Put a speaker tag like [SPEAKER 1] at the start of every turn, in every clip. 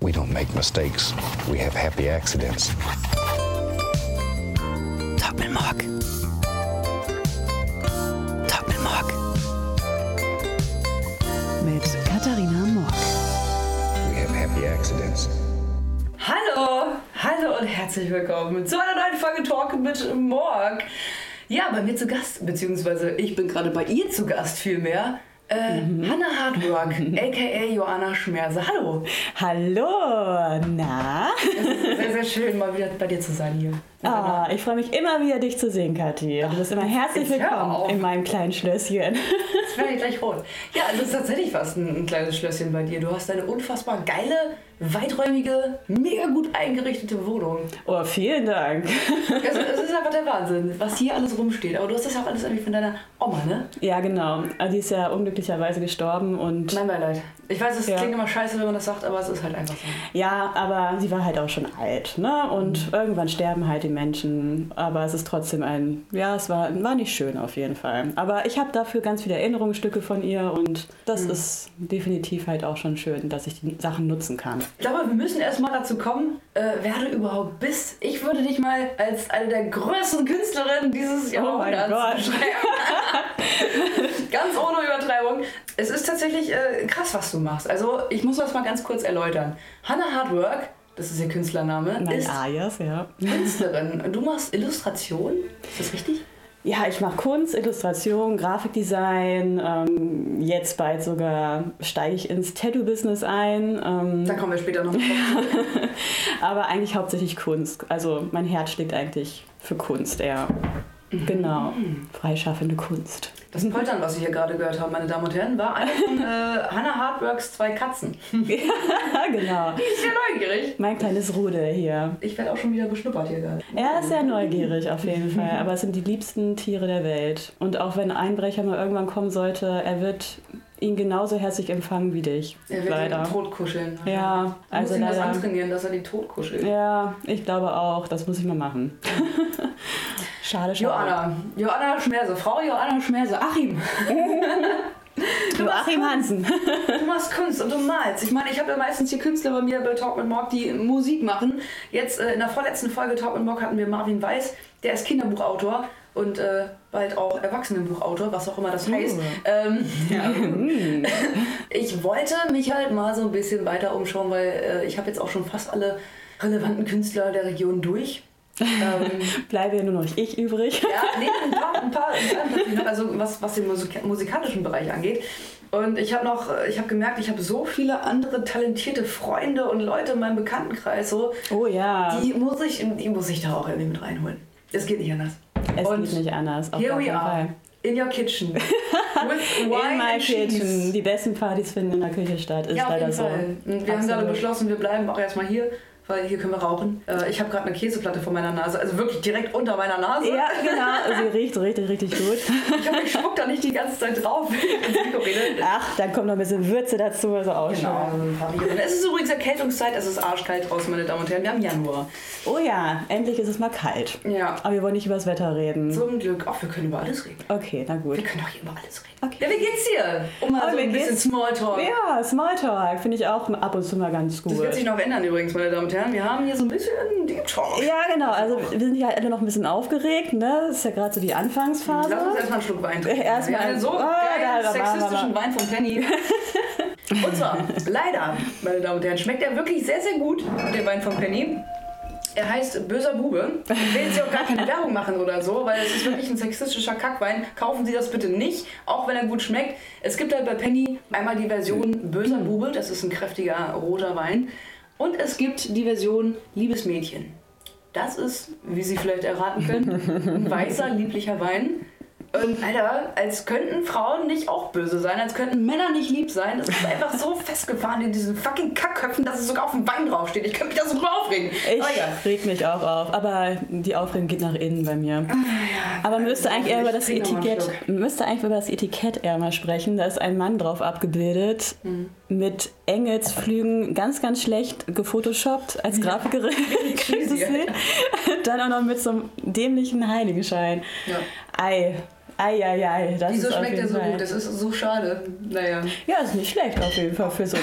[SPEAKER 1] We don't make mistakes. We have happy accidents.
[SPEAKER 2] Doppelmorg. Doppelmorg. Mit Katharina Morg.
[SPEAKER 1] We have happy accidents.
[SPEAKER 3] Hallo, hallo und herzlich willkommen zu einer neuen Folge Talk mit Morg. Ja, bei mir zu Gast, beziehungsweise ich bin gerade bei ihr zu Gast vielmehr. Äh, Hannah Hardwork, aka Joanna Schmerse. Hallo.
[SPEAKER 4] Hallo, na?
[SPEAKER 3] Sehr, sehr schön, mal wieder bei dir zu sein hier.
[SPEAKER 4] Ah, ich freue mich immer wieder, dich zu sehen, Kathi. Du bist immer herzlich
[SPEAKER 3] jetzt hör auf.
[SPEAKER 4] willkommen in meinem kleinen Schlösschen.
[SPEAKER 3] Jetzt werde ich gleich rot. Ja, also es ist tatsächlich fast ein, ein kleines Schlösschen bei dir. Du hast eine unfassbar geile, weiträumige, mega gut eingerichtete Wohnung.
[SPEAKER 4] Oh, vielen Dank.
[SPEAKER 3] Also, es ist einfach der Wahnsinn, was hier alles rumsteht. Aber du hast das ja auch alles irgendwie von deiner Oma, ne?
[SPEAKER 4] Ja, genau. Die ist ja unglücklicherweise gestorben und
[SPEAKER 3] Mein Beileid. Ich weiß, es
[SPEAKER 4] Ja.
[SPEAKER 3] klingt immer scheiße, wenn man das sagt, aber es ist halt einfach so.
[SPEAKER 4] ja, aber sie war halt auch schon alt, ne?
[SPEAKER 3] Mhm.
[SPEAKER 4] Und irgendwann sterben halt die Menschen. Aber es ist trotzdem ein, ja, es war, war nicht schön auf jeden Fall. Aber ich habe dafür ganz viele Erinnerungsstücke von ihr und das
[SPEAKER 3] Mhm.
[SPEAKER 4] ist definitiv halt auch schon schön, dass ich die Sachen nutzen kann.
[SPEAKER 3] Ich glaube, wir müssen erstmal dazu kommen, äh, wer du überhaupt bist. Ich würde dich mal als eine der größten Künstlerinnen dieses Jahrhunderts
[SPEAKER 4] Oh Gott.
[SPEAKER 3] beschreiben. ganz ohne Übertreibung. Es ist tatsächlich äh, krass, was du machst. Also, ich muss das mal ganz kurz erläutern. Hannah Hardwork, das ist ihr Künstlername,
[SPEAKER 4] Mein
[SPEAKER 3] ist
[SPEAKER 4] Ayas, ja.
[SPEAKER 3] Künstlerin. Du machst Illustration. Ist das richtig?
[SPEAKER 4] Ja, ich mache Kunst, Illustration, Grafikdesign. Ähm, jetzt bald sogar steige ich ins Tattoo-Business ein. Ähm,
[SPEAKER 3] Da kommen wir später noch drauf.
[SPEAKER 4] aber eigentlich hauptsächlich Kunst. Also mein Herz schlägt eigentlich für Kunst eher.
[SPEAKER 3] Mhm.
[SPEAKER 4] Genau, freischaffende Kunst.
[SPEAKER 3] Das Poltern, was Sie hier gerade gehört haben, meine Damen und Herren, war eine von äh, Hannah Hardworks zwei Katzen.
[SPEAKER 4] Ja, genau.
[SPEAKER 3] Ich bin sehr neugierig.
[SPEAKER 4] Mein kleines Rudel hier.
[SPEAKER 3] Ich werde auch schon wieder beschnuppert hier gerade.
[SPEAKER 4] Er ist sehr neugierig auf jeden Fall, aber es sind die liebsten Tiere der Welt. Und auch wenn ein Einbrecher mal irgendwann kommen sollte, er wird ihn genauso herzlich empfangen wie dich.
[SPEAKER 3] Er wird
[SPEAKER 4] leider.
[SPEAKER 3] ihn totkuscheln.
[SPEAKER 4] Ja,
[SPEAKER 3] Du
[SPEAKER 4] also
[SPEAKER 3] musst ihm das
[SPEAKER 4] leider.
[SPEAKER 3] antrainieren, dass er die totkuschelt.
[SPEAKER 4] Ja, ich glaube auch. Das muss ich mal machen. schade, schade.
[SPEAKER 3] Joanna. Joanna Schmerse. Frau Joanna Schmerse. Achim.
[SPEAKER 4] Joachim Hansen.
[SPEAKER 3] Du machst Kunst und du malst. Ich meine, ich habe ja meistens hier Künstler bei mir bei Talk mit Morg, die Musik machen. Jetzt äh, in der vorletzten Folge Talk mit Morg hatten wir Marvin Weiß, der ist Kinderbuchautor und äh, bald auch Erwachsenenbuchautor, was auch immer das heißt. Ähm, ich wollte mich halt mal so ein bisschen weiter umschauen, weil äh, ich habe jetzt auch schon fast alle relevanten Künstler der Region durch. Ähm,
[SPEAKER 4] Bleibe ja nur noch ich übrig.
[SPEAKER 3] ja, nee, ein paar, ein paar, ein paar natürlich noch, also was, was den Musik musikalischen Bereich angeht. Und ich habe noch, äh, ich habe gemerkt, ich habe so viele andere talentierte Freunde und Leute in meinem Bekanntenkreis, so,
[SPEAKER 4] Oh ja,
[SPEAKER 3] die muss ich, die muss ich da auch irgendwie mit reinholen. Es geht nicht anders.
[SPEAKER 4] es
[SPEAKER 3] und
[SPEAKER 4] geht nicht anders. Auf
[SPEAKER 3] Here
[SPEAKER 4] gar
[SPEAKER 3] we
[SPEAKER 4] keinen
[SPEAKER 3] are.
[SPEAKER 4] Fall.
[SPEAKER 3] In your kitchen. With wine
[SPEAKER 4] In my
[SPEAKER 3] and cheese.
[SPEAKER 4] kitchen. Die besten Partys finden in der Küche statt. Ist
[SPEAKER 3] Ja, auf
[SPEAKER 4] leider
[SPEAKER 3] jeden
[SPEAKER 4] so.
[SPEAKER 3] Fall. Und wir haben gerade
[SPEAKER 4] Absolut.
[SPEAKER 3] beschlossen, wir bleiben auch erstmal hier, weil hier können wir rauchen. Äh, ich habe gerade eine Käseplatte vor meiner Nase, also wirklich direkt unter meiner Nase.
[SPEAKER 4] Ja, genau. Sie riecht richtig, richtig gut.
[SPEAKER 3] Ich hoffe, ich spuck da nicht die ganze Zeit drauf, Genau. wenn ich ins Mikro rede.
[SPEAKER 4] Ach, dann kommt noch ein bisschen Würze dazu. Also auch
[SPEAKER 3] Genau, so ein paar Viren. Es ist übrigens Erkältungszeit, es ist arschkalt draußen, meine Damen und Herren. Wir haben Januar.
[SPEAKER 4] schön. Oh ja, endlich ist es mal kalt.
[SPEAKER 3] Ja.
[SPEAKER 4] Aber wir wollen nicht über das Wetter reden.
[SPEAKER 3] Zum Glück. Ach, wir können über alles reden.
[SPEAKER 4] Okay, na gut.
[SPEAKER 3] Wir können doch hier über alles reden.
[SPEAKER 4] Okay.
[SPEAKER 3] Ja, wie geht's dir? Um mal
[SPEAKER 4] Oh,
[SPEAKER 3] so
[SPEAKER 4] mir
[SPEAKER 3] ein bisschen
[SPEAKER 4] geht's-
[SPEAKER 3] Smalltalk.
[SPEAKER 4] Ja, Smalltalk finde ich auch ab und zu mal ganz gut.
[SPEAKER 3] Das wird sich noch ändern übrigens, meine Damen und Herren. Wir haben hier so ein bisschen Deep Talk.
[SPEAKER 4] Ja, genau. Also wir sind ja alle noch ein bisschen aufgeregt, ne? Das ist ja gerade so die Anfangsphase.
[SPEAKER 3] Lass uns erstmal einen Schluck Wein trinken.
[SPEAKER 4] Erstmal
[SPEAKER 3] wir haben hier so
[SPEAKER 4] einen- Ah, da, da,
[SPEAKER 3] geilen,
[SPEAKER 4] da, da, da.
[SPEAKER 3] sexistischen Wein von Penny. Und zwar, leider, meine Damen und Herren, schmeckt er wirklich sehr, sehr gut, der Wein von Penny. Er heißt Böser Bube. Ich will jetzt hier auch gar keine Werbung machen oder so, weil es ist wirklich ein sexistischer Kackwein. Kaufen Sie das bitte nicht, auch wenn er gut schmeckt. Es gibt halt bei Penny einmal die Version Böser Bube, das ist ein kräftiger roter Wein. Und es gibt die Version Liebes Mädchen. Das ist, wie Sie vielleicht erraten können, ein weißer, lieblicher Wein. Und Alter, als könnten Frauen nicht auch böse sein, als könnten Männer nicht lieb sein. Das ist einfach so festgefahren in diesen fucking Kackköpfen, dass es sogar auf dem Wein draufsteht. Ich könnte mich da so drüber aufregen.
[SPEAKER 4] Ich
[SPEAKER 3] Aber Oh ja.
[SPEAKER 4] reg mich auch auf, aber die Aufregung geht nach innen bei mir.
[SPEAKER 3] Ah,
[SPEAKER 4] Aber müsste eigentlich eher über das
[SPEAKER 3] Also, trinke noch mal einen
[SPEAKER 4] Etikett, müsste eigentlich über das Etikett eher mal sprechen. Da ist ein Mann drauf abgebildet
[SPEAKER 3] Mhm.
[SPEAKER 4] mit Engelsflügen, ganz, ganz schlecht gefotoshoppt als Grafikerin. Kannst du
[SPEAKER 3] cheesy,
[SPEAKER 4] sehen? Dann auch noch mit so einem dämlichen Heiligenschein.
[SPEAKER 3] Ja.
[SPEAKER 4] Ei, ei, ei, ei. Das
[SPEAKER 3] Wieso
[SPEAKER 4] ist auf
[SPEAKER 3] schmeckt
[SPEAKER 4] jeden
[SPEAKER 3] er so
[SPEAKER 4] Fall.
[SPEAKER 3] gut? Das ist so schade. Naja.
[SPEAKER 4] Ja, ist nicht schlecht auf jeden Fall für so.
[SPEAKER 3] ja,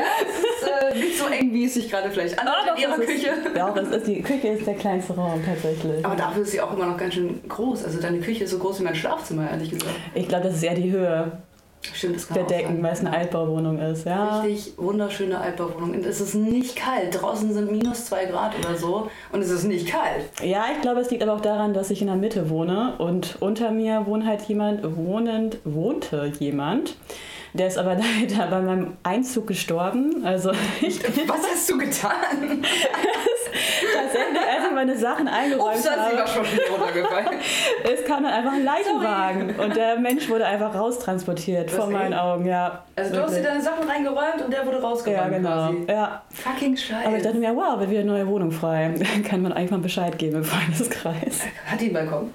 [SPEAKER 3] es Das äh, nicht so eng, wie es sich gerade vielleicht anhört in ihrer
[SPEAKER 4] es
[SPEAKER 3] Küche.
[SPEAKER 4] Ah, Ist, doch, es ist, die Küche ist der kleinste Raum tatsächlich.
[SPEAKER 3] Aber dafür ist sie auch immer noch ganz schön groß. Also deine Küche ist so groß wie mein Schlafzimmer, ehrlich gesagt.
[SPEAKER 4] Ich glaube, das ist eher die Höhe
[SPEAKER 3] Stimmt, das kann
[SPEAKER 4] der
[SPEAKER 3] auch sein.
[SPEAKER 4] Decken, weil es eine Altbauwohnung ist. Ja.
[SPEAKER 3] Richtig wunderschöne Altbauwohnung. Und es ist nicht kalt. Draußen sind minus zwei Grad oder so. Und es ist nicht kalt.
[SPEAKER 4] ja, ich glaube, es liegt aber auch daran, dass ich in der Mitte wohne und unter mir wohnt halt jemand, wohnend, wohnte jemand. Der ist aber leider bei meinem Einzug gestorben. Also ich
[SPEAKER 3] Was hast du getan?
[SPEAKER 4] tatsächlich, als ich meine Sachen eingeräumt
[SPEAKER 3] Ups, da ist sie
[SPEAKER 4] habe,
[SPEAKER 3] war schon wieder runtergefallen. Also
[SPEAKER 4] es kam dann einfach ein Leichenwagen. Und der Mensch wurde einfach raustransportiert
[SPEAKER 3] Was,
[SPEAKER 4] vor meinen
[SPEAKER 3] ey?
[SPEAKER 4] Augen, ja.
[SPEAKER 3] Also du hast dir
[SPEAKER 4] Wirklich.
[SPEAKER 3] deine Sachen reingeräumt und der wurde
[SPEAKER 4] Ja,
[SPEAKER 3] rausgeräumt
[SPEAKER 4] genau.
[SPEAKER 3] quasi.
[SPEAKER 4] Ja.
[SPEAKER 3] Fucking Scheiße.
[SPEAKER 4] Aber ich dachte mir, wow, wird wieder eine neue Wohnung frei. Kann man eigentlich mal Bescheid geben im Freundeskreis.
[SPEAKER 3] Hat die einen Balkon?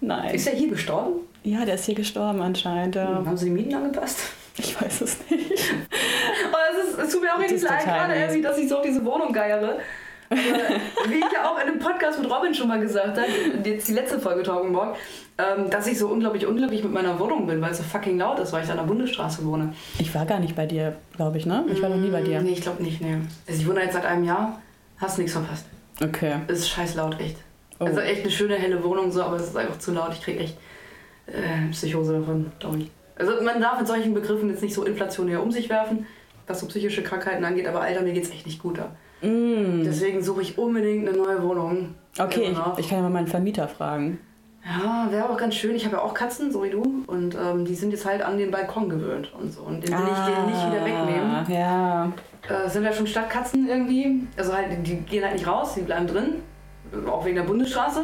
[SPEAKER 4] Nein.
[SPEAKER 3] Ist er hier gestorben?
[SPEAKER 4] Ja, der ist hier gestorben anscheinend. Ja.
[SPEAKER 3] Haben sie die Mieten angepasst?
[SPEAKER 4] Ich weiß es nicht.
[SPEAKER 3] Oh, es, ist, es tut mir auch richtig
[SPEAKER 4] ist
[SPEAKER 3] leid,
[SPEAKER 4] total
[SPEAKER 3] gerade
[SPEAKER 4] mies.
[SPEAKER 3] irgendwie, dass ich so auf diese Wohnung geiere. Aber Wie ich ja auch in einem Podcast mit Robin schon mal gesagt habe, jetzt die letzte Folge Talking Walk, ähm, dass ich so unglaublich unglücklich mit meiner Wohnung bin, weil es so fucking laut ist, weil ich an der Bundesstraße wohne.
[SPEAKER 4] Ich war gar nicht bei dir, glaube ich, ne? Ich war noch nie bei dir.
[SPEAKER 3] Mm, Nee, ich glaube nicht, nee. Also ich wohne jetzt seit einem Jahr, hast nichts verpasst.
[SPEAKER 4] Okay.
[SPEAKER 3] Es ist scheiß laut, echt.
[SPEAKER 4] Oh.
[SPEAKER 3] Also echt eine schöne helle Wohnung so, aber es ist einfach zu laut. Ich krieg echt äh, Psychose davon, glaube ich. Also man darf mit solchen Begriffen jetzt nicht so inflationär um sich werfen, was so psychische Krankheiten angeht, aber Alter, mir geht's echt nicht gut da. Deswegen suche ich unbedingt eine neue Wohnung.
[SPEAKER 4] Mm. Okay,
[SPEAKER 3] Immer noch.
[SPEAKER 4] ich, ich kann ja mal meinen Vermieter fragen.
[SPEAKER 3] Ja, wäre auch ganz schön. Ich habe ja auch Katzen, so wie du. Und ähm, die sind jetzt halt an den Balkon gewöhnt und so. Und den will ich denen nicht wieder wegnehmen.
[SPEAKER 4] Ah, Ja.
[SPEAKER 3] äh, sind ja schon Stadtkatzen irgendwie. Also halt, die gehen halt nicht raus, die bleiben drin. Auch wegen der Bundesstraße.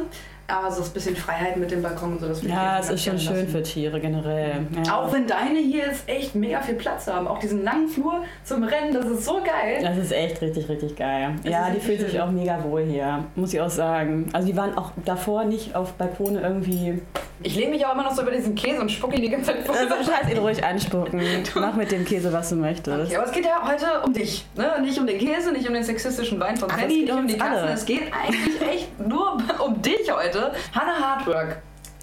[SPEAKER 3] Aber so ein bisschen Freiheit mit dem Balkon und so. Das will ich
[SPEAKER 4] Ja,
[SPEAKER 3] denen
[SPEAKER 4] es
[SPEAKER 3] ganz
[SPEAKER 4] ist schon
[SPEAKER 3] gerne
[SPEAKER 4] schön
[SPEAKER 3] lassen.
[SPEAKER 4] für Tiere generell. Ja.
[SPEAKER 3] Auch wenn deine hier jetzt echt mega viel Platz haben. Auch diesen langen Flur zum Rennen, das ist so geil.
[SPEAKER 4] Das ist echt richtig, richtig geil.
[SPEAKER 3] Das
[SPEAKER 4] ja,
[SPEAKER 3] ist
[SPEAKER 4] die
[SPEAKER 3] richtig
[SPEAKER 4] fühlt
[SPEAKER 3] schön.
[SPEAKER 4] sich auch mega wohl hier, muss ich auch sagen. Also die waren auch davor nicht auf Balkone irgendwie.
[SPEAKER 3] Ich lehne mich auch immer noch so über diesen Käse und spucke ihn die ganze Zeit vor.
[SPEAKER 4] Also scheiß ihn ruhig anspucken. Mach mit dem Käse, was du möchtest.
[SPEAKER 3] Ja, aber es geht ja heute um dich. Ne? Nicht um den Käse, nicht um den sexistischen Wein von
[SPEAKER 4] Ach, es
[SPEAKER 3] Penny,
[SPEAKER 4] geht
[SPEAKER 3] nicht
[SPEAKER 4] um
[SPEAKER 3] um die
[SPEAKER 4] uns
[SPEAKER 3] Katzen.
[SPEAKER 4] alle.
[SPEAKER 3] Es geht eigentlich echt nur um dich heute. Hannah Hardwork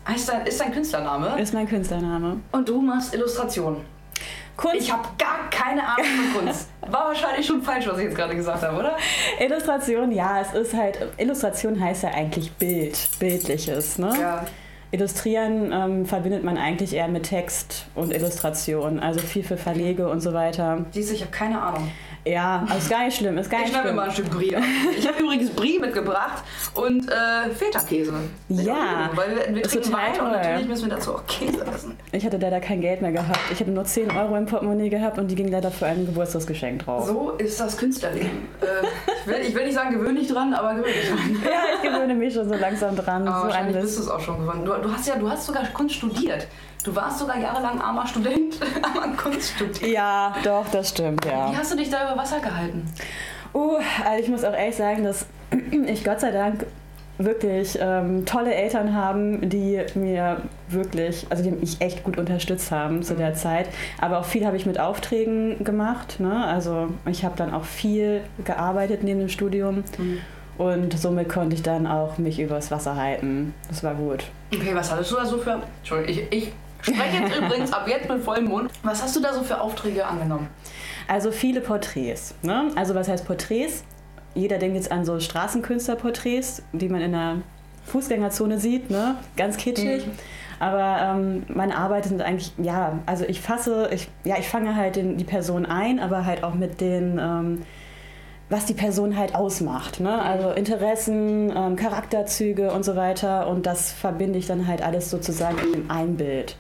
[SPEAKER 3] heißt dein, ist dein Künstlername.
[SPEAKER 4] Ist mein Künstlername.
[SPEAKER 3] Und du machst Illustrationen.
[SPEAKER 4] Kunst,
[SPEAKER 3] Ich habe gar keine Ahnung von Kunst. War wahrscheinlich schon falsch, was ich jetzt gerade gesagt habe, oder?
[SPEAKER 4] Illustration, ja, es ist halt, Illustration heißt ja eigentlich Bild, bildliches, ne?
[SPEAKER 3] Ja.
[SPEAKER 4] Illustrieren ähm, verbindet man eigentlich eher mit Text und Illustration, also viel für Verlege und so weiter.
[SPEAKER 3] Siehst du, ich habe keine Ahnung.
[SPEAKER 4] Ja, also ist gar nicht schlimm, ist gar
[SPEAKER 3] Ich
[SPEAKER 4] nicht
[SPEAKER 3] schneide mir
[SPEAKER 4] schlimm.
[SPEAKER 3] mal ein Stück Brie ab. Ich habe übrigens Brie mitgebracht und äh, Feta-Käse.
[SPEAKER 4] Ja.
[SPEAKER 3] Weil wir, wir
[SPEAKER 4] Ist
[SPEAKER 3] trinken
[SPEAKER 4] total
[SPEAKER 3] Wein und
[SPEAKER 4] toll.
[SPEAKER 3] natürlich müssen wir dazu auch Käse essen.
[SPEAKER 4] Ich hatte leider kein Geld mehr gehabt. Ich hatte nur 10 Euro im Portemonnaie gehabt und die ging leider für ein Geburtstagsgeschenk drauf.
[SPEAKER 3] So ist das Künstlerleben. äh, ich, will, ich will nicht sagen gewöhnlich dran, aber gewöhnlich dran.
[SPEAKER 4] Ja, ich gewöhne mich schon so langsam dran.
[SPEAKER 3] Aber
[SPEAKER 4] so
[SPEAKER 3] Oh, wahrscheinlich
[SPEAKER 4] anders.
[SPEAKER 3] bist du es auch schon gewonnen. Du, du hast ja, du hast sogar Kunst studiert. Du warst sogar jahrelang armer Student, armer Kunststudent.
[SPEAKER 4] Ja, doch, das stimmt, ja.
[SPEAKER 3] Wie hast du dich da über Wasser gehalten?
[SPEAKER 4] Uh, also ich muss auch ehrlich sagen, dass ich Gott sei Dank wirklich ähm, tolle Eltern haben, die mir wirklich, also die mich echt gut unterstützt haben zu der Zeit. Aber auch viel habe ich mit Aufträgen gemacht. Ne? Also ich habe dann auch viel gearbeitet neben dem Studium. Und somit konnte ich dann auch mich übers Wasser halten. Das war gut.
[SPEAKER 3] Okay, was hattest du da so für. Entschuldigung, ich, ich spreche jetzt übrigens ab jetzt mit vollem Mund. Was hast du da so für Aufträge angenommen?
[SPEAKER 4] Also viele Porträts. Ne? Also was heißt Porträts? Jeder denkt jetzt an so Straßenkünstlerporträts, die man in der Fußgängerzone sieht, ne? ganz kitschig. Aber ähm, meine Arbeiten sind eigentlich, ja, also ich fasse, ich, ja, ich fange halt den, die Person ein, aber halt auch mit den, ähm, was die Person halt ausmacht. Ne? Also Interessen, ähm, Charakterzüge und so weiter. Und das verbinde ich dann halt alles sozusagen in dem einen Bild.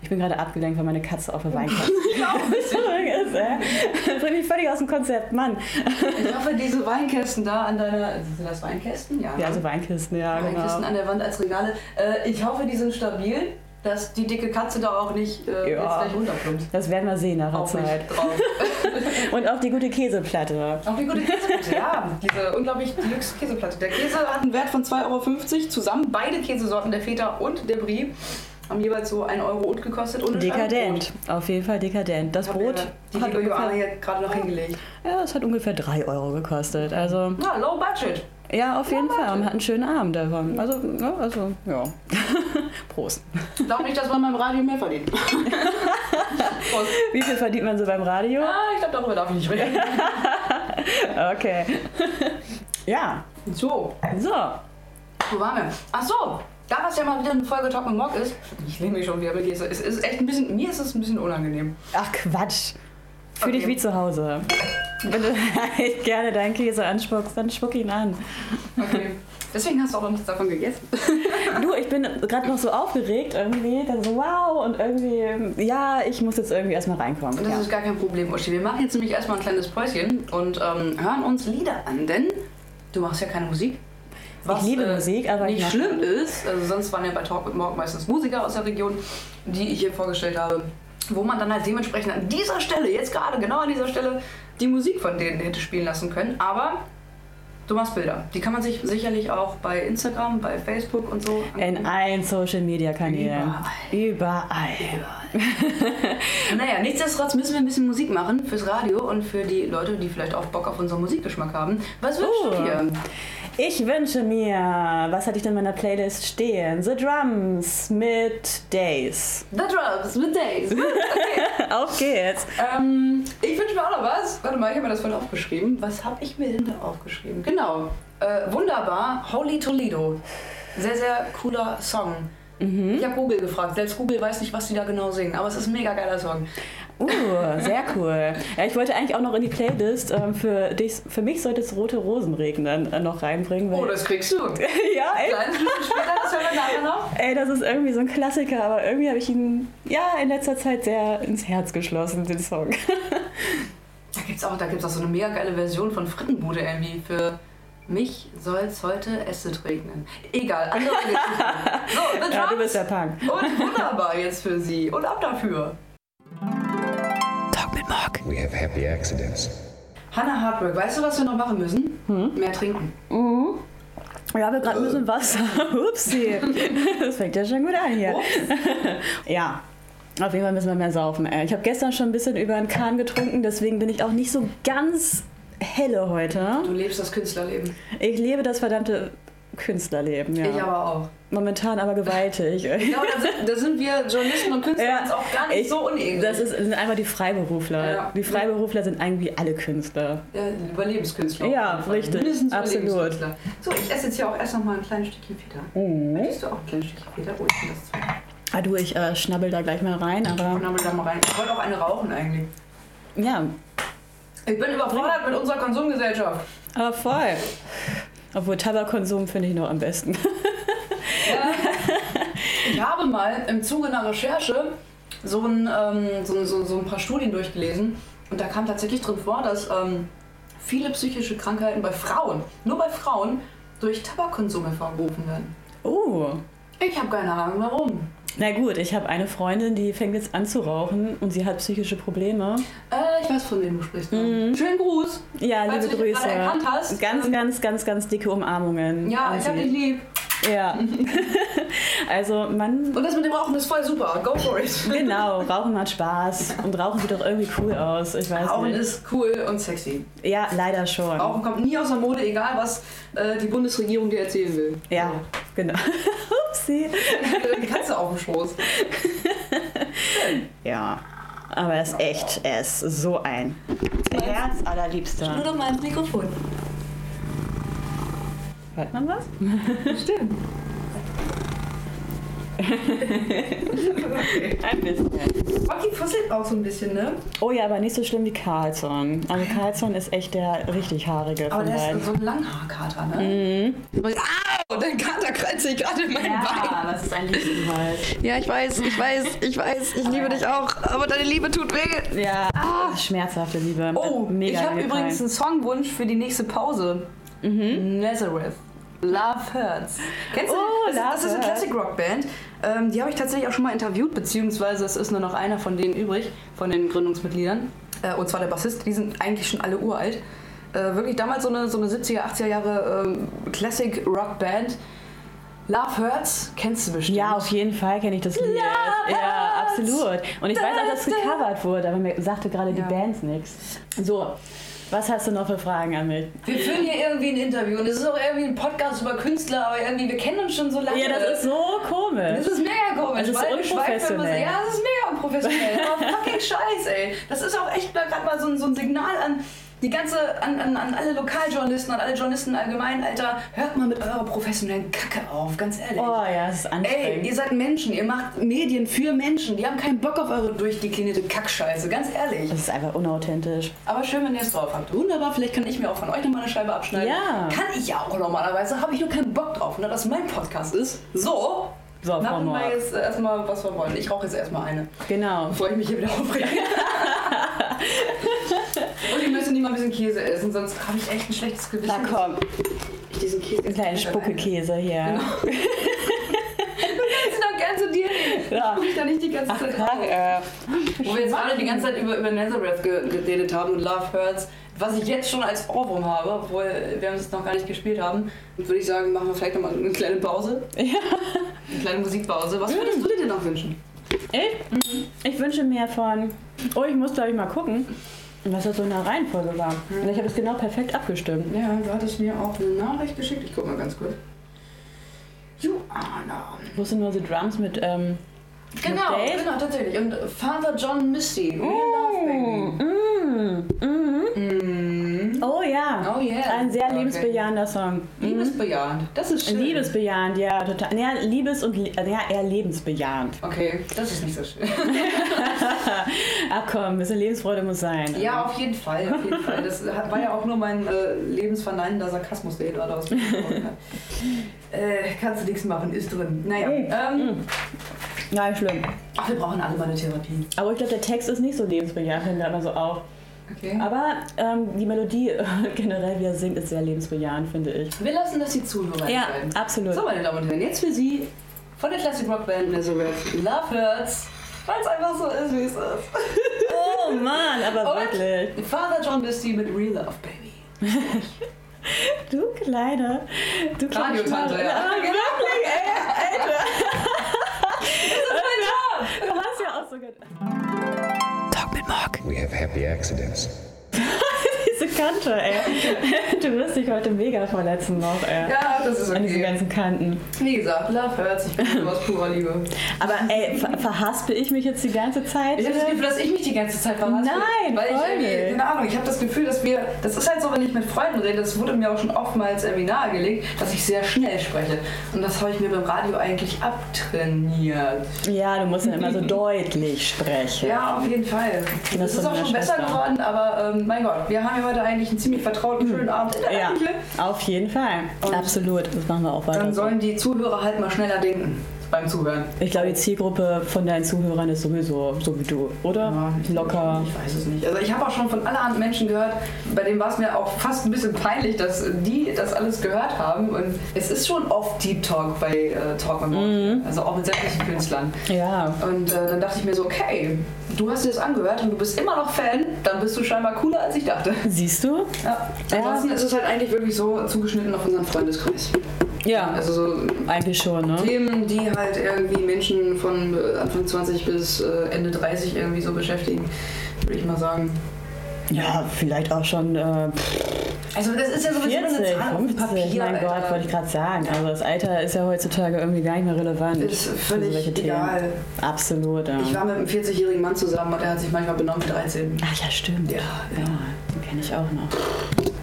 [SPEAKER 4] Ich bin gerade abgelenkt, weil meine Katze auf der
[SPEAKER 3] Oh
[SPEAKER 4] Weinkasse Entschuldigung, ist, äh, bringt mich völlig aus dem Konzept, Mann.
[SPEAKER 3] Ich hoffe, diese Weinkästen da an deiner. Sind das Weinkästen? Ja. ne?
[SPEAKER 4] Ja, also Weinkisten, ja,
[SPEAKER 3] Weinkästen
[SPEAKER 4] genau.
[SPEAKER 3] an der Wand als Regale. Äh, ich hoffe, die sind stabil, dass die dicke Katze da auch nicht äh,
[SPEAKER 4] Ja.
[SPEAKER 3] jetzt gleich runterplumpt.
[SPEAKER 4] Das werden wir sehen nach der
[SPEAKER 3] Auf mich
[SPEAKER 4] Zeit.
[SPEAKER 3] drauf.
[SPEAKER 4] Und auch die gute Käseplatte.
[SPEAKER 3] Auch die gute Käseplatte, ja. Diese unglaublich deluxe Käseplatte. Der Käse hat einen Wert von 2,50 Euro zusammen. Beide Käsesorten, der Feta und der Brie, haben jeweils so 1 Euro und gekostet. Und ein
[SPEAKER 4] Dekadent, auf jeden Fall dekadent. Das
[SPEAKER 3] Hab
[SPEAKER 4] Brot
[SPEAKER 3] mir Die
[SPEAKER 4] hat
[SPEAKER 3] hat Johanna
[SPEAKER 4] ungefähr, Oh.
[SPEAKER 3] hier gerade noch hingelegt.
[SPEAKER 4] ja, es hat ungefähr 3 Euro gekostet. Also,
[SPEAKER 3] Ja, low budget.
[SPEAKER 4] ja, auf jeden
[SPEAKER 3] Ja,
[SPEAKER 4] Fall.
[SPEAKER 3] warte.
[SPEAKER 4] Und hat einen schönen Abend davon. Also, ja, also, ja. Prost.
[SPEAKER 3] Glaub nicht, dass man beim Radio mehr verdient. Prost.
[SPEAKER 4] Wie viel verdient man so beim Radio?
[SPEAKER 3] Ah, ich glaube, darüber darf ich nicht reden. Ah.
[SPEAKER 4] Okay. Ja,
[SPEAKER 3] So,
[SPEAKER 4] so.
[SPEAKER 3] wo waren wir? Ach so, da das ja mal wieder eine Folge Talk mit Mock ist, ich lehne mich schon wieder mit dir. Es ist echt ein bisschen, mir ist es ein bisschen unangenehm.
[SPEAKER 4] Ach Quatsch. Fühl
[SPEAKER 3] Okay.
[SPEAKER 4] dich wie zu Hause. Wenn du halt gerne deinen Käse anspuckst, dann spuck ihn an.
[SPEAKER 3] Okay. Deswegen hast du auch noch nichts davon gegessen.
[SPEAKER 4] Du, ich bin gerade noch so aufgeregt irgendwie. Dann so, wow. Und irgendwie, ja, ich muss jetzt irgendwie erstmal reinkommen.
[SPEAKER 3] Das
[SPEAKER 4] Ja.
[SPEAKER 3] ist gar kein Problem, Uschi. Wir machen jetzt nämlich erstmal ein kleines Päuschen und ähm, hören uns Lieder an, denn du machst ja keine Musik. äh,
[SPEAKER 4] liebe Musik, aber ich
[SPEAKER 3] nicht
[SPEAKER 4] mach-
[SPEAKER 3] schlimm ist. Also sonst waren ja bei Talk mit Morgen meistens Musiker aus der Region, die ich hier vorgestellt habe, wo man dann halt dementsprechend an dieser Stelle, jetzt gerade genau an dieser Stelle, die Musik von denen hätte spielen lassen können. Aber du machst Bilder. Die kann man sich sicherlich auch bei Instagram, bei Facebook und so.
[SPEAKER 4] In allen Social Media Kanälen. Überall.
[SPEAKER 3] Naja, nichtsdestotrotz müssen wir ein bisschen Musik machen fürs Radio und für die Leute, die vielleicht auch Bock auf unseren Musikgeschmack haben. Was wünschst du
[SPEAKER 4] Oh.
[SPEAKER 3] dir?
[SPEAKER 4] Ich wünsche mir, was hatte ich denn in meiner Playlist stehen? The Drums mit Days.
[SPEAKER 3] The Drums with Days.
[SPEAKER 4] Auf geht's.
[SPEAKER 3] ähm, ich wünsche mir auch noch was. Warte mal, ich habe mir das voll aufgeschrieben. Was habe ich mir denn da aufgeschrieben? Genau. Äh, wunderbar. Holy Toledo. Sehr, sehr cooler Song. Ich habe Google gefragt. Selbst Google weiß nicht, was die da genau singen. Aber es ist ein mega geiler Song.
[SPEAKER 4] Uh, sehr cool. Ja, ich wollte eigentlich auch noch in die Playlist ähm, für dich, für mich sollte es rote Rosen regnen äh, noch reinbringen. Weil,
[SPEAKER 3] Oh, das kriegst du.
[SPEAKER 4] ja, ey,
[SPEAKER 3] Kleine Minuten später, das hören wir nachher noch.
[SPEAKER 4] ey, das ist irgendwie so ein Klassiker, aber irgendwie habe ich ihn ja in letzter Zeit sehr ins Herz geschlossen, den Song.
[SPEAKER 3] Da gibt's auch, da gibt's auch so eine mega geile Version von Frittenbude irgendwie für mich soll's heute Acid regnen. Egal, andere Geschichte. So, The
[SPEAKER 4] Ja, du
[SPEAKER 3] Drums.
[SPEAKER 4] bist der Punk.
[SPEAKER 3] Und wunderbar jetzt für sie. Und ab dafür.
[SPEAKER 5] Talk mit Morg.
[SPEAKER 1] We have happy accidents.
[SPEAKER 3] Hannah Hardwork, weißt du, was wir noch machen müssen?
[SPEAKER 4] Hm?
[SPEAKER 3] Mehr trinken.
[SPEAKER 4] Mhm. Ja, wir gerade ein bisschen Wasser. Upsi. Das fängt ja schon gut an hier. Ja. Auf jeden Fall müssen wir mehr saufen. ey. Ich habe gestern schon ein bisschen über den Kahn getrunken, deswegen bin ich auch nicht so ganz helle heute.
[SPEAKER 3] Du lebst das Künstlerleben.
[SPEAKER 4] Ich lebe das verdammte Künstlerleben, ja.
[SPEAKER 3] Ich aber auch.
[SPEAKER 4] Momentan aber gewaltig.
[SPEAKER 3] Ja, aber da sind, da sind wir Journalisten und Künstler
[SPEAKER 4] Ja,
[SPEAKER 3] uns auch gar nicht
[SPEAKER 4] ich-
[SPEAKER 3] so unähnlich.
[SPEAKER 4] Das ist, sind einmal die Freiberufler.
[SPEAKER 3] Ja.
[SPEAKER 4] Die Freiberufler sind eigentlich alle Künstler.
[SPEAKER 3] Ja, Überlebenskünstler.
[SPEAKER 4] Ja,
[SPEAKER 3] Auf jeden Fall.
[SPEAKER 4] richtig.
[SPEAKER 3] Mindestens
[SPEAKER 4] Absolut.
[SPEAKER 3] Überlebenskünstler. So, ich esse jetzt hier auch erst noch mal ein kleines Stückchen Feta. Möchtest du auch ein kleines Stückchen Feta? Oh, ich will das zu.
[SPEAKER 4] Ah du, ich äh, schnabbel da gleich mal rein, aber
[SPEAKER 3] Knabbel da mal rein. Ich wollte auch eine rauchen eigentlich.
[SPEAKER 4] ja,
[SPEAKER 3] Ich bin überfordert mit unserer Konsumgesellschaft.
[SPEAKER 4] aber voll. Obwohl Tabakkonsum finde ich noch am besten.
[SPEAKER 3] Ich habe mal im Zuge einer Recherche so ein, ähm, so, so, so ein paar Studien durchgelesen und da kam tatsächlich drin vor, dass ähm, viele psychische Krankheiten bei Frauen, nur bei Frauen, durch Tabakkonsum hervorgerufen werden.
[SPEAKER 4] Oh,
[SPEAKER 3] Ich habe keine Ahnung warum.
[SPEAKER 4] na gut, ich habe eine Freundin, die fängt jetzt an zu rauchen und sie hat psychische Probleme.
[SPEAKER 3] Äh, ich weiß, von wem du sprichst. ne? Schönen Gruß.
[SPEAKER 4] Ja,
[SPEAKER 3] Falls
[SPEAKER 4] liebe
[SPEAKER 3] du dich
[SPEAKER 4] Grüße.
[SPEAKER 3] gerade erkannt hast,
[SPEAKER 4] ganz,
[SPEAKER 3] ähm,
[SPEAKER 4] ganz, ganz, ganz dicke Umarmungen.
[SPEAKER 3] Ja,
[SPEAKER 4] an
[SPEAKER 3] ich hab
[SPEAKER 4] sie.
[SPEAKER 3] dich lieb.
[SPEAKER 4] Ja. also man
[SPEAKER 3] Und das mit dem Rauchen ist voll super. Go for it.
[SPEAKER 4] Genau, Rauchen macht Spaß und Rauchen sieht doch irgendwie cool aus. Ich weiß
[SPEAKER 3] Rauchen
[SPEAKER 4] nicht.
[SPEAKER 3] ist cool und sexy.
[SPEAKER 4] Ja, leider schon.
[SPEAKER 3] Rauchen kommt nie aus der Mode, egal was äh, die Bundesregierung dir erzählen will.
[SPEAKER 4] Ja, genau. Upsi.
[SPEAKER 3] Die Katze auf dem Schoß.
[SPEAKER 4] Ja, aber er ist echt, er ist so ein Herz allerliebster.
[SPEAKER 3] doch mal ins Mikrofon.
[SPEAKER 4] Hört man was?
[SPEAKER 3] Stimmt. okay.
[SPEAKER 4] Ein bisschen.
[SPEAKER 3] Rocky fusselt auch so ein bisschen, ne?
[SPEAKER 4] Oh ja, aber nicht so schlimm wie Carlson. Also Carlson ist echt der richtig haarige
[SPEAKER 3] Aber
[SPEAKER 4] von
[SPEAKER 3] der
[SPEAKER 4] beiden.
[SPEAKER 3] ist so ein Langhaarkater, ne? Mhm. Au, dein Kater kratzt sich gerade in mein Bein.
[SPEAKER 4] das ist ein Lieblingshals.
[SPEAKER 3] Ja, ich weiß, ich weiß, ich weiß, ich liebe dich auch, aber deine Liebe tut weh.
[SPEAKER 4] Ja, schmerzhafte Liebe.
[SPEAKER 3] Ah. Oh,
[SPEAKER 4] Äh, mega
[SPEAKER 3] ich habe
[SPEAKER 4] gefallen.
[SPEAKER 3] übrigens einen Songwunsch für die nächste Pause. Nazareth. Love Hurts. Kennst du?
[SPEAKER 4] Mhm. Oh,
[SPEAKER 3] das, ist- das ist eine
[SPEAKER 4] Love Hurts.
[SPEAKER 3] Classic Rock Band. Ähm, die habe ich tatsächlich auch schon mal interviewt, beziehungsweise es ist nur noch einer von denen übrig, von den Gründungsmitgliedern. Äh, und zwar der Bassist. Die sind eigentlich schon alle uralt. Äh, wirklich damals so eine, so eine 70er, 80er Jahre ähm, Classic Rock Band. Love Hurts kennst du bestimmt.
[SPEAKER 4] Ja, auf jeden Fall kenne ich das Lied. Ja, absolut. Und ich weiß auch, dass es gecovert wurde, aber mir sagte gerade die
[SPEAKER 3] Ja.
[SPEAKER 4] Band nichts. So, was hast du noch für Fragen an mich?
[SPEAKER 3] Wir führen hier irgendwie ein Interview und es ist auch irgendwie ein Podcast über Künstler, aber irgendwie, wir kennen uns schon so lange.
[SPEAKER 4] Ja, das ist so komisch.
[SPEAKER 3] Das ist mega komisch.
[SPEAKER 4] Das ist
[SPEAKER 3] weil wir schweifen immer so-
[SPEAKER 4] unprofessionell.
[SPEAKER 3] Ja, das ist mega mega unprofessionell. Aber fucking Scheiß, ey. Das ist auch echt gerade mal so ein, so ein Signal an die ganze, an, an, an alle Lokaljournalisten, an alle Journalisten allgemein, Alter. Hört mal mit eurer professionellen Kacke auf, ganz ehrlich.
[SPEAKER 4] Oh ja, es ist
[SPEAKER 3] Ey,
[SPEAKER 4] anstrengend.
[SPEAKER 3] ihr seid Menschen, ihr macht Medien für Menschen. Die haben keinen Bock auf eure durchdeklinierte Kackscheiße, ganz ehrlich.
[SPEAKER 4] das ist einfach unauthentisch.
[SPEAKER 3] Aber schön, wenn ihr es drauf habt. Wunderbar, vielleicht kann ich mir auch von euch nochmal eine Scheibe abschneiden.
[SPEAKER 4] Ja.
[SPEAKER 3] Kann ich ja auch normalerweise, habe ich nur keinen Bock drauf, ne, dass mein Podcast ist. So.
[SPEAKER 4] So, Frau
[SPEAKER 3] machen
[SPEAKER 4] Moab.
[SPEAKER 3] wir jetzt äh, erstmal, was wir wollen. Ich rauche jetzt erstmal eine,
[SPEAKER 4] Genau.
[SPEAKER 3] bevor ich mich hier wieder aufrege. Und wir müssen die mal ein bisschen Käse essen, sonst habe ich echt ein schlechtes Gewissen.
[SPEAKER 4] Na komm,
[SPEAKER 3] dass ich diesen Käse
[SPEAKER 4] einen kleinen Spuckekäse hier.
[SPEAKER 3] Genau. Ich doch gern zu dir.
[SPEAKER 4] Ja.
[SPEAKER 3] Ich da nicht die ganze Zeit
[SPEAKER 4] Ach, äh,
[SPEAKER 3] Wo wir jetzt gerade die ganze Zeit über, über Nazareth ge- geredet haben und Love Hurts, was ich jetzt schon als Ohrwurm habe, obwohl wir es noch gar nicht gespielt haben, würde ich sagen, machen wir vielleicht nochmal eine kleine Pause.
[SPEAKER 4] Ja.
[SPEAKER 3] Eine kleine Musikpause. Was würdest du dir denn noch wünschen?
[SPEAKER 4] Ich? Ich wünsche mir von. Oh, ich muss, glaube ich, mal gucken, was das so in der Reihenfolge war.
[SPEAKER 3] Mhm.
[SPEAKER 4] Und ich habe es genau perfekt abgestimmt.
[SPEAKER 3] Ja, du hattest mir auch eine Nachricht geschickt. Ich guck mal ganz kurz. Joanna.
[SPEAKER 4] Ich wusste nur die Drums mit. Ähm,
[SPEAKER 3] Genau,
[SPEAKER 4] Dave?
[SPEAKER 3] genau, tatsächlich. Und Father John Misty. We love Baby.
[SPEAKER 4] mm, mhm. Oh ja.
[SPEAKER 3] Oh yeah.
[SPEAKER 4] Ein sehr
[SPEAKER 3] Okay.
[SPEAKER 4] lebensbejahender Song. Mm.
[SPEAKER 3] Liebesbejahend. Das ist schön.
[SPEAKER 4] Liebesbejahend, ja, total. Ja, Liebes- und Le- ja, eher lebensbejahend.
[SPEAKER 3] Okay, das ist nicht so schön.
[SPEAKER 4] Ach komm, ein bisschen Lebensfreude muss sein.
[SPEAKER 3] Ja, auf jeden Fall, auf jeden Fall. Das hat- war ja auch nur mein äh, lebensverneinender Sarkasmus, der hier gerade rausgekommen hat. Äh, kannst du nichts machen, ist drin. Naja,
[SPEAKER 6] Mhm.
[SPEAKER 3] ähm,
[SPEAKER 4] Mm. Nein, schlimm.
[SPEAKER 3] ach, wir brauchen alle mal eine Therapie.
[SPEAKER 4] Aber ich glaube, der Text ist nicht so lebensbejahend, fällt mir immer so auf.
[SPEAKER 3] Okay.
[SPEAKER 4] Aber ähm, die Melodie generell, wie er singt, ist sehr lebensbejahend, finde ich.
[SPEAKER 3] Wir lassen das die Zuhörer entscheiden.
[SPEAKER 4] absolut.
[SPEAKER 3] So, meine Damen und Herren, jetzt für Sie von der Classic Rock Band Nazareth Love Hurts, weil es einfach so ist, wie es ist.
[SPEAKER 4] Oh Mann, aber wirklich.
[SPEAKER 3] Und Father John Misty mit Real Love Baby.
[SPEAKER 4] Du kleine. Du kleine.
[SPEAKER 3] Radiotante,
[SPEAKER 4] Schmarre.
[SPEAKER 3] ja.
[SPEAKER 4] Ah, Wirklich, ey, Alter. Das ist mein Job. Du hast ja auch so gedacht.
[SPEAKER 6] Talk mit Mark.
[SPEAKER 1] We have happy accidents.
[SPEAKER 4] Diese Kante, ey. Du wirst dich heute mega verletzen noch, ey.
[SPEAKER 3] Ja, das ist
[SPEAKER 4] An diesen
[SPEAKER 3] okay.
[SPEAKER 4] ganzen Kanten.
[SPEAKER 3] Wie gesagt, Love Hurts, ich bin aus purer Liebe.
[SPEAKER 4] Aber ey, ver verhaspel ich mich jetzt die ganze Zeit?
[SPEAKER 3] Ich habe das Gefühl, dass ich mich die ganze Zeit verhaspel.
[SPEAKER 4] Nein,
[SPEAKER 3] weil ich
[SPEAKER 4] voll
[SPEAKER 3] irgendwie,
[SPEAKER 4] nicht.
[SPEAKER 3] keine Ahnung, ich habe das Gefühl, dass wir, das ist halt so, wenn ich mit Freunden rede, das wurde mir auch schon oftmals irgendwie nahegelegt, dass ich sehr schnell spreche. Und das habe ich mir beim Radio eigentlich abtrainiert.
[SPEAKER 4] ja, du musst ja immer so deutlich sprechen.
[SPEAKER 3] Ja, auf jeden Fall.
[SPEAKER 4] Das
[SPEAKER 3] Das,
[SPEAKER 4] von
[SPEAKER 3] ist auch
[SPEAKER 4] meiner
[SPEAKER 3] schon besser
[SPEAKER 4] Schwester.
[SPEAKER 3] geworden, aber ähm, mein Gott, wir haben ja heute eigentlich einen ziemlich vertrauten, schönen Abend in der
[SPEAKER 4] Hm. Ja,
[SPEAKER 3] Küche.
[SPEAKER 4] auf jeden Fall. Absolut. Das machen wir auch weiter.
[SPEAKER 3] Dann
[SPEAKER 4] so.
[SPEAKER 3] sollen die Zuhörer halt mal schneller denken beim Zuhören.
[SPEAKER 4] Ich glaube, die Zielgruppe von deinen Zuhörern ist sowieso so wie du, oder?
[SPEAKER 3] Ja, ich-
[SPEAKER 4] Locker.
[SPEAKER 3] Ich weiß es nicht. Also ich habe auch schon von allerhand Menschen gehört, bei denen war es mir auch fast ein bisschen peinlich, dass die das alles gehört haben. Und es ist schon oft Deep Talk bei äh, Talk and Walk.
[SPEAKER 4] Mhm.
[SPEAKER 3] Also auch mit sämtlichen Künstlern.
[SPEAKER 4] Ja.
[SPEAKER 3] Und äh, dann dachte ich mir so, okay, du hast dir das angehört und du bist immer noch Fan, dann bist du scheinbar cooler, als ich dachte.
[SPEAKER 4] Siehst du?
[SPEAKER 3] Ja. Ansonsten ist es halt eigentlich wirklich so zugeschnitten auf unseren Freundeskreis.
[SPEAKER 4] Ja,
[SPEAKER 3] Also so
[SPEAKER 4] eigentlich schon, ne?
[SPEAKER 3] Themen, die halt irgendwie Menschen von äh, Anfang 20 bis äh, Ende 30 irgendwie so beschäftigen, würde ich mal sagen.
[SPEAKER 4] Ja, vielleicht auch schon äh,
[SPEAKER 3] Also das ist ja so
[SPEAKER 4] 40, 50, mein Gott, wollte ich gerade sagen. Also das Alter ist ja heutzutage irgendwie gar nicht mehr relevant.
[SPEAKER 3] Ist
[SPEAKER 4] für
[SPEAKER 3] völlig egal.
[SPEAKER 4] Mhm. Absolut, ja.
[SPEAKER 3] Ich war mit einem 40-jährigen Mann zusammen und der hat sich manchmal benommen wie 13.
[SPEAKER 4] Ach ja, stimmt.
[SPEAKER 3] Ja, ja.
[SPEAKER 4] den kenne ich auch noch.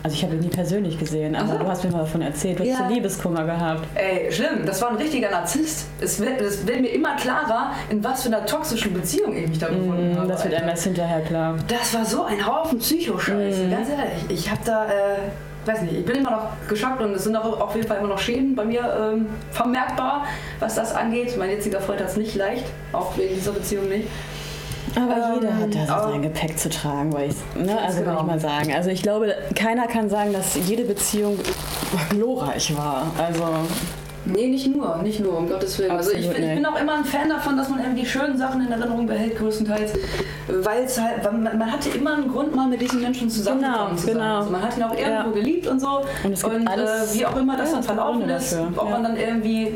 [SPEAKER 4] Also ich habe ihn nie persönlich gesehen, aber du hast mir mal davon erzählt, du hast
[SPEAKER 3] Ja.
[SPEAKER 4] so Liebeskummer gehabt.
[SPEAKER 3] Ey, schlimm, das war ein richtiger Narzisst. Es wird, es wird mir immer klarer, in was für einer toxischen Beziehung ich mich da befunden habe.
[SPEAKER 4] Mhm, Hm, das wird einem
[SPEAKER 3] Alter.
[SPEAKER 4] erst hinterher klar.
[SPEAKER 3] das war so ein Haufen
[SPEAKER 4] Mhm.
[SPEAKER 3] Psychoscheiße, ganz ehrlich. Ich habe da, äh, weiß nicht, ich bin immer noch geschockt und es sind auch auf jeden Fall immer noch Schäden bei mir ähm, vermerkbar, was das angeht. Mein jetziger Freund hat es nicht leicht, auch wegen dieser Beziehung nicht.
[SPEAKER 4] Aber
[SPEAKER 3] Ähm,
[SPEAKER 4] jeder hat da so
[SPEAKER 3] aber-
[SPEAKER 4] sein Gepäck zu tragen, weil ich, ne,
[SPEAKER 3] Ganz
[SPEAKER 4] also würde
[SPEAKER 3] genau.
[SPEAKER 4] ich mal sagen. Also ich glaube, keiner kann sagen, dass jede Beziehung glorreich war. Also
[SPEAKER 3] Nee, nicht nur, nicht nur, um Gottes Willen. Also ich,
[SPEAKER 4] Absolut
[SPEAKER 3] bin- ich
[SPEAKER 4] nicht.
[SPEAKER 3] bin auch immer ein Fan davon, dass man eben die schönen Sachen in Erinnerung behält, größtenteils. Weil es halt, weil man, man hatte immer einen Grund, mal mit diesen Menschen zusammenzukommen.
[SPEAKER 4] Genau,
[SPEAKER 3] zu sein.
[SPEAKER 4] genau.
[SPEAKER 3] Also man hat ihn auch irgendwo
[SPEAKER 4] Ja.
[SPEAKER 3] geliebt und so.
[SPEAKER 4] Und es gibt alles-
[SPEAKER 3] äh, wie auch immer das
[SPEAKER 4] ja,
[SPEAKER 3] dann
[SPEAKER 4] es gibt
[SPEAKER 3] verlaufen
[SPEAKER 4] Gründe
[SPEAKER 3] ist,
[SPEAKER 4] dafür.
[SPEAKER 3] ob man
[SPEAKER 4] Ja.
[SPEAKER 3] dann irgendwie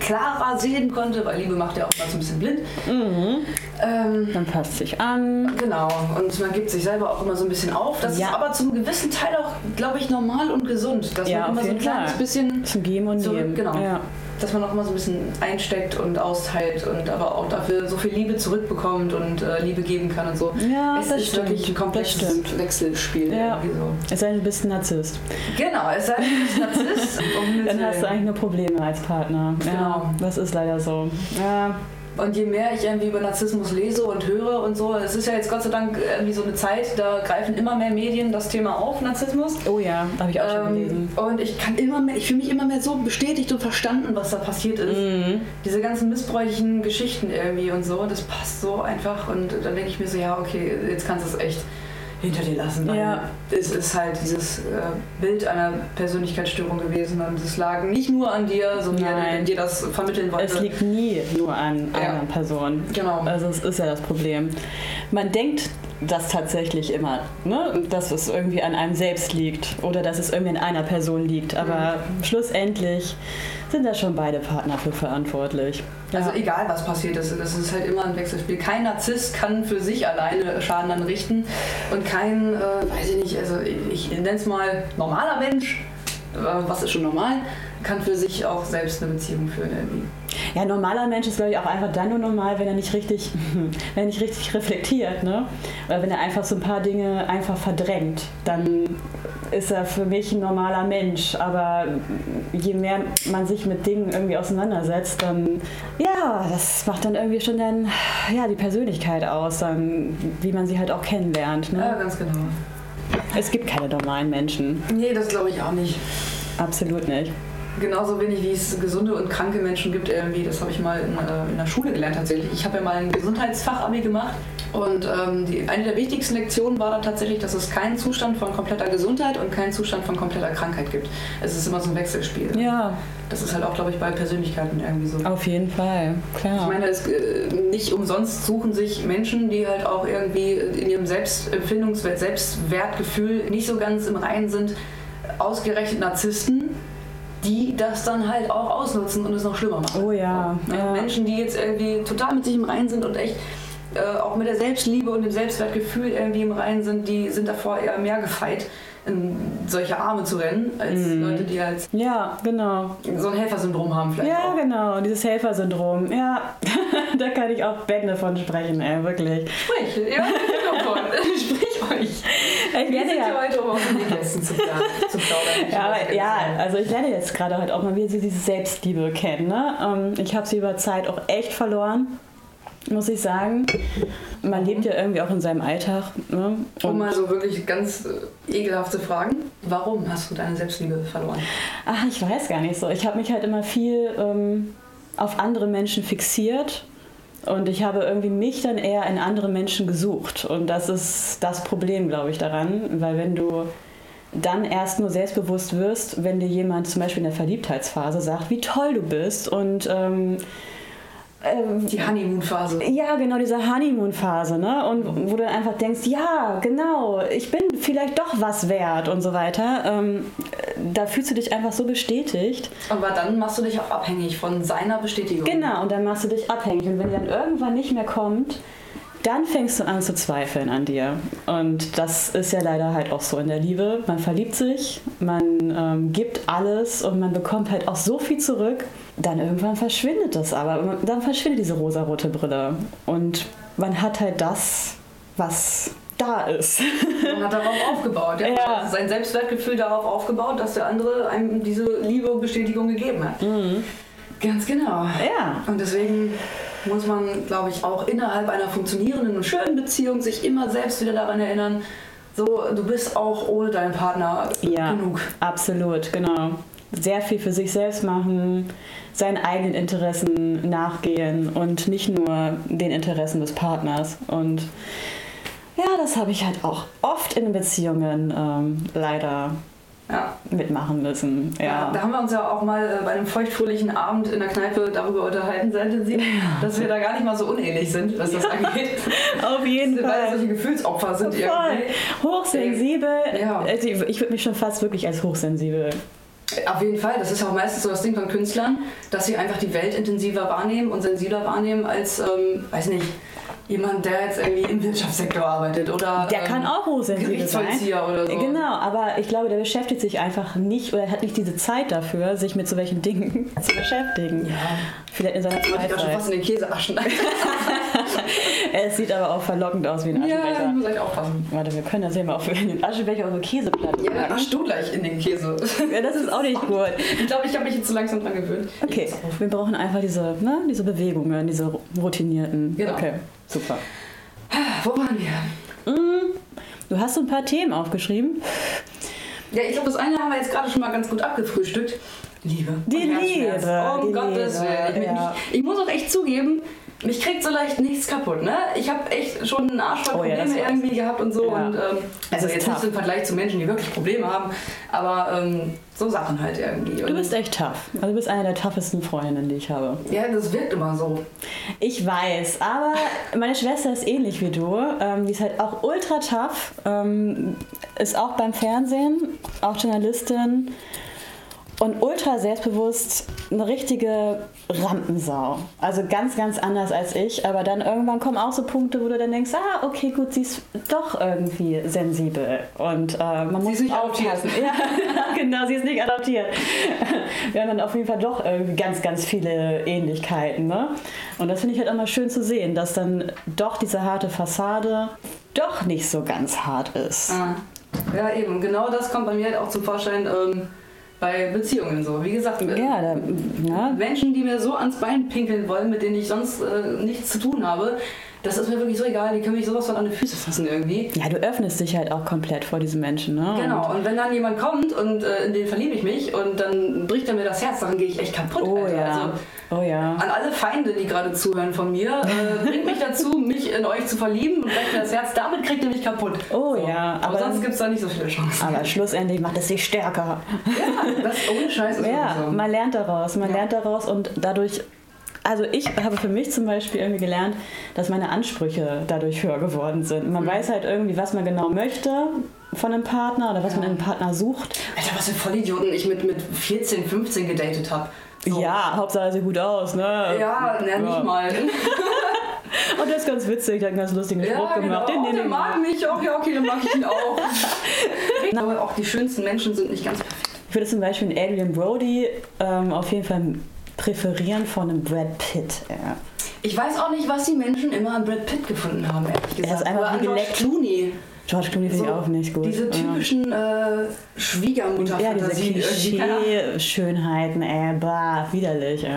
[SPEAKER 3] klarer sehen konnte, weil Liebe macht ja auch mal so ein bisschen blind.
[SPEAKER 4] Mhm.
[SPEAKER 3] Ähm,
[SPEAKER 4] man passt sich an.
[SPEAKER 3] Genau, und man gibt sich selber auch immer so ein bisschen auf. Das
[SPEAKER 4] Ja.
[SPEAKER 3] ist aber zum gewissen Teil auch, glaube ich, normal und gesund, dass
[SPEAKER 4] Ja,
[SPEAKER 3] man
[SPEAKER 4] auf
[SPEAKER 3] immer so ein
[SPEAKER 4] jeden Fall.
[SPEAKER 3] kleines bisschen
[SPEAKER 4] Zum Geben und
[SPEAKER 3] Zurück,
[SPEAKER 4] Nehmen.
[SPEAKER 3] genau.
[SPEAKER 4] Ja.
[SPEAKER 3] dass man noch mal so ein bisschen einsteckt und austeilt und aber auch dafür so viel Liebe zurückbekommt und äh, Liebe geben kann und so.
[SPEAKER 4] Ja,
[SPEAKER 3] es
[SPEAKER 4] das
[SPEAKER 3] ist
[SPEAKER 4] stimmt.
[SPEAKER 3] wirklich ein
[SPEAKER 4] Das
[SPEAKER 3] komplexes
[SPEAKER 4] stimmt.
[SPEAKER 3] Wechselspiel.
[SPEAKER 4] Ja.
[SPEAKER 3] Irgendwie so.
[SPEAKER 4] Es sei denn, du bist ein Narzisst.
[SPEAKER 3] Genau, es sei denn, du bist Narzisst.
[SPEAKER 4] Dann
[SPEAKER 3] um
[SPEAKER 4] hast
[SPEAKER 3] Himmels
[SPEAKER 4] du eigentlich nur Probleme als Partner.
[SPEAKER 3] Genau.
[SPEAKER 4] Ja, das ist leider so. Ja,
[SPEAKER 3] Und je mehr ich irgendwie über Narzissmus lese und höre und so, es ist ja jetzt Gott sei Dank irgendwie so eine Zeit, da greifen immer mehr Medien das Thema auf, Narzissmus.
[SPEAKER 4] oh ja, habe ich auch schon
[SPEAKER 3] Ähm,
[SPEAKER 4] gelesen.
[SPEAKER 3] und ich kann immer mehr, ich fühle mich immer mehr so bestätigt und verstanden, was da passiert ist.
[SPEAKER 4] Mhm.
[SPEAKER 3] Diese ganzen missbräuchlichen Geschichten irgendwie und so, das passt so einfach. Und dann denke ich mir so, ja, okay, jetzt kannst du es echt hinter dir lassen. weil
[SPEAKER 4] Ja.
[SPEAKER 3] Es ist halt dieses äh, Bild einer Persönlichkeitsstörung gewesen und es lag nicht nur an dir, sondern
[SPEAKER 4] Nein.
[SPEAKER 3] dir das vermitteln wollte.
[SPEAKER 4] Es liegt nie nur an
[SPEAKER 3] Ja.
[SPEAKER 4] einer Person.
[SPEAKER 3] Genau.
[SPEAKER 4] Also es ist ja das Problem. Man denkt das tatsächlich immer, ne? dass es irgendwie an einem selbst liegt oder dass es irgendwie an einer Person liegt. Aber
[SPEAKER 3] Mhm.
[SPEAKER 4] schlussendlich sind da schon beide Partner für verantwortlich.
[SPEAKER 3] Also
[SPEAKER 4] Ja.
[SPEAKER 3] egal, was passiert ist, das ist halt immer ein Wechselspiel. Kein Narzisst kann für sich alleine Schaden anrichten und kein, äh, weiß ich nicht, also ich, ich nenne es mal normaler Mensch, äh, was ist schon normal, kann für sich auch selbst eine Beziehung führen irgendwie.
[SPEAKER 4] Ja, ein normaler Mensch ist, glaube ich, auch einfach dann nur normal, wenn er nicht richtig, wenn er nicht richtig reflektiert, ne? Oder wenn er einfach so ein paar Dinge einfach verdrängt, dann ist er für mich ein normaler Mensch. Aber je mehr man sich mit Dingen irgendwie auseinandersetzt, dann ja, das macht dann irgendwie schon dann ja die Persönlichkeit aus, dann wie man sie halt auch kennenlernt.
[SPEAKER 3] Ja,
[SPEAKER 4] Ne?
[SPEAKER 3] ganz genau.
[SPEAKER 4] Es gibt keine normalen Menschen,
[SPEAKER 3] Nee, das glaube ich auch nicht.
[SPEAKER 4] absolut nicht.
[SPEAKER 3] Genauso wenig wie es gesunde und kranke Menschen gibt irgendwie. Das habe ich mal in, äh, in der Schule gelernt tatsächlich. Ich habe ja mal ein Gesundheitsfachabi gemacht und ähm, die, eine der wichtigsten Lektionen war da tatsächlich, dass es keinen Zustand von kompletter Gesundheit und keinen Zustand von kompletter Krankheit gibt. Es ist immer so ein Wechselspiel.
[SPEAKER 4] Ja,
[SPEAKER 3] Das ist halt auch, glaube ich, bei Persönlichkeiten irgendwie so.
[SPEAKER 4] auf jeden Fall, klar.
[SPEAKER 3] Ich meine, es, äh, nicht umsonst suchen sich Menschen, die halt auch irgendwie in ihrem Selbstempfindungswert, Selbstwertgefühl nicht so ganz im Reinen sind, ausgerechnet Narzissten, die das dann halt auch ausnutzen und es noch schlimmer machen.
[SPEAKER 4] oh ja, ja.
[SPEAKER 3] Menschen, die jetzt irgendwie total mit sich im Reinen sind und echt äh, auch mit der Selbstliebe und dem Selbstwertgefühl irgendwie im Reinen sind, die sind davor eher mehr gefeit, in solche Arme zu rennen, als
[SPEAKER 4] Mhm.
[SPEAKER 3] Leute, die halt
[SPEAKER 4] ja, genau.
[SPEAKER 3] so ein Helfersyndrom haben vielleicht
[SPEAKER 4] Ja,
[SPEAKER 3] auch.
[SPEAKER 4] genau, dieses Helfersyndrom. Ja, da kann ich auch Becken davon sprechen, ey, wirklich.
[SPEAKER 3] Sprich, ja, davon. Sprich euch.
[SPEAKER 4] Ich
[SPEAKER 3] Wir
[SPEAKER 4] lerne
[SPEAKER 3] sind ja
[SPEAKER 4] ja.
[SPEAKER 3] heute um auch in den Gästen zu plaudern. zu plaudern. genau.
[SPEAKER 4] Ja, aber, ja, also ich lerne jetzt gerade heute auch mal, wie sie diese Selbstliebe kennen. Ne? Ähm, ich habe sie über Zeit auch echt verloren, muss ich sagen. Man lebt ja irgendwie auch in seinem Alltag. Ne?
[SPEAKER 3] Um mal so wirklich ganz äh, ekelhafte Fragen. Warum hast du deine Selbstliebe verloren?
[SPEAKER 4] Ach, Ah, ich weiß gar nicht so. Ich habe mich halt immer viel ähm, auf andere Menschen fixiert und ich habe irgendwie mich dann eher in andere Menschen gesucht. Und das ist das Problem, glaube ich, daran, weil wenn du dann erst nur selbstbewusst wirst, wenn dir jemand zum Beispiel in der Verliebtheitsphase sagt, wie toll du bist und ähm, ähm,
[SPEAKER 3] Die Honeymoon-Phase.
[SPEAKER 4] ja, genau, diese Honeymoon-Phase, ne? Und wo du dann einfach denkst, ja, genau, ich bin vielleicht doch was wert und so weiter. Ähm, da fühlst du dich einfach so bestätigt.
[SPEAKER 3] Aber dann machst du dich auch abhängig von seiner Bestätigung.
[SPEAKER 4] Genau, und dann machst du dich abhängig. Und wenn die dann irgendwann nicht mehr kommt, dann fängst du an zu zweifeln an dir. Und das ist ja leider halt auch so in der Liebe. Man verliebt sich, man ähm, gibt alles und man bekommt halt auch so viel zurück. Dann irgendwann verschwindet das aber. Dann verschwindet diese rosarote Brille. Und man hat halt das, was da ist.
[SPEAKER 3] Man hat darauf aufgebaut. Ja?
[SPEAKER 4] Ja.
[SPEAKER 3] Man hat Sein Selbstwertgefühl darauf aufgebaut, dass der andere einem diese Liebe und Bestätigung gegeben hat. Ganz genau.
[SPEAKER 4] Mhm. Ja.
[SPEAKER 3] Und deswegen muss man, glaube ich, auch innerhalb einer funktionierenden und schönen Beziehung sich immer selbst wieder daran erinnern, so, du bist auch ohne deinen Partner
[SPEAKER 4] Ja,
[SPEAKER 3] genug.
[SPEAKER 4] absolut, genau. Sehr viel für sich selbst machen, seinen eigenen Interessen nachgehen und nicht nur den Interessen des Partners. Und ja, das habe ich halt auch oft in Beziehungen ähm, leider
[SPEAKER 3] Ja.
[SPEAKER 4] mitmachen müssen.
[SPEAKER 3] Ja.
[SPEAKER 4] Ja.
[SPEAKER 3] Da haben wir uns ja auch mal äh, bei einem feuchtfröhlichen Abend in der Kneipe darüber unterhalten, sehr intensiv, dass wir da gar nicht mal so unähnlich sind, was das angeht.
[SPEAKER 4] Auf jeden
[SPEAKER 3] Dass wir beide
[SPEAKER 4] Fall.
[SPEAKER 3] solche Gefühlsopfer sind
[SPEAKER 4] Voll.
[SPEAKER 3] irgendwie.
[SPEAKER 4] Hochsensibel.
[SPEAKER 3] Ja.
[SPEAKER 4] Also ich, ich würde mich schon fast wirklich als hochsensibel.
[SPEAKER 3] Auf jeden Fall, das ist auch meistens so das Ding von Künstlern, dass sie einfach die Welt intensiver wahrnehmen und sensibler wahrnehmen als, ähm, weiß nicht, jemand, der jetzt irgendwie im Wirtschaftssektor arbeitet oder.
[SPEAKER 4] Der kann auch hochsensibel sein.
[SPEAKER 3] Gerichtsvollzieher Ähm, oder so.
[SPEAKER 4] Genau, aber ich glaube, der beschäftigt sich einfach nicht oder hat nicht diese Zeit dafür, sich mit so welchen Dingen zu beschäftigen. Ja. Vielleicht in seiner
[SPEAKER 3] Ich wollte gerade schon fast
[SPEAKER 4] Freizeit.
[SPEAKER 3] in den Käse aschen.
[SPEAKER 4] Es sieht aber auch verlockend aus wie ein Aschenbecher.
[SPEAKER 3] ja, ich muss gleich aufpassen.
[SPEAKER 4] Warte, wir können das ja mal auf den Aschenbecher auf eine Käseplatte
[SPEAKER 3] Ja, dann
[SPEAKER 4] packen.
[SPEAKER 3] aschst du gleich in den Käse.
[SPEAKER 4] Ja, das ist auch nicht gut.
[SPEAKER 3] Ich glaube, ich habe mich jetzt zu langsam dran gewöhnt.
[SPEAKER 4] Okay, wir brauchen einfach diese, ne, diese Bewegungen, diese ru- routinierten.
[SPEAKER 3] Genau.
[SPEAKER 4] Okay, super. Mhm.
[SPEAKER 3] Wo waren wir?
[SPEAKER 4] Du hast so ein paar Themen aufgeschrieben.
[SPEAKER 3] Ja, ich glaube, das eine haben wir jetzt gerade schon mal ganz gut abgefrühstückt. Liebe.
[SPEAKER 4] Die
[SPEAKER 3] und Herzschmerz.
[SPEAKER 4] Liebe,
[SPEAKER 3] Um
[SPEAKER 4] die
[SPEAKER 3] Gottes
[SPEAKER 4] Liebe,
[SPEAKER 3] Willen. Ich,
[SPEAKER 4] ja.
[SPEAKER 3] mich, ich muss auch echt zugeben, mich kriegt so leicht nichts kaputt. Ne? Ich habe echt schon einen Arsch voll
[SPEAKER 4] Oh ja, das
[SPEAKER 3] Probleme
[SPEAKER 4] war's.
[SPEAKER 3] irgendwie gehabt und so.
[SPEAKER 4] Ja.
[SPEAKER 3] Und, ähm,
[SPEAKER 4] Es
[SPEAKER 3] also
[SPEAKER 4] ist
[SPEAKER 3] jetzt
[SPEAKER 4] tough.
[SPEAKER 3] nicht im Vergleich zu Menschen, die wirklich Probleme haben, aber ähm, so Sachen halt irgendwie.
[SPEAKER 4] Du
[SPEAKER 3] Und-
[SPEAKER 4] bist echt tough. Also du bist eine der toughesten Freundinnen, die ich habe.
[SPEAKER 3] ja, das wirkt immer so.
[SPEAKER 4] Ich weiß, aber meine Schwester ist ähnlich wie du. Ähm, die ist halt auch ultra tough, ähm, ist auch beim Fernsehen, auch Journalistin und ultra selbstbewusst eine richtige Rampensau. Also ganz, ganz anders als ich, aber dann irgendwann kommen auch so Punkte, wo du dann denkst, ah, okay, gut, sie ist doch irgendwie sensibel und äh, man
[SPEAKER 3] Sie
[SPEAKER 4] muss
[SPEAKER 3] ist nicht adoptiert.
[SPEAKER 4] aufpassen. Ja, genau, sie ist nicht adoptiert. Wir haben dann auf jeden Fall doch irgendwie ganz, ganz viele Ähnlichkeiten. Ne? Und das finde ich halt auch mal schön zu sehen, dass dann doch diese harte Fassade doch nicht so ganz hart ist.
[SPEAKER 3] Ja, eben. Genau das kommt bei mir halt auch zum Vorschein ähm, bei Beziehungen so. Wie gesagt,
[SPEAKER 4] Ja, da, ne? ja,
[SPEAKER 3] Menschen, die mir so ans Bein pinkeln wollen, mit denen ich sonst äh, nichts zu tun habe, das ist mir wirklich so egal, die können mich sowas von an die Füße fassen irgendwie.
[SPEAKER 4] ja, du öffnest dich halt auch komplett vor diesen Menschen. Ne?
[SPEAKER 3] Genau, und wenn dann jemand kommt und äh, in den verliebe ich mich und dann bricht er mir das Herz, dann gehe ich echt kaputt.
[SPEAKER 4] Und, oh,
[SPEAKER 3] Alter.
[SPEAKER 4] ja.
[SPEAKER 3] Also,
[SPEAKER 4] oh ja.
[SPEAKER 3] an alle Feinde, die gerade zuhören von mir, äh, bringt mich dazu, mich in euch zu verlieben und brecht mir das Herz, damit kriegt ihr mich kaputt.
[SPEAKER 4] Oh
[SPEAKER 3] so.
[SPEAKER 4] ja,
[SPEAKER 3] aber,
[SPEAKER 4] aber- Ah.
[SPEAKER 3] sonst gibt es da nicht so viele Chancen.
[SPEAKER 4] Aber schlussendlich macht es dich stärker.
[SPEAKER 3] ja, das ohne Scheiß ist
[SPEAKER 4] Ja,
[SPEAKER 3] wirklich so.
[SPEAKER 4] man lernt daraus, man lernt daraus und dadurch, also ich habe für mich zum Beispiel irgendwie gelernt, dass meine Ansprüche dadurch höher geworden sind.
[SPEAKER 3] Mhm.
[SPEAKER 4] Man weiß halt irgendwie, was man genau möchte von einem Partner oder was man in einem Partner sucht.
[SPEAKER 3] Alter, was für Vollidioten ich mit, mit 14, 15 gedatet habe.
[SPEAKER 4] Ja, Hauptsache sieht gut aus, ne?
[SPEAKER 3] Ja, na, nicht mal.
[SPEAKER 4] Und das ist ganz witzig, der hat einen ganz lustigen Spruch gemacht.
[SPEAKER 3] Genau.
[SPEAKER 4] Den,
[SPEAKER 3] oh,
[SPEAKER 4] den,
[SPEAKER 3] der
[SPEAKER 4] den.
[SPEAKER 3] mag mich auch. Ja, okay, dann mag ich ihn auch. Aber auch die schönsten Menschen sind nicht ganz perfekt.
[SPEAKER 4] Ich würde zum Beispiel einen Adrian Brody ähm, auf jeden Fall präferieren von einem Brad Pitt. Ja.
[SPEAKER 3] Ich weiß auch nicht, was die Menschen immer an Brad Pitt gefunden haben, ehrlich gesagt.
[SPEAKER 4] ist einfach
[SPEAKER 3] Oder an
[SPEAKER 4] wie
[SPEAKER 3] George
[SPEAKER 4] geleckt.
[SPEAKER 3] Clooney.
[SPEAKER 4] George Clooney finde
[SPEAKER 3] So,
[SPEAKER 4] ich auch nicht gut.
[SPEAKER 3] Diese
[SPEAKER 4] Ja.
[SPEAKER 3] typischen äh, schwiegermutter
[SPEAKER 4] Ja, diese Klischee-Schönheiten, ey, bah, widerlich, ey.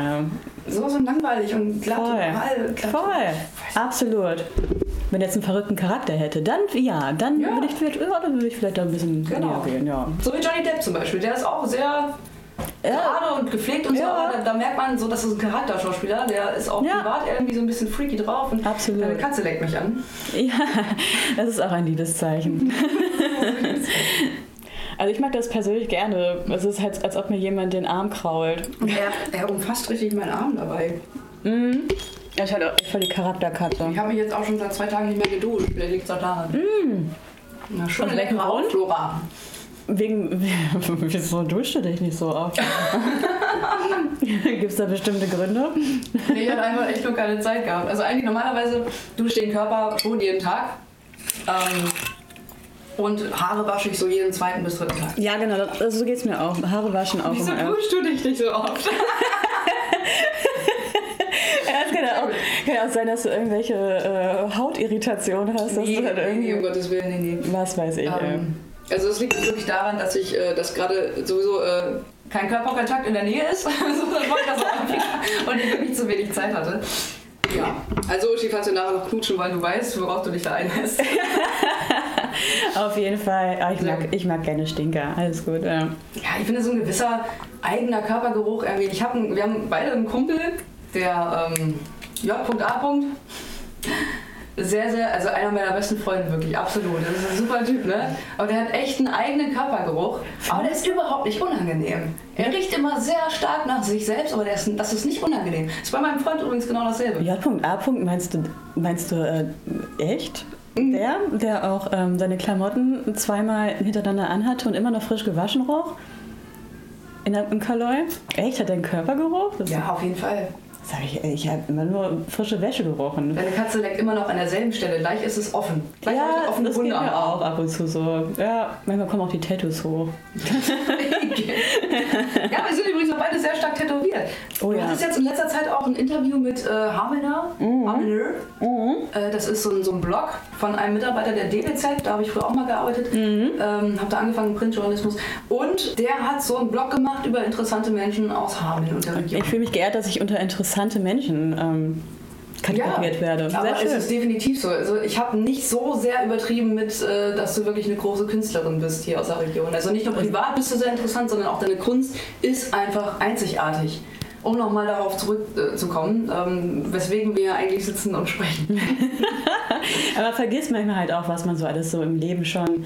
[SPEAKER 3] So, so langweilig und glatt und
[SPEAKER 4] Voll.
[SPEAKER 3] prall, glatt.
[SPEAKER 4] Voll. Absolut. Wenn er jetzt einen verrückten Charakter hätte, dann ja, dann
[SPEAKER 3] Ja.
[SPEAKER 4] würde ich vielleicht, ja, dann würde ich vielleicht da ein bisschen
[SPEAKER 3] Genau.
[SPEAKER 4] näher gehen, ja.
[SPEAKER 3] So wie Johnny Depp zum Beispiel. Der ist auch sehr gerade und gepflegt und so.
[SPEAKER 4] Ja.
[SPEAKER 3] Aber da, da merkt man so, das ist ein Charakterschauspieler. Der ist auch
[SPEAKER 4] Ja.
[SPEAKER 3] privat irgendwie so ein bisschen freaky drauf. Und
[SPEAKER 4] Absolut.
[SPEAKER 3] Deine Katze leckt mich an.
[SPEAKER 4] Ja, das ist auch ein Liebeszeichen. Also ich mag das persönlich gerne. Es ist halt, als ob mir jemand den Arm krault.
[SPEAKER 3] Und er, er umfasst richtig meinen Arm dabei.
[SPEAKER 4] Ja, Ich hatte auch voll die Charakterkatze.
[SPEAKER 3] Ich habe mich jetzt auch schon seit zwei Tagen nicht mehr geduscht. Vielleicht liegt es auch daran. Na, schon
[SPEAKER 4] Und
[SPEAKER 3] eine
[SPEAKER 4] welchen
[SPEAKER 3] leckere
[SPEAKER 4] Mm. Grund?
[SPEAKER 3] Hautflora.
[SPEAKER 4] Wegen, wieso duschst du dich nicht so oft? Gibt es da bestimmte Gründe?
[SPEAKER 3] Nee, ich hatte einfach echt nur keine Zeit gehabt. Also eigentlich normalerweise dusche ich den Körper schon jeden Tag. Ähm, und Haare wasche ich so jeden zweiten bis dritten Tag.
[SPEAKER 4] Ja, genau, das, also so geht's mir auch. Haare waschen auch
[SPEAKER 3] Wieso
[SPEAKER 4] immer. erst.
[SPEAKER 3] duschst du dich nicht so oft?
[SPEAKER 4] Ja, es kann, ja auch, kann ja auch sein, dass du irgendwelche äh, Hautirritationen hast, dass du halt irgendwie.
[SPEAKER 3] um Gottes Willen, nee, nee.
[SPEAKER 4] Was weiß ich,
[SPEAKER 3] Ähm, also es liegt wirklich daran, dass ich äh, das gerade sowieso äh, kein Körperkontakt in der Nähe ist. so dann wollte ich das auch nicht. und ich wirklich zu wenig Zeit hatte. Ja, also Uschi kannst du nachher noch knutschen, weil du weißt, worauf du dich da einlässt.
[SPEAKER 4] ey. Auf jeden Fall. Ah, ich,
[SPEAKER 3] Ja.
[SPEAKER 4] mag, ich mag gerne Stinker. Alles gut. Ja.
[SPEAKER 3] Ja, ich finde so ein gewisser eigener Körpergeruch irgendwie. Ich hab, einen- wir haben beide einen Kumpel, der ähm, J.A. Sehr, sehr, also einer meiner besten Freunde, wirklich, absolut. Das ist ein super Typ, ne? Aber der hat echt einen eigenen Körpergeruch. Aber der ist überhaupt nicht unangenehm. Er riecht immer sehr stark nach sich selbst, aber der ist, das ist nicht unangenehm. Ist bei meinem Freund übrigens genau dasselbe.
[SPEAKER 4] J.A. meinst du, meinst du äh, echt?
[SPEAKER 3] Mhm.
[SPEAKER 4] Der, der auch ähm, seine Klamotten zweimal hintereinander anhatte und immer noch frisch gewaschen roch? In der, Im Kaloi? Echt? Hat der einen Körpergeruch? Das
[SPEAKER 3] Ja, auf jeden Fall.
[SPEAKER 4] Sag ich, ich habe immer nur frische Wäsche gerochen.
[SPEAKER 3] Deine Katze leckt immer noch an derselben Stelle. Gleich ist es offen. Gleich habe ich
[SPEAKER 4] Ja,
[SPEAKER 3] offene
[SPEAKER 4] das geht
[SPEAKER 3] Wunde am
[SPEAKER 4] mir
[SPEAKER 3] Arm.
[SPEAKER 4] auch ab und zu so. Ja, manchmal kommen auch die Tattoos hoch.
[SPEAKER 3] Ja, wir sind übrigens auch beide sehr stark tätowiert.
[SPEAKER 4] Oh
[SPEAKER 3] du
[SPEAKER 4] ja.
[SPEAKER 3] hattest jetzt in letzter Zeit auch ein Interview mit äh, Hamelner.
[SPEAKER 4] Mhm.
[SPEAKER 3] Hamelner. Äh, das ist so ein, so ein Blog von einem Mitarbeiter der DBZ, da habe ich früher auch mal gearbeitet.
[SPEAKER 4] Mhm.
[SPEAKER 3] Ähm, habe da angefangen im Printjournalismus. Und der hat so einen Blog gemacht über interessante Menschen aus Hameln und der Region.
[SPEAKER 4] Ich fühle mich geehrt, dass ich unter interessante Menschen ähm, kategoriert werde.
[SPEAKER 3] aber
[SPEAKER 4] Sehr
[SPEAKER 3] es ist
[SPEAKER 4] schön.
[SPEAKER 3] definitiv so. Also ich habe nicht so sehr übertrieben mit, äh, dass du wirklich eine große Künstlerin bist hier aus der Region. Also nicht nur privat bist du sehr interessant, sondern auch deine Kunst ist einfach einzigartig. Um nochmal darauf zurückzukommen, ähm, weswegen wir eigentlich sitzen und sprechen.
[SPEAKER 4] Aber vergisst manchmal halt auch, was man so alles so im Leben schon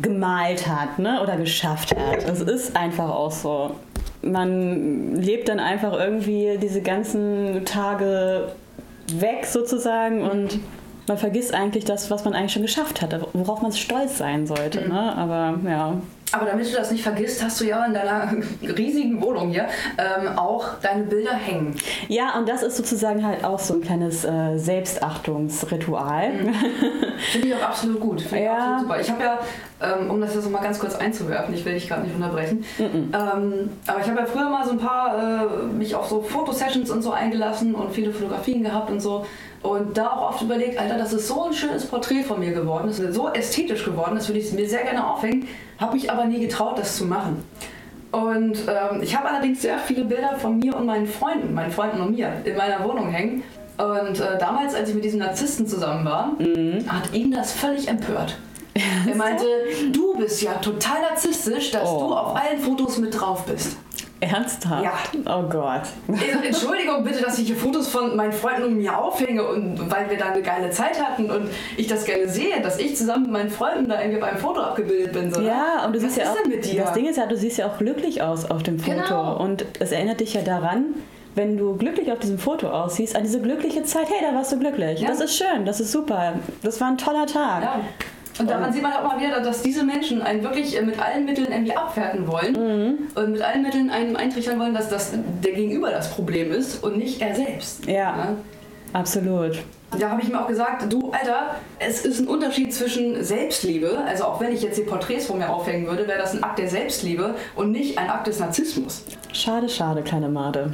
[SPEAKER 4] gemalt hat ne? oder geschafft hat. Es ist einfach auch so. Man lebt dann einfach irgendwie diese ganzen Tage weg sozusagen und man vergisst eigentlich das, was man eigentlich schon geschafft hat, worauf man stolz sein sollte. Ne? Aber ja,
[SPEAKER 3] Aber damit du das nicht vergisst, hast du ja in deiner riesigen Wohnung hier ähm, auch deine Bilder hängen.
[SPEAKER 4] Ja, und das ist sozusagen halt auch so ein kleines äh, Selbstachtungsritual.
[SPEAKER 3] Mhm. Finde ich auch absolut gut. Finde ich
[SPEAKER 4] Ja.
[SPEAKER 3] absolut super. Ich habe ja, ähm, um das jetzt noch mal ganz kurz einzuwerfen, ich will dich gerade nicht unterbrechen, ähm, aber ich habe ja früher mal so ein paar, äh, mich auf so Fotosessions und so eingelassen und viele Fotografien gehabt und so. Und da auch oft überlegt, Alter, das ist so ein schönes Porträt von mir geworden, das ist so ästhetisch geworden, das würde ich mir sehr gerne aufhängen, habe mich aber nie getraut, das zu machen. Und ähm, ich habe allerdings sehr viele Bilder von mir und meinen Freunden, meinen Freunden und mir, in meiner Wohnung hängen. Und äh, damals, als ich mit diesem Narzissten zusammen war, hat ihn das völlig empört. Er meinte, du bist ja total narzisstisch, dass
[SPEAKER 4] Oh.
[SPEAKER 3] du auf allen Fotos mit drauf bist.
[SPEAKER 4] Ernsthaft?
[SPEAKER 3] Ja.
[SPEAKER 4] Oh Gott.
[SPEAKER 3] Also, Entschuldigung bitte, dass ich hier Fotos von meinen Freunden und mir aufhänge und weil wir da eine geile Zeit hatten und ich das gerne sehe, dass ich zusammen mit meinen Freunden da irgendwie auf einem Foto abgebildet bin. So, ne?
[SPEAKER 4] Ja, und du siehst ja
[SPEAKER 3] Was ist
[SPEAKER 4] auch.
[SPEAKER 3] denn mit dir?
[SPEAKER 4] Das Ding ist ja, du siehst ja auch glücklich aus auf dem Foto.
[SPEAKER 3] Genau.
[SPEAKER 4] Und es erinnert dich ja daran, wenn du glücklich auf diesem Foto aussiehst, an diese glückliche Zeit. Hey, da warst du glücklich.
[SPEAKER 3] Ja.
[SPEAKER 4] Das ist schön, das ist super. Das war ein toller Tag.
[SPEAKER 3] Ja. Und daran sieht man auch mal wieder, dass diese Menschen einen wirklich äh, mit allen Mitteln irgendwie abwerten wollen
[SPEAKER 4] Mhm.
[SPEAKER 3] und mit allen Mitteln einem eintrichtern wollen, dass das der Gegenüber das Problem ist und nicht er selbst. ne?
[SPEAKER 4] Ja. Absolut.
[SPEAKER 3] Da habe ich mir auch gesagt, du Alter, es ist ein Unterschied zwischen Selbstliebe, also auch wenn ich jetzt die Porträts von mir aufhängen würde, wäre das ein Akt der Selbstliebe und nicht ein Akt des Narzissmus.
[SPEAKER 4] Schade, schade, kleine Made.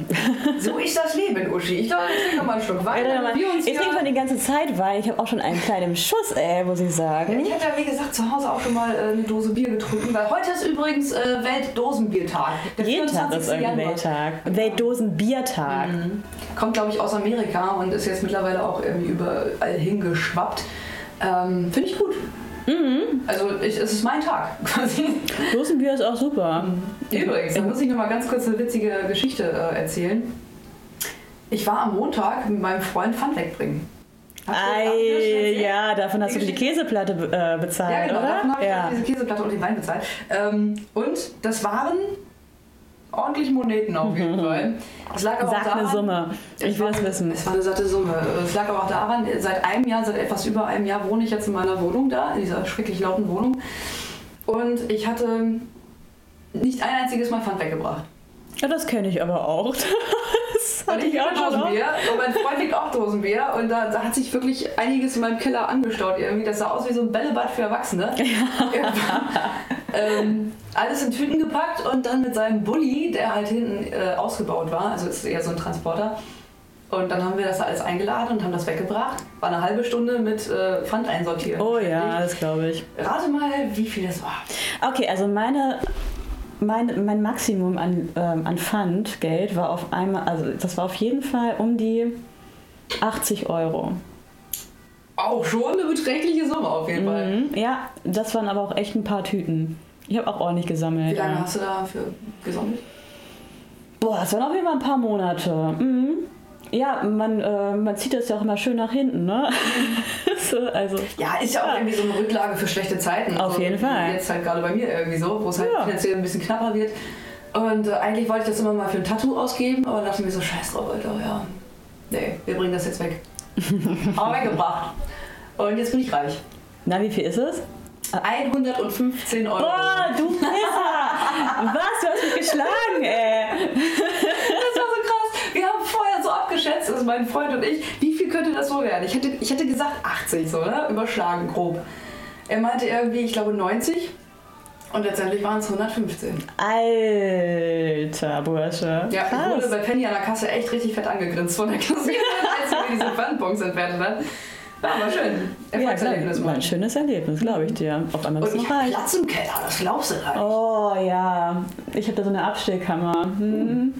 [SPEAKER 3] So ist das Leben, Uschi. Ich glaube, ich trinke nochmal einen Schluck Wein. damit wir uns
[SPEAKER 4] ich
[SPEAKER 3] wieder-
[SPEAKER 4] trinke mal die ganze Zeit Wein. Ich habe auch schon einen kleinen Schuss, ey, muss ich sagen.
[SPEAKER 3] Ich habe ja, wie gesagt, zu Hause auch schon mal äh, eine Dose Bier getrunken, weil heute ist übrigens äh, Weltdosenbiertag. Der
[SPEAKER 4] Jeden Tag ist
[SPEAKER 3] 24.
[SPEAKER 4] irgendein
[SPEAKER 3] Januar. Mhm.
[SPEAKER 4] Welttag. Weltdosenbiertag.
[SPEAKER 3] Kommt, glaube ich, aus Amerika und ist jetzt mittlerweile auch irgendwie überall hingeschwappt. Ähm, Finde ich gut.
[SPEAKER 4] Mhm.
[SPEAKER 3] Also ich, es ist mein Tag quasi.
[SPEAKER 4] Dosenbier ist auch super.
[SPEAKER 3] Mhm. Übrigens, da muss ich noch mal ganz kurz eine witzige Geschichte äh, erzählen. Ich war am Montag mit meinem Freund Pfand wegbringen. Hast du- hast du das schon
[SPEAKER 4] Ei,
[SPEAKER 3] erzählt?
[SPEAKER 4] ja, davon hast du die Käseplatte äh, bezahlt,
[SPEAKER 3] Ja, genau, davon habe
[SPEAKER 4] oder?
[SPEAKER 3] ich
[SPEAKER 4] Ja.
[SPEAKER 3] auch diese Käseplatte und den Wein bezahlt. Ähm, und das waren ordentlich Moneten auf jeden Fall. Es lag aber auch
[SPEAKER 4] Sag
[SPEAKER 3] daran,
[SPEAKER 4] eine Summe. Ich will das wissen.
[SPEAKER 3] Es war eine satte Summe. Es lag aber auch daran, seit einem Jahr, seit etwas über einem Jahr wohne ich jetzt in meiner Wohnung da, in dieser schrecklich lauten Wohnung. Und ich hatte nicht ein einziges Mal Pfand weggebracht.
[SPEAKER 4] Ja, das kenne ich aber auch. Das
[SPEAKER 3] Und
[SPEAKER 4] hatte ich auch schon.
[SPEAKER 3] liebe
[SPEAKER 4] oft.
[SPEAKER 3] Dosenbier und mein Freund liegt auch Dosenbier und da, da hat sich wirklich einiges in meinem Keller angestaut irgendwie. Das sah aus wie so ein Bällebad für Erwachsene. ähm, alles in Tüten gepackt und dann mit seinem Bulli, der halt hinten äh, ausgebaut war, also ist eher so ein Transporter. Und dann haben wir das alles eingeladen und haben das weggebracht. War eine halbe Stunde mit äh, Pfand einsortieren.
[SPEAKER 4] Oh ja, das glaube ich.
[SPEAKER 3] Rate mal, wie viel das war.
[SPEAKER 4] Okay, also meine, mein, mein Maximum an, ähm, an Pfandgeld war auf einmal, also das war auf jeden Fall um die 80 Euro.
[SPEAKER 3] Auch schon eine beträchtliche Summe auf jeden Fall.
[SPEAKER 4] Mhm. Ja, das waren aber auch echt ein paar Tüten. Ich habe auch ordentlich gesammelt.
[SPEAKER 3] Wie lange
[SPEAKER 4] ja.
[SPEAKER 3] hast du dafür gesammelt?
[SPEAKER 4] Boah, es waren auf jeden Fall ein paar Monate. Mhm. Ja, man, äh, man zieht das ja auch immer schön nach hinten, ne? so, also,
[SPEAKER 3] Ja, ist ja auch irgendwie so eine Rücklage für schlechte Zeiten.
[SPEAKER 4] Auf
[SPEAKER 3] Also,
[SPEAKER 4] jeden Fall.
[SPEAKER 3] wie Jetzt halt gerade bei mir irgendwie so, wo es halt
[SPEAKER 4] Ja.
[SPEAKER 3] finanziell ein bisschen knapper wird. Und äh, eigentlich wollte ich das immer mal für ein Tattoo ausgeben, aber dachte mir so, scheiß drauf, Alter, ja. Nee, wir bringen das jetzt weg. Aber weggebracht. Und jetzt bin ich reich.
[SPEAKER 4] na, wie viel ist es?
[SPEAKER 3] 115 Euro.
[SPEAKER 4] Boah, du Pisser! Was? Du hast mich geschlagen, ey!
[SPEAKER 3] Das war so krass. Wir haben vorher so abgedreht mein Freund und ich, wie viel könnte das wohl werden? Ich hätte, ich hätte gesagt 80, so, ne? Überschlagen, grob. Er meinte irgendwie, ich glaube 90. Und letztendlich waren es 115.
[SPEAKER 4] Alter Bursche.
[SPEAKER 3] Ja, ich wurde
[SPEAKER 4] Krass.
[SPEAKER 3] bei Penny an der Kasse echt richtig fett angegrinst von der Kasse, als sie mir diese Pfandbons entwertet hat. War aber schön.
[SPEAKER 4] Ja, klar,
[SPEAKER 3] Erfolgserlebnis,
[SPEAKER 4] war ein
[SPEAKER 3] Mann.
[SPEAKER 4] schönes Erlebnis, glaube ich dir. Auf einmal
[SPEAKER 3] Und
[SPEAKER 4] bist du
[SPEAKER 3] ich hab
[SPEAKER 4] reich.
[SPEAKER 3] Platz im Keller, das glaubst du halt.
[SPEAKER 4] halt. Oh ja, ich habe da so eine Abstellkammer. Hm.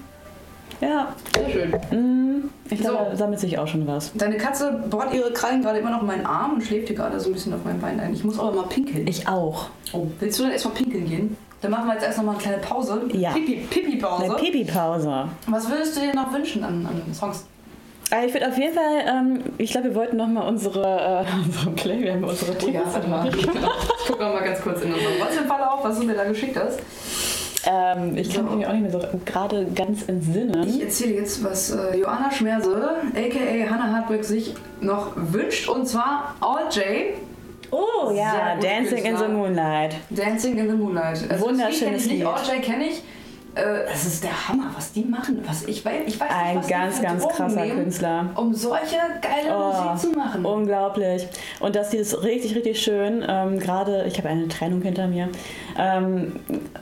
[SPEAKER 4] Ja,
[SPEAKER 3] Sehr schön.
[SPEAKER 4] hm. ich glaube,
[SPEAKER 3] So.
[SPEAKER 4] da sammelt sich auch schon was.
[SPEAKER 3] Deine Katze bohrt ihre Krallen gerade immer noch in meinen Arm und schläft hier gerade so ein bisschen auf meinem Bein ein. Ich muss aber mal pinkeln.
[SPEAKER 4] Ich auch.
[SPEAKER 3] Oh, willst du denn erstmal pinkeln gehen? Dann machen wir jetzt erst noch mal eine kleine Pause.
[SPEAKER 4] Ja.
[SPEAKER 3] Pipi-
[SPEAKER 4] Eine
[SPEAKER 3] Pipi-Pause.
[SPEAKER 4] Pipi-Pause.
[SPEAKER 3] Was würdest du dir noch wünschen an, an Songs?
[SPEAKER 4] Äh, Ich würde auf jeden Fall, ähm, ich glaube, wir wollten nochmal unsere, äh, unsere Play, wir haben unsere
[SPEAKER 3] Oh ja,
[SPEAKER 4] Tickets.
[SPEAKER 3] warte mal. Ich guck noch mal ganz kurz in unseren WhatsApp-Fall auf, was du mir da geschickt hast.
[SPEAKER 4] ähm, ich kann mich auch nicht mehr so gerade ganz
[SPEAKER 3] Ich
[SPEAKER 4] entsinnen.
[SPEAKER 3] erzähle jetzt, was äh, Joanna Schmerse, a.k.a. Hannah Hartwig, sich noch wünscht. Und zwar All J,
[SPEAKER 4] Oh
[SPEAKER 3] Sehr
[SPEAKER 4] ja,
[SPEAKER 3] gute
[SPEAKER 4] Dancing in the
[SPEAKER 3] Künstler.
[SPEAKER 4] Moonlight.
[SPEAKER 3] Dancing in the Moonlight. Also das Lied
[SPEAKER 4] Wunderschönes
[SPEAKER 3] kenn ich
[SPEAKER 4] Lied.
[SPEAKER 3] nicht, All J kenne ich. Äh, Das ist der Hammer, was die machen. Was ich, weiß, ich weiß nicht,
[SPEAKER 4] Ein
[SPEAKER 3] was die
[SPEAKER 4] ganz,
[SPEAKER 3] für
[SPEAKER 4] ganz
[SPEAKER 3] Drogen
[SPEAKER 4] krasser
[SPEAKER 3] nehmen,
[SPEAKER 4] Künstler.
[SPEAKER 3] Um solche geile
[SPEAKER 4] Oh,
[SPEAKER 3] Musik zu machen.
[SPEAKER 4] Unglaublich. Und das Lied ist richtig, richtig schön. Ähm, Gerade, ich habe eine Trennung hinter mir. Ähm,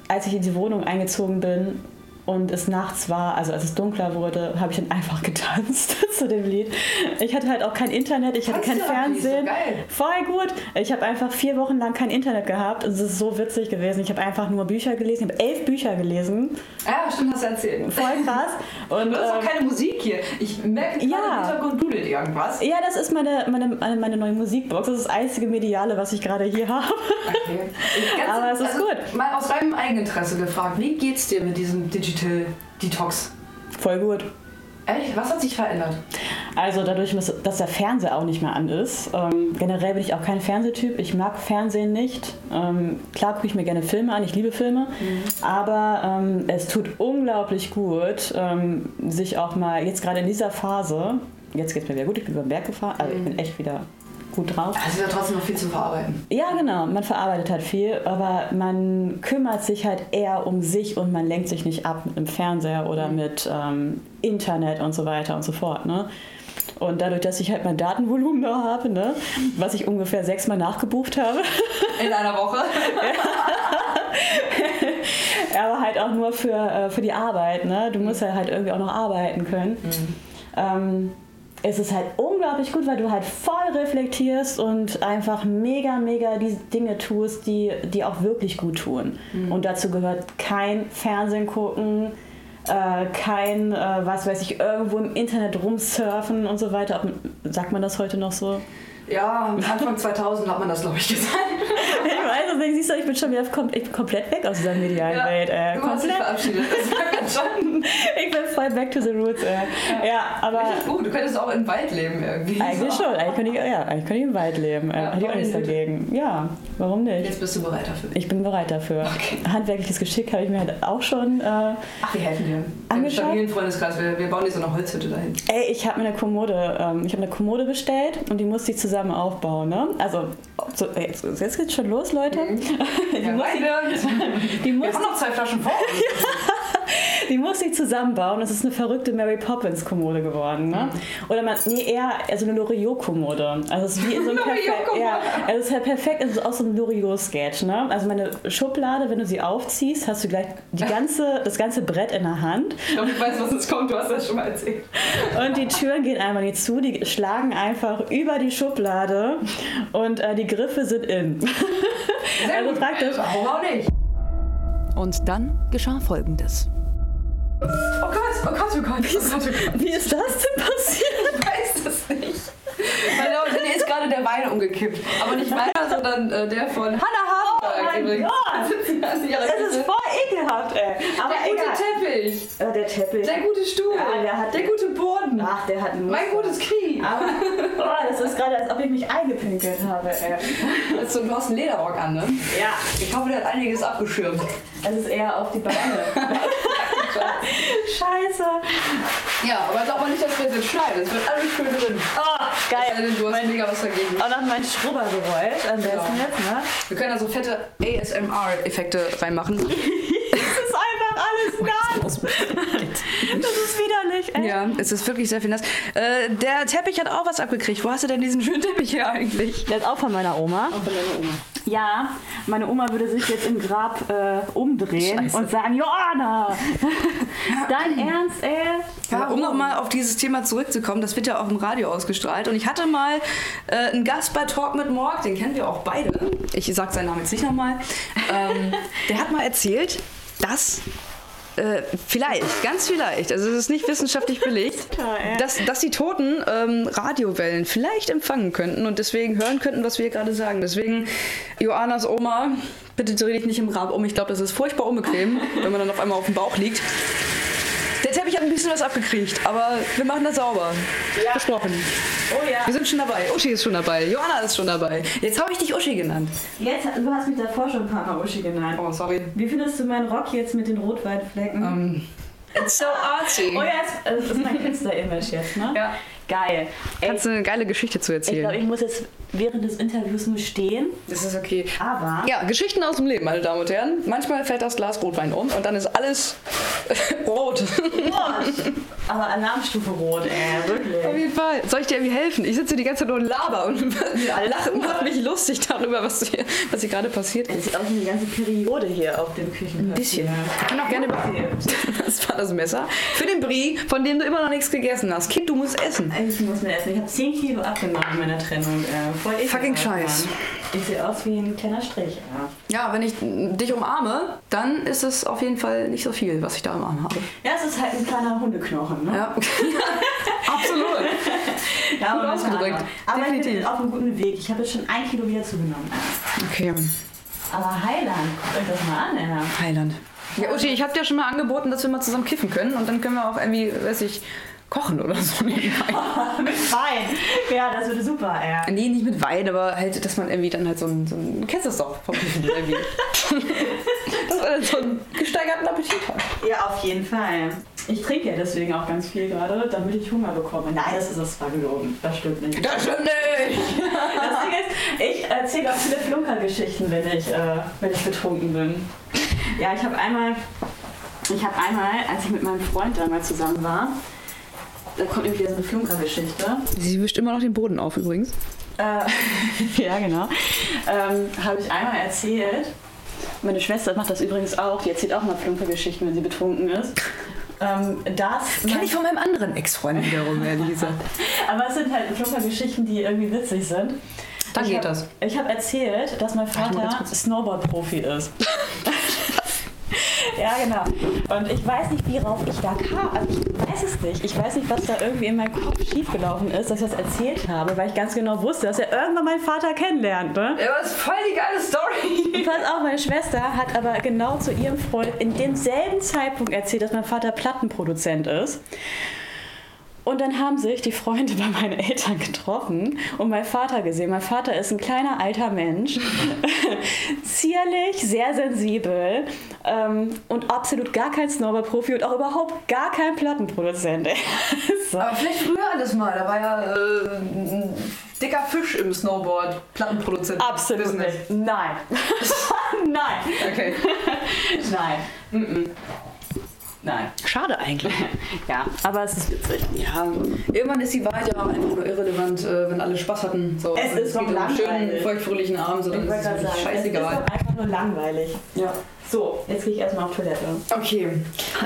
[SPEAKER 4] als ich in die Wohnung eingezogen bin und es nachts war, also als es dunkler wurde, habe ich dann einfach getanzt zu dem Lied. Ich hatte halt auch kein Internet, ich hatte kein
[SPEAKER 3] Tanztherapie ist so
[SPEAKER 4] Fernsehen.
[SPEAKER 3] geil.
[SPEAKER 4] Voll gut. Ich habe einfach vier Wochen lang kein Internet gehabt. Es ist so witzig gewesen. Ich habe einfach nur Bücher gelesen. Ich habe elf Bücher gelesen.
[SPEAKER 3] Ja, stimmt, hast du erzählt.
[SPEAKER 4] Voll krass. Und,
[SPEAKER 3] Das ist
[SPEAKER 4] ähm,
[SPEAKER 3] auch keine Musik hier. Ich merke gerade,
[SPEAKER 4] Ja.
[SPEAKER 3] im Hintergrund dudelt irgendwas.
[SPEAKER 4] Ja, das ist meine, meine, meine, meine neue Musikbox. Das ist das einzige Mediale, was ich gerade hier habe.
[SPEAKER 3] Okay. Ich- ganz-
[SPEAKER 4] Aber es ist gut.
[SPEAKER 3] Mal aus deinem Eigeninteresse gefragt, wie geht's dir mit diesem Digital Detox?
[SPEAKER 4] Voll gut.
[SPEAKER 3] Ehrlich, was hat sich verändert?
[SPEAKER 4] Also dadurch, dass dass der Fernseher auch nicht mehr an ist. Ähm, generell bin ich auch kein Fernsehtyp. Ich mag Fernsehen nicht. Ähm, klar gucke ich mir gerne Filme an. Ich liebe Filme. Aber ähm, es tut unglaublich gut, ähm, sich auch mal jetzt gerade in dieser Phase, jetzt geht es mir wieder gut, ich bin über den Berg gefahren, also ich bin echt wieder gut drauf.
[SPEAKER 3] Es ist ja trotzdem noch viel zu verarbeiten.
[SPEAKER 4] Ja, genau. Man verarbeitet halt viel, aber man kümmert sich halt eher um sich und man lenkt sich nicht ab mit dem Fernseher oder mit ähm, Internet und so weiter und so fort. Ne? Und dadurch, dass ich halt mein Datenvolumen noch habe, ne, was ich ungefähr sechsmal nachgebucht habe,
[SPEAKER 3] In einer Woche.
[SPEAKER 4] aber halt auch nur für, äh, für die Arbeit. Ne? Du musst ja halt irgendwie auch noch arbeiten können.
[SPEAKER 3] Mhm.
[SPEAKER 4] Ähm, es ist halt unglaublich gut, weil du halt voll reflektierst und einfach mega, mega die Dinge tust, die, die auch wirklich gut tun.
[SPEAKER 3] Mhm.
[SPEAKER 4] Und dazu gehört kein Fernsehen gucken, äh, kein, äh, was weiß ich, irgendwo im Internet rumsurfen und so weiter. Ob, sagt man das heute noch so?
[SPEAKER 3] Ja, Anfang 2000 hat man das, glaube ich, gesagt.
[SPEAKER 4] Ich weiß es nicht, siehst du, ich bin schon wieder kom ich bin komplett weg aus dieser medialen
[SPEAKER 3] Ja,
[SPEAKER 4] Welt. Äh,
[SPEAKER 3] du hast dich
[SPEAKER 4] komplett.
[SPEAKER 3] verabschiedet. Das war ganz schön.
[SPEAKER 4] ich bin voll back to the roots, ey. Ja, aber
[SPEAKER 3] Richtig gut. Oh, Du könntest auch im Wald leben irgendwie.
[SPEAKER 4] eigentlich schon. Eigentlich könnte ich, ja, eigentlich könnte ich im Wald leben.
[SPEAKER 3] Ja,
[SPEAKER 4] Ja, Hätte ich auch
[SPEAKER 3] warum
[SPEAKER 4] nichts
[SPEAKER 3] nicht?
[SPEAKER 4] dagegen. Ja, warum nicht?
[SPEAKER 3] Jetzt bist du bereit dafür.
[SPEAKER 4] Ich bin bereit dafür. Handwerkliches Geschick habe ich mir halt auch schon. Äh,
[SPEAKER 3] Ach, wir helfen dir. Im
[SPEAKER 4] Angeschaut?
[SPEAKER 3] stabilen Freundeskreis. Wir, wir bauen dir so eine Holzhütte dahin.
[SPEAKER 4] ey, ich habe mir eine Kommode, ähm, ich habe eine Kommode bestellt und die musste ich zusammen aufbauen. Ne? Also, so, jetzt, jetzt geht's schon los, Leute.
[SPEAKER 3] Mhm. Ja, beide.
[SPEAKER 4] Die
[SPEAKER 3] Wir
[SPEAKER 4] muss,
[SPEAKER 3] haben noch zwei Flaschen vor uns.
[SPEAKER 4] Die muss ich zusammenbauen. Das ist eine verrückte Mary Poppins Kommode geworden. Ne?
[SPEAKER 3] Mhm.
[SPEAKER 4] Oder man, nee, eher also eine Loriot Kommode. Also es ist wie in so einem perfekt,
[SPEAKER 3] Loriot-Kommode.
[SPEAKER 4] ja, also es ist halt perfekt, es ist auch so ein Loriot Sketch. Ne? Also meine Schublade, wenn du sie aufziehst, hast du gleich die ganze, das ganze Brett in der Hand
[SPEAKER 3] Ich glaube, ich weiß, was jetzt kommt. Du hast das schon mal erzählt.
[SPEAKER 4] und die Türen gehen einfach nicht zu. Die schlagen einfach über die Schublade und äh, die Griffe sind in.
[SPEAKER 3] Sehr
[SPEAKER 4] Also
[SPEAKER 3] gut.
[SPEAKER 4] praktisch.
[SPEAKER 3] Warum auch nicht?
[SPEAKER 7] Und dann geschah Folgendes.
[SPEAKER 3] Oh Gott, oh Gott, oh Gott. Oh Gott, oh Gott.
[SPEAKER 4] Wie ist das denn passiert?
[SPEAKER 3] Ich weiß das nicht. Weil da unten ist gerade der Wein umgekippt. Aber nicht meiner, sondern äh, der von Hannah Hartberg.
[SPEAKER 4] Oh mein
[SPEAKER 3] übrigens.
[SPEAKER 4] Gott.
[SPEAKER 3] Das ist ja
[SPEAKER 4] Das ist
[SPEAKER 3] richtig.
[SPEAKER 4] voll ekelhaft, ey. Aber
[SPEAKER 3] Der gute
[SPEAKER 4] egal.
[SPEAKER 3] Teppich,
[SPEAKER 4] Äh, der Teppich.
[SPEAKER 3] der gute Stuhl,
[SPEAKER 4] Ja, der hat-
[SPEAKER 3] gute Boden,
[SPEAKER 4] Ach, der hat einen
[SPEAKER 3] mein
[SPEAKER 4] Muster.
[SPEAKER 3] gutes Knie.
[SPEAKER 4] Aber oh, das ist gerade, als ob ich mich eingepinkelt habe. Ey.
[SPEAKER 3] Also, du hast einen Lederrock an, ne?
[SPEAKER 4] Ja,
[SPEAKER 3] Ich hoffe, der hat einiges abgeschirmt.
[SPEAKER 4] es ist eher auf die Beine. Scheiße.
[SPEAKER 3] Ja, aber glaub mal nicht, dass wir das jetzt schneiden. Es wird alles schön drin.
[SPEAKER 4] Oh,
[SPEAKER 3] Es sei denn, Du hast mega was dagegen.
[SPEAKER 4] Auch noch mein Schrubbergeräusch. Am besten
[SPEAKER 3] Ja.
[SPEAKER 4] jetzt, ne?
[SPEAKER 3] Wir können da so fette ASMR-Effekte reinmachen. Oh,
[SPEAKER 4] Das ist einfach alles nass.
[SPEAKER 8] Das ist widerlich, echt.
[SPEAKER 3] Ja, es ist wirklich sehr viel nass. Äh, der Teppich hat auch was abgekriegt. Wo hast du denn diesen schönen Teppich her eigentlich?
[SPEAKER 8] Der ist auch von meiner Oma.
[SPEAKER 9] Auch von deiner Oma.
[SPEAKER 8] Ja, meine Oma würde sich jetzt im Grab äh, umdrehen
[SPEAKER 3] Scheiße.
[SPEAKER 8] und sagen, Joanna, dein Ernst, ey?
[SPEAKER 3] Aber um nochmal auf dieses Thema zurückzukommen, das wird ja auch im Radio ausgestrahlt. Und ich hatte mal äh, einen Gast bei Talk mit Morg, den kennen wir auch beide. Ich sag seinen Namen jetzt nicht nochmal. Ähm, der hat mal erzählt, dass. Äh, vielleicht, ganz vielleicht, also es ist nicht wissenschaftlich belegt, dass, dass die Toten ähm, Radiowellen vielleicht empfangen könnten und deswegen hören könnten, was wir gerade sagen. Deswegen, Joannas Oma, bitte dreh dich nicht im Grab um. Ich glaube, das ist furchtbar unbequem, wenn man dann auf einmal auf dem Bauch liegt. Der Teppich hat ein bisschen was abgekriegt, aber wir machen das sauber. Versprochen.
[SPEAKER 8] Oh ja.
[SPEAKER 3] Wir sind schon dabei. Uschi ist schon dabei. Johanna ist schon dabei. Jetzt habe ich dich Uschi genannt.
[SPEAKER 4] Jetzt, du hast mich davor schon ein paar Mal Uschi genannt.
[SPEAKER 3] Oh, sorry.
[SPEAKER 4] Wie findest du meinen Rock jetzt mit den Rotweinflecken?
[SPEAKER 3] Ähm. It's so artsy.
[SPEAKER 4] Oh ja, das das ist mein Künstler-Image jetzt, ne?
[SPEAKER 3] Ja.
[SPEAKER 4] Geil. Ey,
[SPEAKER 3] Kannst du eine geile Geschichte zu
[SPEAKER 4] ich glaube,
[SPEAKER 3] erzählen?
[SPEAKER 4] ich muss jetzt während des Interviews nur stehen,
[SPEAKER 3] Das ist okay.
[SPEAKER 4] aber
[SPEAKER 3] Ja, Geschichten aus dem Leben, meine Damen und Herren. Manchmal fällt das Glas Rotwein um und dann ist alles rot.
[SPEAKER 4] aber Alarmstufe rot, ey,
[SPEAKER 3] Auf
[SPEAKER 4] wirklich.
[SPEAKER 3] jeden Fall. Soll ich dir irgendwie helfen? Ich sitze die ganze Zeit nur und laber und lache und mache mich lustig darüber, was hier, was hier gerade passiert ist.
[SPEAKER 4] Jetzt sieht aus wie eine ganze Periode hier auf dem Küchenpapier. Ein
[SPEAKER 3] bisschen. Ich kann auch gerne Das war das Messer. Für den Brie, von dem du immer noch nichts gegessen hast. Kind, du musst essen.
[SPEAKER 4] Ich muss mir essen. Ich habe 10 Kilo abgenommen in meiner Trennung. Äh, voll ekelhaft,
[SPEAKER 3] Fucking Scheiß.
[SPEAKER 4] Mann. Ich sehe aus wie ein kleiner Strich. Ja.
[SPEAKER 3] Ja, wenn ich dich umarme, dann ist es auf jeden Fall nicht so viel, was ich da im Arm habe.
[SPEAKER 4] Ja, es ist halt ein kleiner Hundeknochen, ne?
[SPEAKER 3] Ja, absolut.
[SPEAKER 4] Ja,
[SPEAKER 3] Gut
[SPEAKER 4] aber
[SPEAKER 3] ausgedrückt.
[SPEAKER 4] Aber ich bin
[SPEAKER 3] Definitiv.
[SPEAKER 4] auf einem guten Weg. Ich habe jetzt schon ein Kilo wieder zugenommen.
[SPEAKER 3] Okay,
[SPEAKER 4] Aber Heiland, guckt euch das mal an, ja.
[SPEAKER 3] Thailand. Ja, Uschi, ich hab dir schon mal angeboten, dass wir mal zusammen kiffen können und dann können wir auch irgendwie, weiß ich, kochen oder so.
[SPEAKER 4] Mit Wein. Ja, das würde super, ja.
[SPEAKER 3] nee, nicht mit Wein, aber halt, dass man irgendwie dann halt so einen, so einen Kesselstoff vom Kiffen irgendwie. dass man dann so einen gesteigerten Appetit hat.
[SPEAKER 4] Ja, auf jeden Fall. Ich trinke ja deswegen auch ganz viel gerade, damit ich Hunger bekomme. Nein, das ist das war gelogen. Das stimmt nicht.
[SPEAKER 3] Das stimmt nicht!
[SPEAKER 4] Das Ding ist, ich erzähle auch viele Flunkergeschichten, wenn ich, äh, wenn ich betrunken bin. Ja, ich habe einmal, ich habe einmal, als ich mit meinem Freund damals zusammen war, da kommt irgendwie wieder so eine Flunkergeschichte.
[SPEAKER 3] Sie wischt immer noch den Boden auf übrigens.
[SPEAKER 4] Äh, ja, genau. Ähm, Habe ich einmal erzählt. Meine Schwester macht das übrigens auch. Die erzählt auch mal Flunkergeschichten, wenn sie betrunken ist. Ähm, das.
[SPEAKER 3] Kenn ich von meinem anderen Ex-Freund wiederum, ehrlich gesagt.
[SPEAKER 4] Aber es sind halt Flunkergeschichten, die irgendwie witzig sind.
[SPEAKER 3] Dann
[SPEAKER 4] ich
[SPEAKER 3] geht
[SPEAKER 4] hab,
[SPEAKER 3] das. Halt
[SPEAKER 4] Ich habe erzählt, dass mein
[SPEAKER 3] mal ganz
[SPEAKER 4] Vater
[SPEAKER 3] kurz-
[SPEAKER 4] Snowboard-Profi ist. Ja, genau. Und ich weiß nicht, wie rauf ich da kam. Also ich weiß es nicht. Ich weiß nicht, was da irgendwie in meinem Kopf schiefgelaufen ist, dass ich das erzählt habe, weil ich ganz genau wusste, dass er irgendwann meinen Vater kennenlernt. Ne?
[SPEAKER 3] Ja, aber das ist voll die geile Story.
[SPEAKER 4] Pass auf, meine Schwester hat aber genau zu ihrem Freund in demselben Zeitpunkt erzählt, dass mein Vater Plattenproduzent ist. Und dann haben sich die Freunde bei meinen Eltern getroffen und mein Vater gesehen. Mein Vater ist ein kleiner alter Mensch, zierlich, sehr sensibel ähm, und absolut gar kein Snowboard-Profi und auch überhaupt gar kein Plattenproduzent. so.
[SPEAKER 3] Aber vielleicht früher alles mal. Da war ja äh, ein dicker Fisch im Snowboard, Plattenproduzent.
[SPEAKER 4] Absolut
[SPEAKER 3] Business.
[SPEAKER 4] nicht. Nein. Nein.
[SPEAKER 3] Okay.
[SPEAKER 4] Nein. Mm-mm. Nein.
[SPEAKER 3] Schade eigentlich.
[SPEAKER 4] Ja, aber es ist witzig.
[SPEAKER 3] Ja, irgendwann ist die Wahl ja auch einfach nur irrelevant, äh, wenn alle Spaß hatten. So,
[SPEAKER 4] Es
[SPEAKER 3] wenn
[SPEAKER 4] ist doch
[SPEAKER 3] geht um einen schönen,
[SPEAKER 4] langweilig.
[SPEAKER 3] feuchtfröhlichen Abend, so, dann ist es wirklich
[SPEAKER 4] Es
[SPEAKER 3] scheißegal.
[SPEAKER 4] ist doch einfach nur langweilig.
[SPEAKER 3] Ja.
[SPEAKER 4] So, jetzt gehe ich erstmal auf Toilette.
[SPEAKER 3] Okay,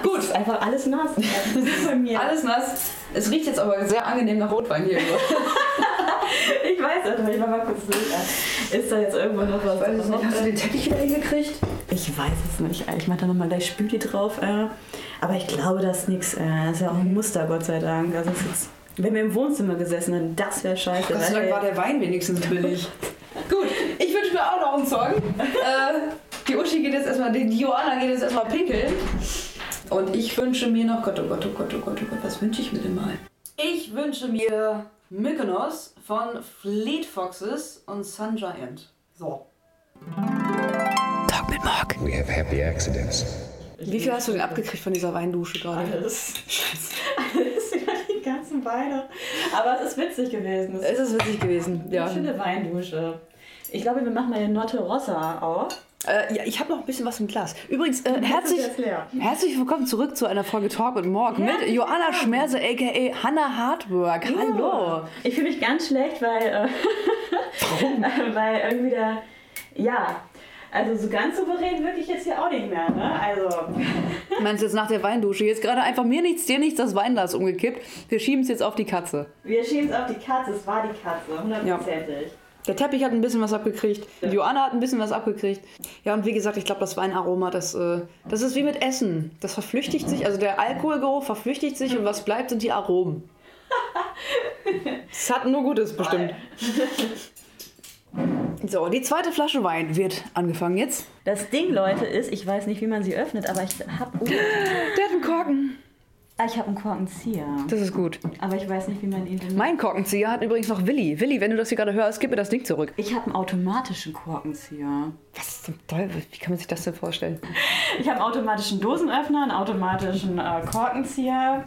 [SPEAKER 3] gut.
[SPEAKER 4] Ist einfach alles nass. Das ist bei mir.
[SPEAKER 3] Alles nass. Es riecht jetzt aber sehr angenehm nach Rotwein hier.
[SPEAKER 4] Ich weiß es nicht, ich mach mal kurz durch. Ist da jetzt irgendwo noch was?
[SPEAKER 3] Hast du den Teppich wieder hingekriegt?
[SPEAKER 4] Ich weiß es nicht. Ich mache da nochmal gleich Spüli drauf. äh. Aber ich glaube, das ist nichts. Das ist ja auch ein Muster, Gott sei Dank. Also es ist, wenn wir im Wohnzimmer gesessen hätten, das wäre scheiße.
[SPEAKER 3] Gott sei Dank
[SPEAKER 4] weil-
[SPEAKER 3] war der Wein wenigstens billig. Gut, ich wünsche mir auch noch einen Song. äh, die Uschi geht jetzt erstmal, die Joanna geht jetzt erstmal pinkeln. Und ich wünsche mir noch, Gott, oh Gott, oh Gott, oh Gott, oh Gott, was wünsche ich mir denn mal? Ich wünsche mir Mykonos von Fleet Foxes und Sun Giant. So.
[SPEAKER 10] Talk mit Morg.
[SPEAKER 1] We have happy accidents.
[SPEAKER 10] Wie viel hast du denn abgekriegt von dieser Weindusche gerade?
[SPEAKER 4] Alles. Alles über die ganzen Beine. Aber es ist witzig gewesen.
[SPEAKER 10] Es
[SPEAKER 4] Es
[SPEAKER 10] ist witzig gewesen,
[SPEAKER 4] ja.
[SPEAKER 10] ja.
[SPEAKER 4] Eine schöne Weindusche. Ich glaube, wir machen mal den Notte Rossa auf.
[SPEAKER 3] Äh, ja, ich habe noch ein bisschen was im Glas. Übrigens, äh, herzlich,
[SPEAKER 4] jetzt leer.
[SPEAKER 3] herzlich willkommen zurück zu einer Folge Talk und Morg mit Joanna Schmerse, a.k.a. Hannah Hardwork. Hallo.
[SPEAKER 4] Ich fühle mich ganz schlecht, weil. Äh, Warum? weil irgendwie da. Ja. Also so ganz souverän wirklich jetzt hier auch nicht mehr, ne? Also.
[SPEAKER 3] Meinst du jetzt nach der Weindusche? Jetzt gerade einfach mir nichts, dir nichts, das Weinglas umgekippt. Wir schieben es jetzt auf die Katze.
[SPEAKER 4] Wir schieben es auf die Katze. Es war die Katze. Hundertprozentig.
[SPEAKER 3] Der Teppich hat ein bisschen was abgekriegt. Joanna hat ein bisschen was abgekriegt. Ja, und wie gesagt, ich glaube, das Weinaroma, das, äh, das ist wie mit Essen. Das verflüchtigt sich, also der Alkoholgeruch verflüchtigt sich und was bleibt, sind die Aromen. Es hat nur Gutes bestimmt. So, die zweite Flasche Wein wird angefangen jetzt.
[SPEAKER 4] Das Ding, Leute, ist, ich weiß nicht, wie man sie öffnet, aber ich habe. Oh,
[SPEAKER 3] Der hat einen Korken.
[SPEAKER 4] ah, ich habe einen Korkenzieher.
[SPEAKER 3] Das ist gut.
[SPEAKER 4] Aber ich weiß nicht, wie man ihn.
[SPEAKER 3] Mein Korkenzieher hat übrigens noch Willi. Willi, wenn du das hier gerade hörst, gib mir das Ding zurück.
[SPEAKER 4] Ich habe einen automatischen Korkenzieher.
[SPEAKER 3] Was zum Teufel? Wie kann man sich das denn vorstellen?
[SPEAKER 4] Ich habe einen automatischen Dosenöffner, einen automatischen äh, Korkenzieher,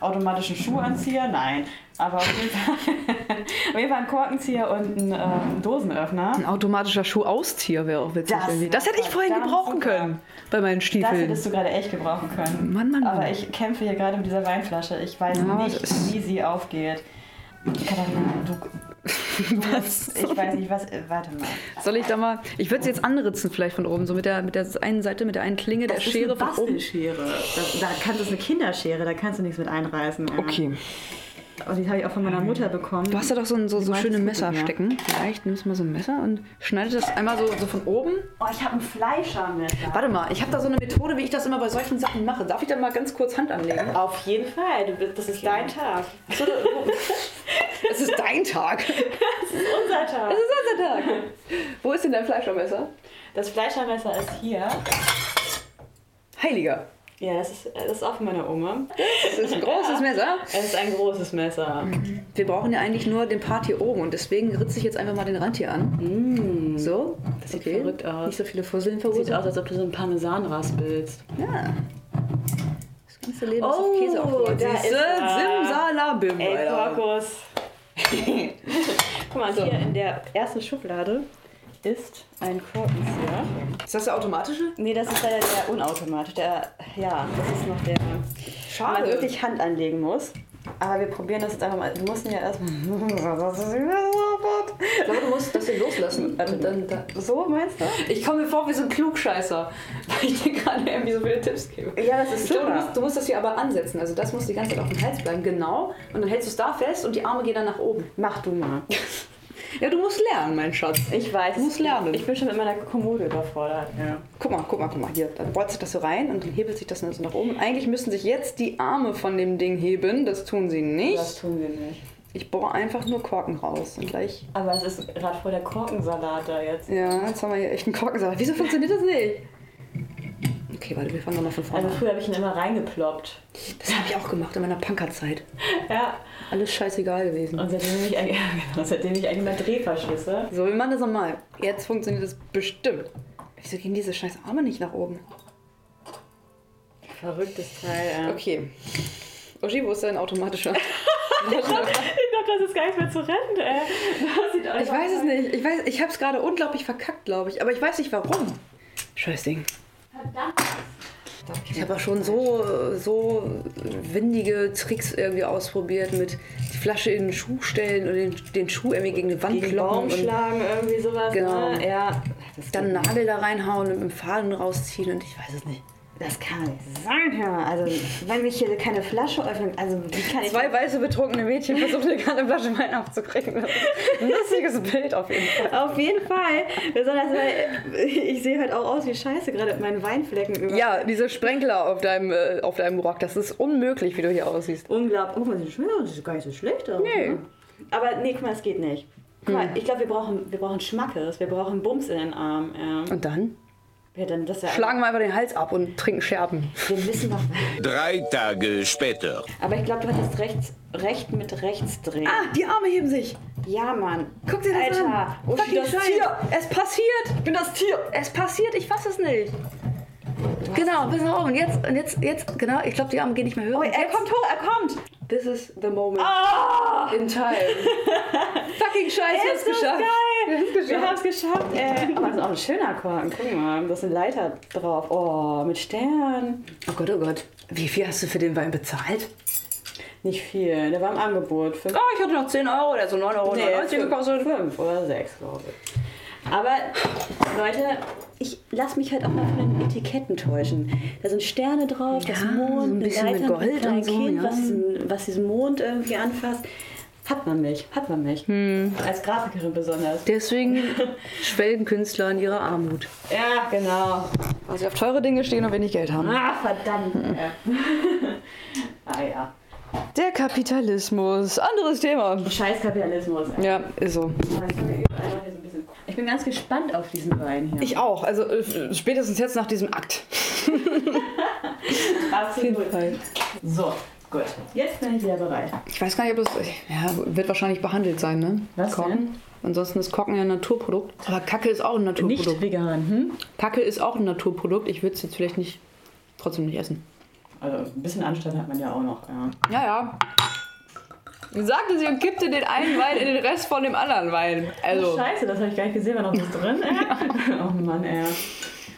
[SPEAKER 4] automatischen Schuhanzieher, nein. Aber auf jeden Fall, auf jeden Fall einen Korkenzieher und einen ähm, Dosenöffner.
[SPEAKER 3] Ein automatischer Schuhauszieher wäre auch witzig.
[SPEAKER 4] Das
[SPEAKER 3] irgendwie.
[SPEAKER 4] wär
[SPEAKER 3] das hätte ich vorhin
[SPEAKER 4] verdammt
[SPEAKER 3] gebrauchen
[SPEAKER 4] super.
[SPEAKER 3] können bei meinen
[SPEAKER 4] Das
[SPEAKER 3] Stiefeln.
[SPEAKER 4] hättest du gerade echt gebrauchen können.
[SPEAKER 3] Mann, Mann,
[SPEAKER 4] Aber
[SPEAKER 3] Mann.
[SPEAKER 4] ich kämpfe hier gerade mit dieser Weinflasche. Ich weiß
[SPEAKER 3] aber
[SPEAKER 4] nicht,
[SPEAKER 3] das ist-
[SPEAKER 4] wie sie aufgeht. Katharina, du. du
[SPEAKER 3] Was?
[SPEAKER 4] Ich weiß nicht, was. äh, Warte mal.
[SPEAKER 3] Soll ich da mal. Ich würde es jetzt anritzen, vielleicht von oben, so mit der, mit der einen Seite, mit der einen Klinge der Schere von oben.
[SPEAKER 4] Bastelschere. Da, da kannst du eine Kinderschere, da kannst du nichts mit einreißen. ja.
[SPEAKER 3] Okay.
[SPEAKER 4] Und Also die habe ich auch von meiner Mutter bekommen.
[SPEAKER 3] Du hast da doch so, ein- so, so
[SPEAKER 4] weiß
[SPEAKER 3] schöne
[SPEAKER 4] es gut
[SPEAKER 3] Messer
[SPEAKER 4] nicht mehr.
[SPEAKER 3] stecken. Vielleicht nimmst du mal so ein Messer und schneidest das einmal so, so von oben.
[SPEAKER 4] Oh, ich habe einen Fleischer mit.
[SPEAKER 3] Warte mal, ich habe da so eine Methode, wie ich das immer bei solchen Sachen mache. Darf ich da mal ganz kurz Hand anlegen?
[SPEAKER 4] Auf jeden Fall, du bist, das ist dein Tag.
[SPEAKER 3] Es ist dein Tag.
[SPEAKER 4] Unser Tag.
[SPEAKER 3] Das ist unser Tag. Wo ist denn dein Fleischermesser?
[SPEAKER 4] Das Fleischermesser ist hier.
[SPEAKER 3] Heiliger.
[SPEAKER 4] Ja, das ist, das ist auch von meiner Oma.
[SPEAKER 3] Das ist ein großes Messer.
[SPEAKER 4] Es ist ein großes Messer.
[SPEAKER 3] Wir brauchen ja eigentlich nur den Part hier oben und deswegen ritze ich jetzt einfach mal den Rand hier an. So. Das sieht
[SPEAKER 4] Mm. verrückt aus.
[SPEAKER 3] Nicht so viele Fusseln
[SPEAKER 4] Sieht
[SPEAKER 3] verursachen.
[SPEAKER 4] aus, als ob du so einen Parmesan raspelst.
[SPEAKER 3] Ja. Das ganze Leben ist
[SPEAKER 4] Oh,
[SPEAKER 3] auf Käse aufgebaut.
[SPEAKER 4] da
[SPEAKER 3] Siehste?
[SPEAKER 4] ist er.
[SPEAKER 3] Simsalabim,
[SPEAKER 4] Ey,
[SPEAKER 3] Alter.
[SPEAKER 4] Korkus. Guck mal, hier in der ersten Schublade ist ein Korkenzieher.
[SPEAKER 3] Ist das der automatische?
[SPEAKER 4] Nee, das ist leider der unautomatisch. Der, ja, das ist noch der, wo man wirklich Hand anlegen muss. Aber wir probieren das jetzt einfach mal. Wir mussten ja erstmal.
[SPEAKER 3] Ich glaube, du musst das hier loslassen.
[SPEAKER 4] Also
[SPEAKER 3] Und dann, da.
[SPEAKER 4] So meinst du?
[SPEAKER 3] Ich komme mir vor wie so ein Klugscheißer, weil ich dir gerade irgendwie so viele Tipps gebe.
[SPEAKER 4] Ja, das ist
[SPEAKER 3] Ich glaube, du
[SPEAKER 4] super.
[SPEAKER 3] musst, du musst das hier aber ansetzen. Also das muss die ganze Zeit auf dem Hals bleiben. Genau. Und dann hältst du es da fest und die Arme gehen dann nach oben.
[SPEAKER 4] Mach du mal.
[SPEAKER 3] Ja, du musst lernen, mein Schatz.
[SPEAKER 4] Ich weiß.
[SPEAKER 3] Du musst lernen.
[SPEAKER 4] Ich bin schon mit meiner Kommode überfordert.
[SPEAKER 3] Guck mal, guck mal, guck mal. Hier, dann rollt sich das so rein und dann hebelt sich das so nach oben. Und eigentlich müssten sich jetzt die Arme von dem Ding heben. Das tun sie nicht.
[SPEAKER 4] Das tun wir nicht.
[SPEAKER 3] Ich bohre einfach nur Korken raus. Und gleich.
[SPEAKER 4] Aber es ist gerade voll der Korkensalat da jetzt.
[SPEAKER 3] Ja, jetzt haben wir hier echt einen Korkensalat. Wieso funktioniert das nicht? Okay, warte, wir fangen nochmal von vorne
[SPEAKER 4] Also
[SPEAKER 3] an.
[SPEAKER 4] früher habe ich ihn immer reingeploppt.
[SPEAKER 3] Das habe ich auch gemacht in meiner Punkerzeit.
[SPEAKER 4] Ja.
[SPEAKER 3] Alles scheißegal gewesen.
[SPEAKER 4] Und seitdem ich eigentlich, genau, seitdem ich eigentlich mal Drehverschlüsse.
[SPEAKER 3] So, wir machen das nochmal. Jetzt funktioniert das bestimmt. Wieso gehen diese scheiß Arme nicht nach oben?
[SPEAKER 4] Verrücktes Teil. Ja.
[SPEAKER 3] Okay. Oschi, wo ist dein automatischer?
[SPEAKER 4] Ich glaube, das ist gar nicht mehr zu retten. Ey. Das sieht
[SPEAKER 3] Ich weiß es nicht. Ich weiß, ich habe es gerade unglaublich verkackt, glaube ich. Aber ich weiß nicht warum. Scheiß Ding. Verdammt. Ich habe auch schon so, so windige Tricks irgendwie ausprobiert mit die Flasche in den Schuh stellen und den, den Schuh irgendwie gegen die Wand
[SPEAKER 4] Gegen
[SPEAKER 3] kloppen
[SPEAKER 4] Baum
[SPEAKER 3] und
[SPEAKER 4] schlagen, irgendwie sowas.
[SPEAKER 3] Genau.
[SPEAKER 4] Ne? Ja.
[SPEAKER 3] dann einen Nagel da reinhauen und mit dem Faden rausziehen und ich weiß es nicht.
[SPEAKER 4] Das kann man nicht sagen. hör mal. Also, wenn mich hier keine Flasche öffnet, also wie kann ich.
[SPEAKER 3] Zwei weiße betrunkene Mädchen versuchen eine ganze Flasche Wein aufzukriegen. Das ist ein lustiges Bild auf jeden Fall.
[SPEAKER 4] Auf jeden Fall. Besonders weil äh, ich sehe halt auch aus wie Scheiße, gerade mit meinen Weinflecken über.
[SPEAKER 3] Ja, diese Sprenkler auf deinem, äh, auf deinem Rock, das ist unmöglich, wie du hier aussiehst.
[SPEAKER 4] Unglaublich. Oh, das ist schwer, das ist gar nicht so schlecht. Aus,
[SPEAKER 3] Nee.
[SPEAKER 4] ne? Aber nee, guck mal, es geht nicht. Guck mal, ich glaube, wir brauchen, wir brauchen Schmackes, wir brauchen Bums in den Arm. Ja.
[SPEAKER 3] Und dann?
[SPEAKER 4] Ja, dann, das ist ja
[SPEAKER 3] Schlagen wir einfach den Hals ab und trinken Scherben.
[SPEAKER 4] Wir wissen doch.
[SPEAKER 11] Drei Tage später.
[SPEAKER 4] Aber ich glaube, du hattest rechts, recht mit rechts drehen.
[SPEAKER 3] Ah, die Arme heben sich.
[SPEAKER 4] Ja, Mann.
[SPEAKER 3] Guck dir das
[SPEAKER 4] Alter,
[SPEAKER 3] an.
[SPEAKER 4] wo
[SPEAKER 3] Fucking
[SPEAKER 4] steht das
[SPEAKER 3] Scheiß.
[SPEAKER 4] Tier?
[SPEAKER 3] Es passiert. Ich bin das Tier. Es passiert. Ich fass es nicht. Genau, bis nach oben. Jetzt, und jetzt, jetzt, genau. Ich glaube, die Arme gehen nicht mehr höher.
[SPEAKER 4] Oh,
[SPEAKER 3] Und
[SPEAKER 4] er
[SPEAKER 3] jetzt-
[SPEAKER 4] kommt hoch, er kommt. This is the moment in time. Fucking Scheiße,
[SPEAKER 12] Ist
[SPEAKER 4] hab's
[SPEAKER 12] das
[SPEAKER 4] geschafft.
[SPEAKER 12] geil! Wir haben es geschafft, ey. Oh, das ist auch ein schöner Korken. Guck mal, da ist eine Leiter drauf. Oh, mit Stern.
[SPEAKER 4] Oh Gott, oh Gott. Wie viel hast du für den Wein bezahlt?
[SPEAKER 12] Nicht viel. Der war im Angebot. Fünf,
[SPEAKER 4] Oh, ich hatte noch 10 Euro oder so 9,99 Euro. gekostet.
[SPEAKER 12] gekostet. Fünf oder sechs, glaube ich. Aber Leute, ich lasse mich halt auch mal von den Etiketten täuschen. Da sind Sterne drauf, das
[SPEAKER 4] Ja,
[SPEAKER 12] Mond,
[SPEAKER 4] so ein bisschen mit
[SPEAKER 12] Leitern,
[SPEAKER 4] Gold
[SPEAKER 12] kleinen
[SPEAKER 4] und so,
[SPEAKER 12] Kind,
[SPEAKER 4] ja.
[SPEAKER 12] was, diesen- was diesen Mond irgendwie anfasst. Hat man mich, hat man mich.
[SPEAKER 4] Hm.
[SPEAKER 12] Als Grafikerin besonders.
[SPEAKER 4] Deswegen schwelgen Künstler in ihrer Armut.
[SPEAKER 12] Ja, genau.
[SPEAKER 3] Weil sie auf teure Dinge stehen und wenig Geld haben.
[SPEAKER 12] Ah, verdammt. Ja. ah ja.
[SPEAKER 3] Der Kapitalismus. Anderes Thema.
[SPEAKER 12] Scheiß Kapitalismus.
[SPEAKER 3] Ja, ist so.
[SPEAKER 12] Ich bin ganz gespannt auf diesen Wein hier.
[SPEAKER 3] Ich auch. Also äh, spätestens jetzt nach diesem Akt.
[SPEAKER 12] Absolut. So, gut. Jetzt bin ich wieder bereit.
[SPEAKER 3] Ich weiß gar nicht, ob das. Ja, wird wahrscheinlich behandelt sein, ne?
[SPEAKER 12] Was denn?
[SPEAKER 3] Ansonsten ist Korken ja ein Naturprodukt. Aber Kacke ist auch ein
[SPEAKER 12] Nicht
[SPEAKER 3] Naturprodukt.
[SPEAKER 12] vegan, hm?
[SPEAKER 3] Kacke ist auch ein Naturprodukt. Ich würde es jetzt vielleicht nicht trotzdem nicht essen.
[SPEAKER 12] Also ein bisschen Anstand hat man ja auch noch. Ja.
[SPEAKER 3] Ja, ja. Sagte sie und kippte den einen Wein in den Rest von dem anderen Wein. Also.
[SPEAKER 12] Oh, Scheiße, das habe ich gar nicht gesehen, war noch was drin. oh Mann, ey.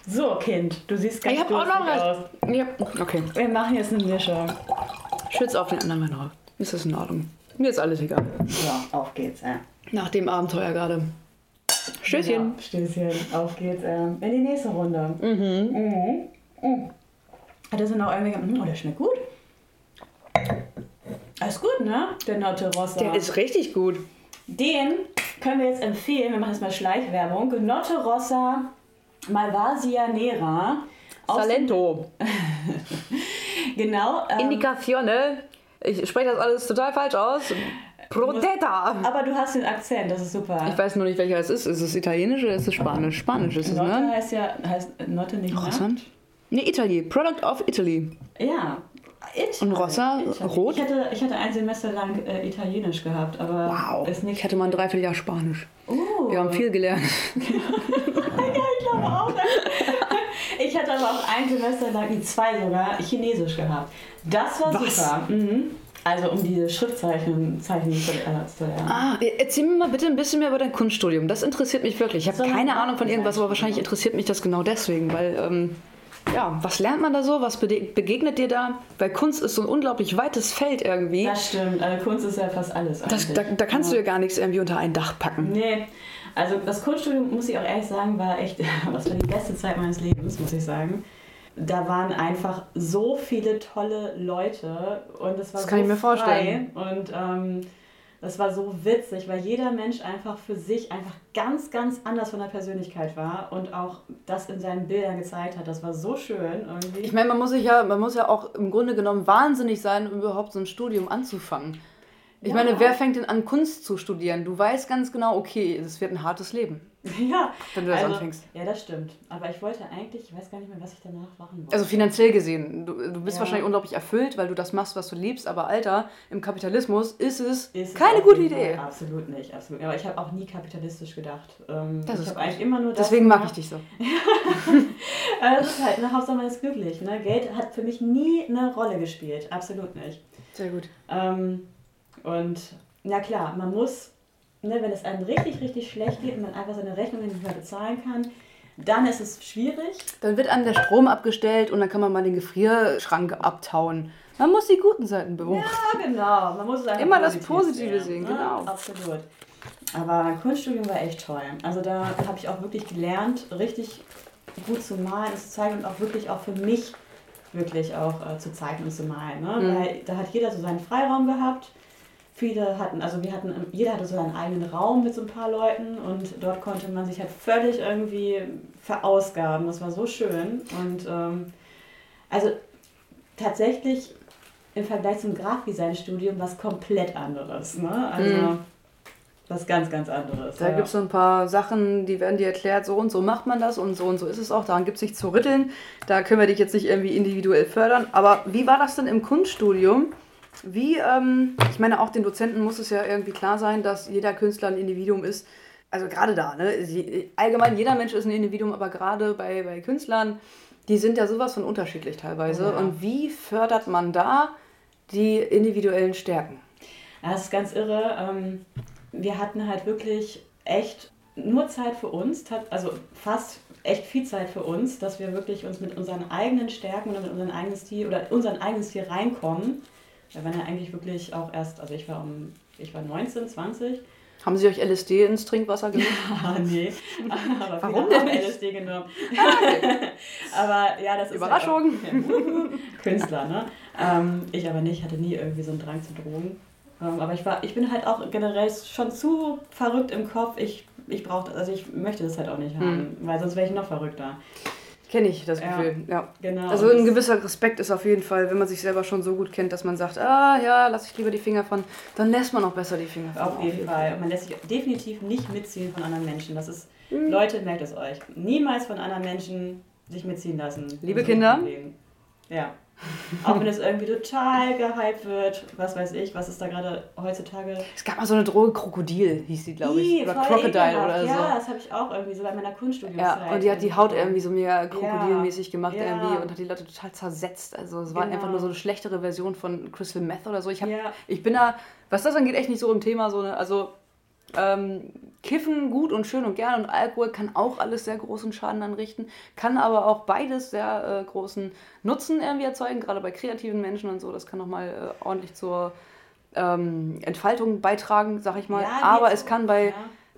[SPEAKER 12] So, Kind, du siehst ganz
[SPEAKER 3] Ich hab auch
[SPEAKER 12] durstig
[SPEAKER 3] noch was.
[SPEAKER 12] aus.
[SPEAKER 3] Ja, okay.
[SPEAKER 12] Wir machen jetzt eine Mische.
[SPEAKER 3] Schütz auf den anderen Wein drauf. Ist das in Ordnung? Mir ist alles egal.
[SPEAKER 12] So, auf geht's, äh. ey.
[SPEAKER 3] Nach dem Abenteuer gerade. Stößchen.
[SPEAKER 12] Ja, Stößchen, auf geht's. Ähm, in die nächste Runde. Mhm. Mhm. Mhm. Hat das denn noch irgendwelche. Mhm, oh, der schmeckt gut. Alles gut, ne? Der Notte Rossa.
[SPEAKER 3] Der ist richtig gut.
[SPEAKER 12] Den können wir jetzt empfehlen. Wir machen jetzt mal Schleichwerbung. Notte Rossa Malvasia Nera. Aus
[SPEAKER 3] Salento.
[SPEAKER 12] Dem, genau. Ähm,
[SPEAKER 3] Indicazione. ne? Ich spreche das alles total falsch aus. Protetta.
[SPEAKER 12] aber du hast den Akzent, das ist super.
[SPEAKER 3] Ich weiß nur nicht, welcher es ist. Ist es italienisch oder ist es spanisch? Spanisch ist es,
[SPEAKER 12] Notte
[SPEAKER 3] ne?
[SPEAKER 12] heißt ja. Heißt Notte nicht mehr?
[SPEAKER 3] Interessant. Ne, Italy. Product of Italy.
[SPEAKER 12] Ja. It
[SPEAKER 3] Und Rossa, rot?
[SPEAKER 12] Ich hatte, ich hatte ein Semester lang äh, Italienisch gehabt, aber ist nicht.
[SPEAKER 3] Ich hatte mal ein Dreivierteljahr Spanisch.
[SPEAKER 12] Oh.
[SPEAKER 3] Wir haben viel gelernt.
[SPEAKER 12] ja, ich glaube auch. ne? ich hatte aber auch ein Semester lang, nee, zwei sogar, Chinesisch gehabt. Das war super. Mhm. Also um diese Schriftzeichen Zeichen zu, äh, zu lernen.
[SPEAKER 3] Ah, erzähl mir mal bitte ein bisschen mehr über dein Kunststudium. Das interessiert mich wirklich. Ich habe
[SPEAKER 12] Soll man
[SPEAKER 3] keine
[SPEAKER 12] machen,
[SPEAKER 3] Ahnung von irgendwas, aber wahrscheinlich interessiert mich das genau deswegen, weil ähm, ja, was lernt man da so? Was bede- begegnet dir da? Weil Kunst ist so ein unglaublich weites Feld irgendwie.
[SPEAKER 12] Das stimmt. Also Kunst ist ja fast alles.
[SPEAKER 3] Das,
[SPEAKER 12] eigentlich.
[SPEAKER 3] da, da kannst du ja gar nichts irgendwie unter ein Dach packen.
[SPEAKER 12] Nee, also das Kunststudium, muss ich auch ehrlich sagen, war echt, was war die beste Zeit meines Lebens, muss ich sagen. Da waren einfach so viele tolle Leute und es war so
[SPEAKER 3] kann ich mir
[SPEAKER 12] frei
[SPEAKER 3] vorstellen.
[SPEAKER 12] und ähm, das war so witzig, weil jeder Mensch einfach für sich einfach ganz, ganz anders von der Persönlichkeit war und auch das in seinen Bildern gezeigt hat. Das war so schön irgendwie.
[SPEAKER 3] Ich meine, man muss sich ja, man muss ja auch im Grunde genommen wahnsinnig sein, um überhaupt so ein Studium anzufangen. Ich meine, wer fängt denn an, Kunst zu studieren? Du weißt ganz genau, okay, es wird ein hartes Leben.
[SPEAKER 12] ja, also
[SPEAKER 3] Wenn du das anfängst.
[SPEAKER 12] Ja, das stimmt. Aber ich wollte eigentlich, ich weiß gar nicht mehr, was ich danach machen wollte.
[SPEAKER 3] Also finanziell gesehen, du, du bist
[SPEAKER 12] Ja.
[SPEAKER 3] wahrscheinlich unglaublich erfüllt, weil du das machst, was du liebst, aber Alter, im Kapitalismus ist es
[SPEAKER 12] Ist
[SPEAKER 3] keine
[SPEAKER 12] auf
[SPEAKER 3] gute
[SPEAKER 12] jeden Fall
[SPEAKER 3] Idee.
[SPEAKER 12] Absolut nicht, absolut. nicht. Aber ich habe auch nie kapitalistisch gedacht. Ähm,
[SPEAKER 3] Das
[SPEAKER 12] ich
[SPEAKER 3] ist
[SPEAKER 12] habe
[SPEAKER 3] gut.
[SPEAKER 12] eigentlich immer nur das
[SPEAKER 3] Deswegen mag ich
[SPEAKER 12] gemacht-
[SPEAKER 3] dich so.
[SPEAKER 12] Äh, das ist halt, ne, Hauptsache man ist glücklich. Ne? Geld hat für mich nie eine Rolle gespielt, absolut nicht.
[SPEAKER 3] Sehr gut.
[SPEAKER 12] Ähm, und na klar, man muss, ne, wenn es einem richtig, richtig schlecht geht und man einfach seine Rechnungen nicht mehr bezahlen kann, dann ist es schwierig.
[SPEAKER 3] Dann wird einem der Strom abgestellt und dann kann man mal den Gefrierschrank abtauen. Man muss die guten Seiten beobachten.
[SPEAKER 12] Ja, genau. Man muss es einfach
[SPEAKER 3] Immer das
[SPEAKER 12] positiv
[SPEAKER 3] Positive sehen, genau.
[SPEAKER 12] Absolut. Aber Kunststudium war echt toll. Also da habe ich auch wirklich gelernt, richtig gut zu malen, und zu zeigen und auch wirklich auch für mich wirklich auch äh, zu zeigen und zu malen. Ne?
[SPEAKER 3] Mhm.
[SPEAKER 12] Weil da hat jeder so seinen Freiraum gehabt. Viele hatten, also wir hatten, jeder hatte so seinen eigenen Raum mit so ein paar Leuten und dort konnte man sich halt völlig irgendwie verausgaben. Das war so schön. Und ähm, also tatsächlich im Vergleich zum Grafikdesign-Studium was komplett anderes. Ne? Also was ganz, ganz anderes.
[SPEAKER 3] Da
[SPEAKER 12] ja.
[SPEAKER 3] gibt es so ein paar Sachen, die werden dir erklärt, so und so macht man das und so und so ist es auch. Daran gibt es nicht zu rütteln. Da können wir dich jetzt nicht irgendwie individuell fördern. Aber wie war das denn im Kunststudium? Wie, ähm, ich meine, auch den Dozenten muss es ja irgendwie klar sein, dass jeder Künstler ein Individuum ist. Also gerade da, ne? Sie- Allgemein jeder Mensch ist ein Individuum, aber gerade bei, bei Künstlern, die sind ja sowas von unterschiedlich teilweise. Und wie fördert man da die individuellen Stärken.
[SPEAKER 12] Das ist ganz irre. Ähm, wir hatten halt wirklich echt nur Zeit für uns, tat- also fast echt viel Zeit für uns, dass wir wirklich uns mit unseren eigenen Stärken oder mit unserem eigenen Stil oder in unseren eigenen Stil reinkommen. Wir waren ja eigentlich wirklich auch erst, also ich war um, ich war 19, 20.
[SPEAKER 3] Haben Sie euch LSD ins Trinkwasser gemischt?
[SPEAKER 12] Ah, nee. Aber Warum denn nicht? LSD genommen. aber ja, das ist
[SPEAKER 3] Überraschung.
[SPEAKER 12] Halt auch, Künstler, ne? Ähm, ich aber nicht, hatte nie irgendwie so einen Drang zu Drogen. Ähm, aber ich war, ich bin halt auch generell schon zu verrückt im Kopf. Ich, ich brauche, also ich möchte das halt auch nicht
[SPEAKER 3] Hm.
[SPEAKER 12] haben, weil sonst wäre ich noch verrückter.
[SPEAKER 3] Kenne ich das
[SPEAKER 12] Ja.
[SPEAKER 3] Gefühl, ja.
[SPEAKER 12] Genau.
[SPEAKER 3] Also
[SPEAKER 12] Und
[SPEAKER 3] ein
[SPEAKER 12] das-
[SPEAKER 3] gewisser Respekt ist auf jeden Fall, wenn man sich selber schon so gut kennt, dass man sagt, ah ja, lass ich lieber die Finger von, dann lässt man auch besser die Finger von.
[SPEAKER 12] Auf jeden Fall. Und man lässt sich definitiv nicht mitziehen von anderen Menschen. Das ist,
[SPEAKER 3] Hm.
[SPEAKER 12] Leute, merkt es euch. Niemals von anderen Menschen sich mitziehen lassen.
[SPEAKER 3] Liebe
[SPEAKER 12] Im Sinne
[SPEAKER 3] Kinder?
[SPEAKER 12] von wegen. Ja. Auch wenn es irgendwie total gehypt wird, was weiß ich, was ist da gerade heutzutage.
[SPEAKER 3] Es gab mal so eine Droge, Krokodil hieß die, glaube ich.
[SPEAKER 12] Ih,
[SPEAKER 3] Oder
[SPEAKER 12] voll
[SPEAKER 3] Crocodile
[SPEAKER 12] ekelhaft.
[SPEAKER 3] oder so.
[SPEAKER 12] Ja, das habe ich auch irgendwie so bei meiner Kunststudiozeit.
[SPEAKER 3] Ja, und die hat die Haut irgendwie so mega krokodilmäßig gemacht
[SPEAKER 12] Ja.
[SPEAKER 3] irgendwie und hat die Leute total zersetzt. Also es war
[SPEAKER 12] Genau.
[SPEAKER 3] einfach nur so eine schlechtere Version von Crystal Meth oder so. Ich, hab,
[SPEAKER 12] Ja.
[SPEAKER 3] ich bin da, was das angeht, echt nicht so im Thema. So ne, also ähm, Kiffen gut und schön und gern und Alkohol kann auch alles sehr großen Schaden anrichten, kann aber auch beides sehr äh, großen Nutzen irgendwie erzeugen, gerade bei kreativen Menschen und so. Das kann nochmal äh, ordentlich zur ähm, Entfaltung beitragen, sag ich mal.
[SPEAKER 12] Ja,
[SPEAKER 3] aber es
[SPEAKER 12] geht's so.
[SPEAKER 3] kann bei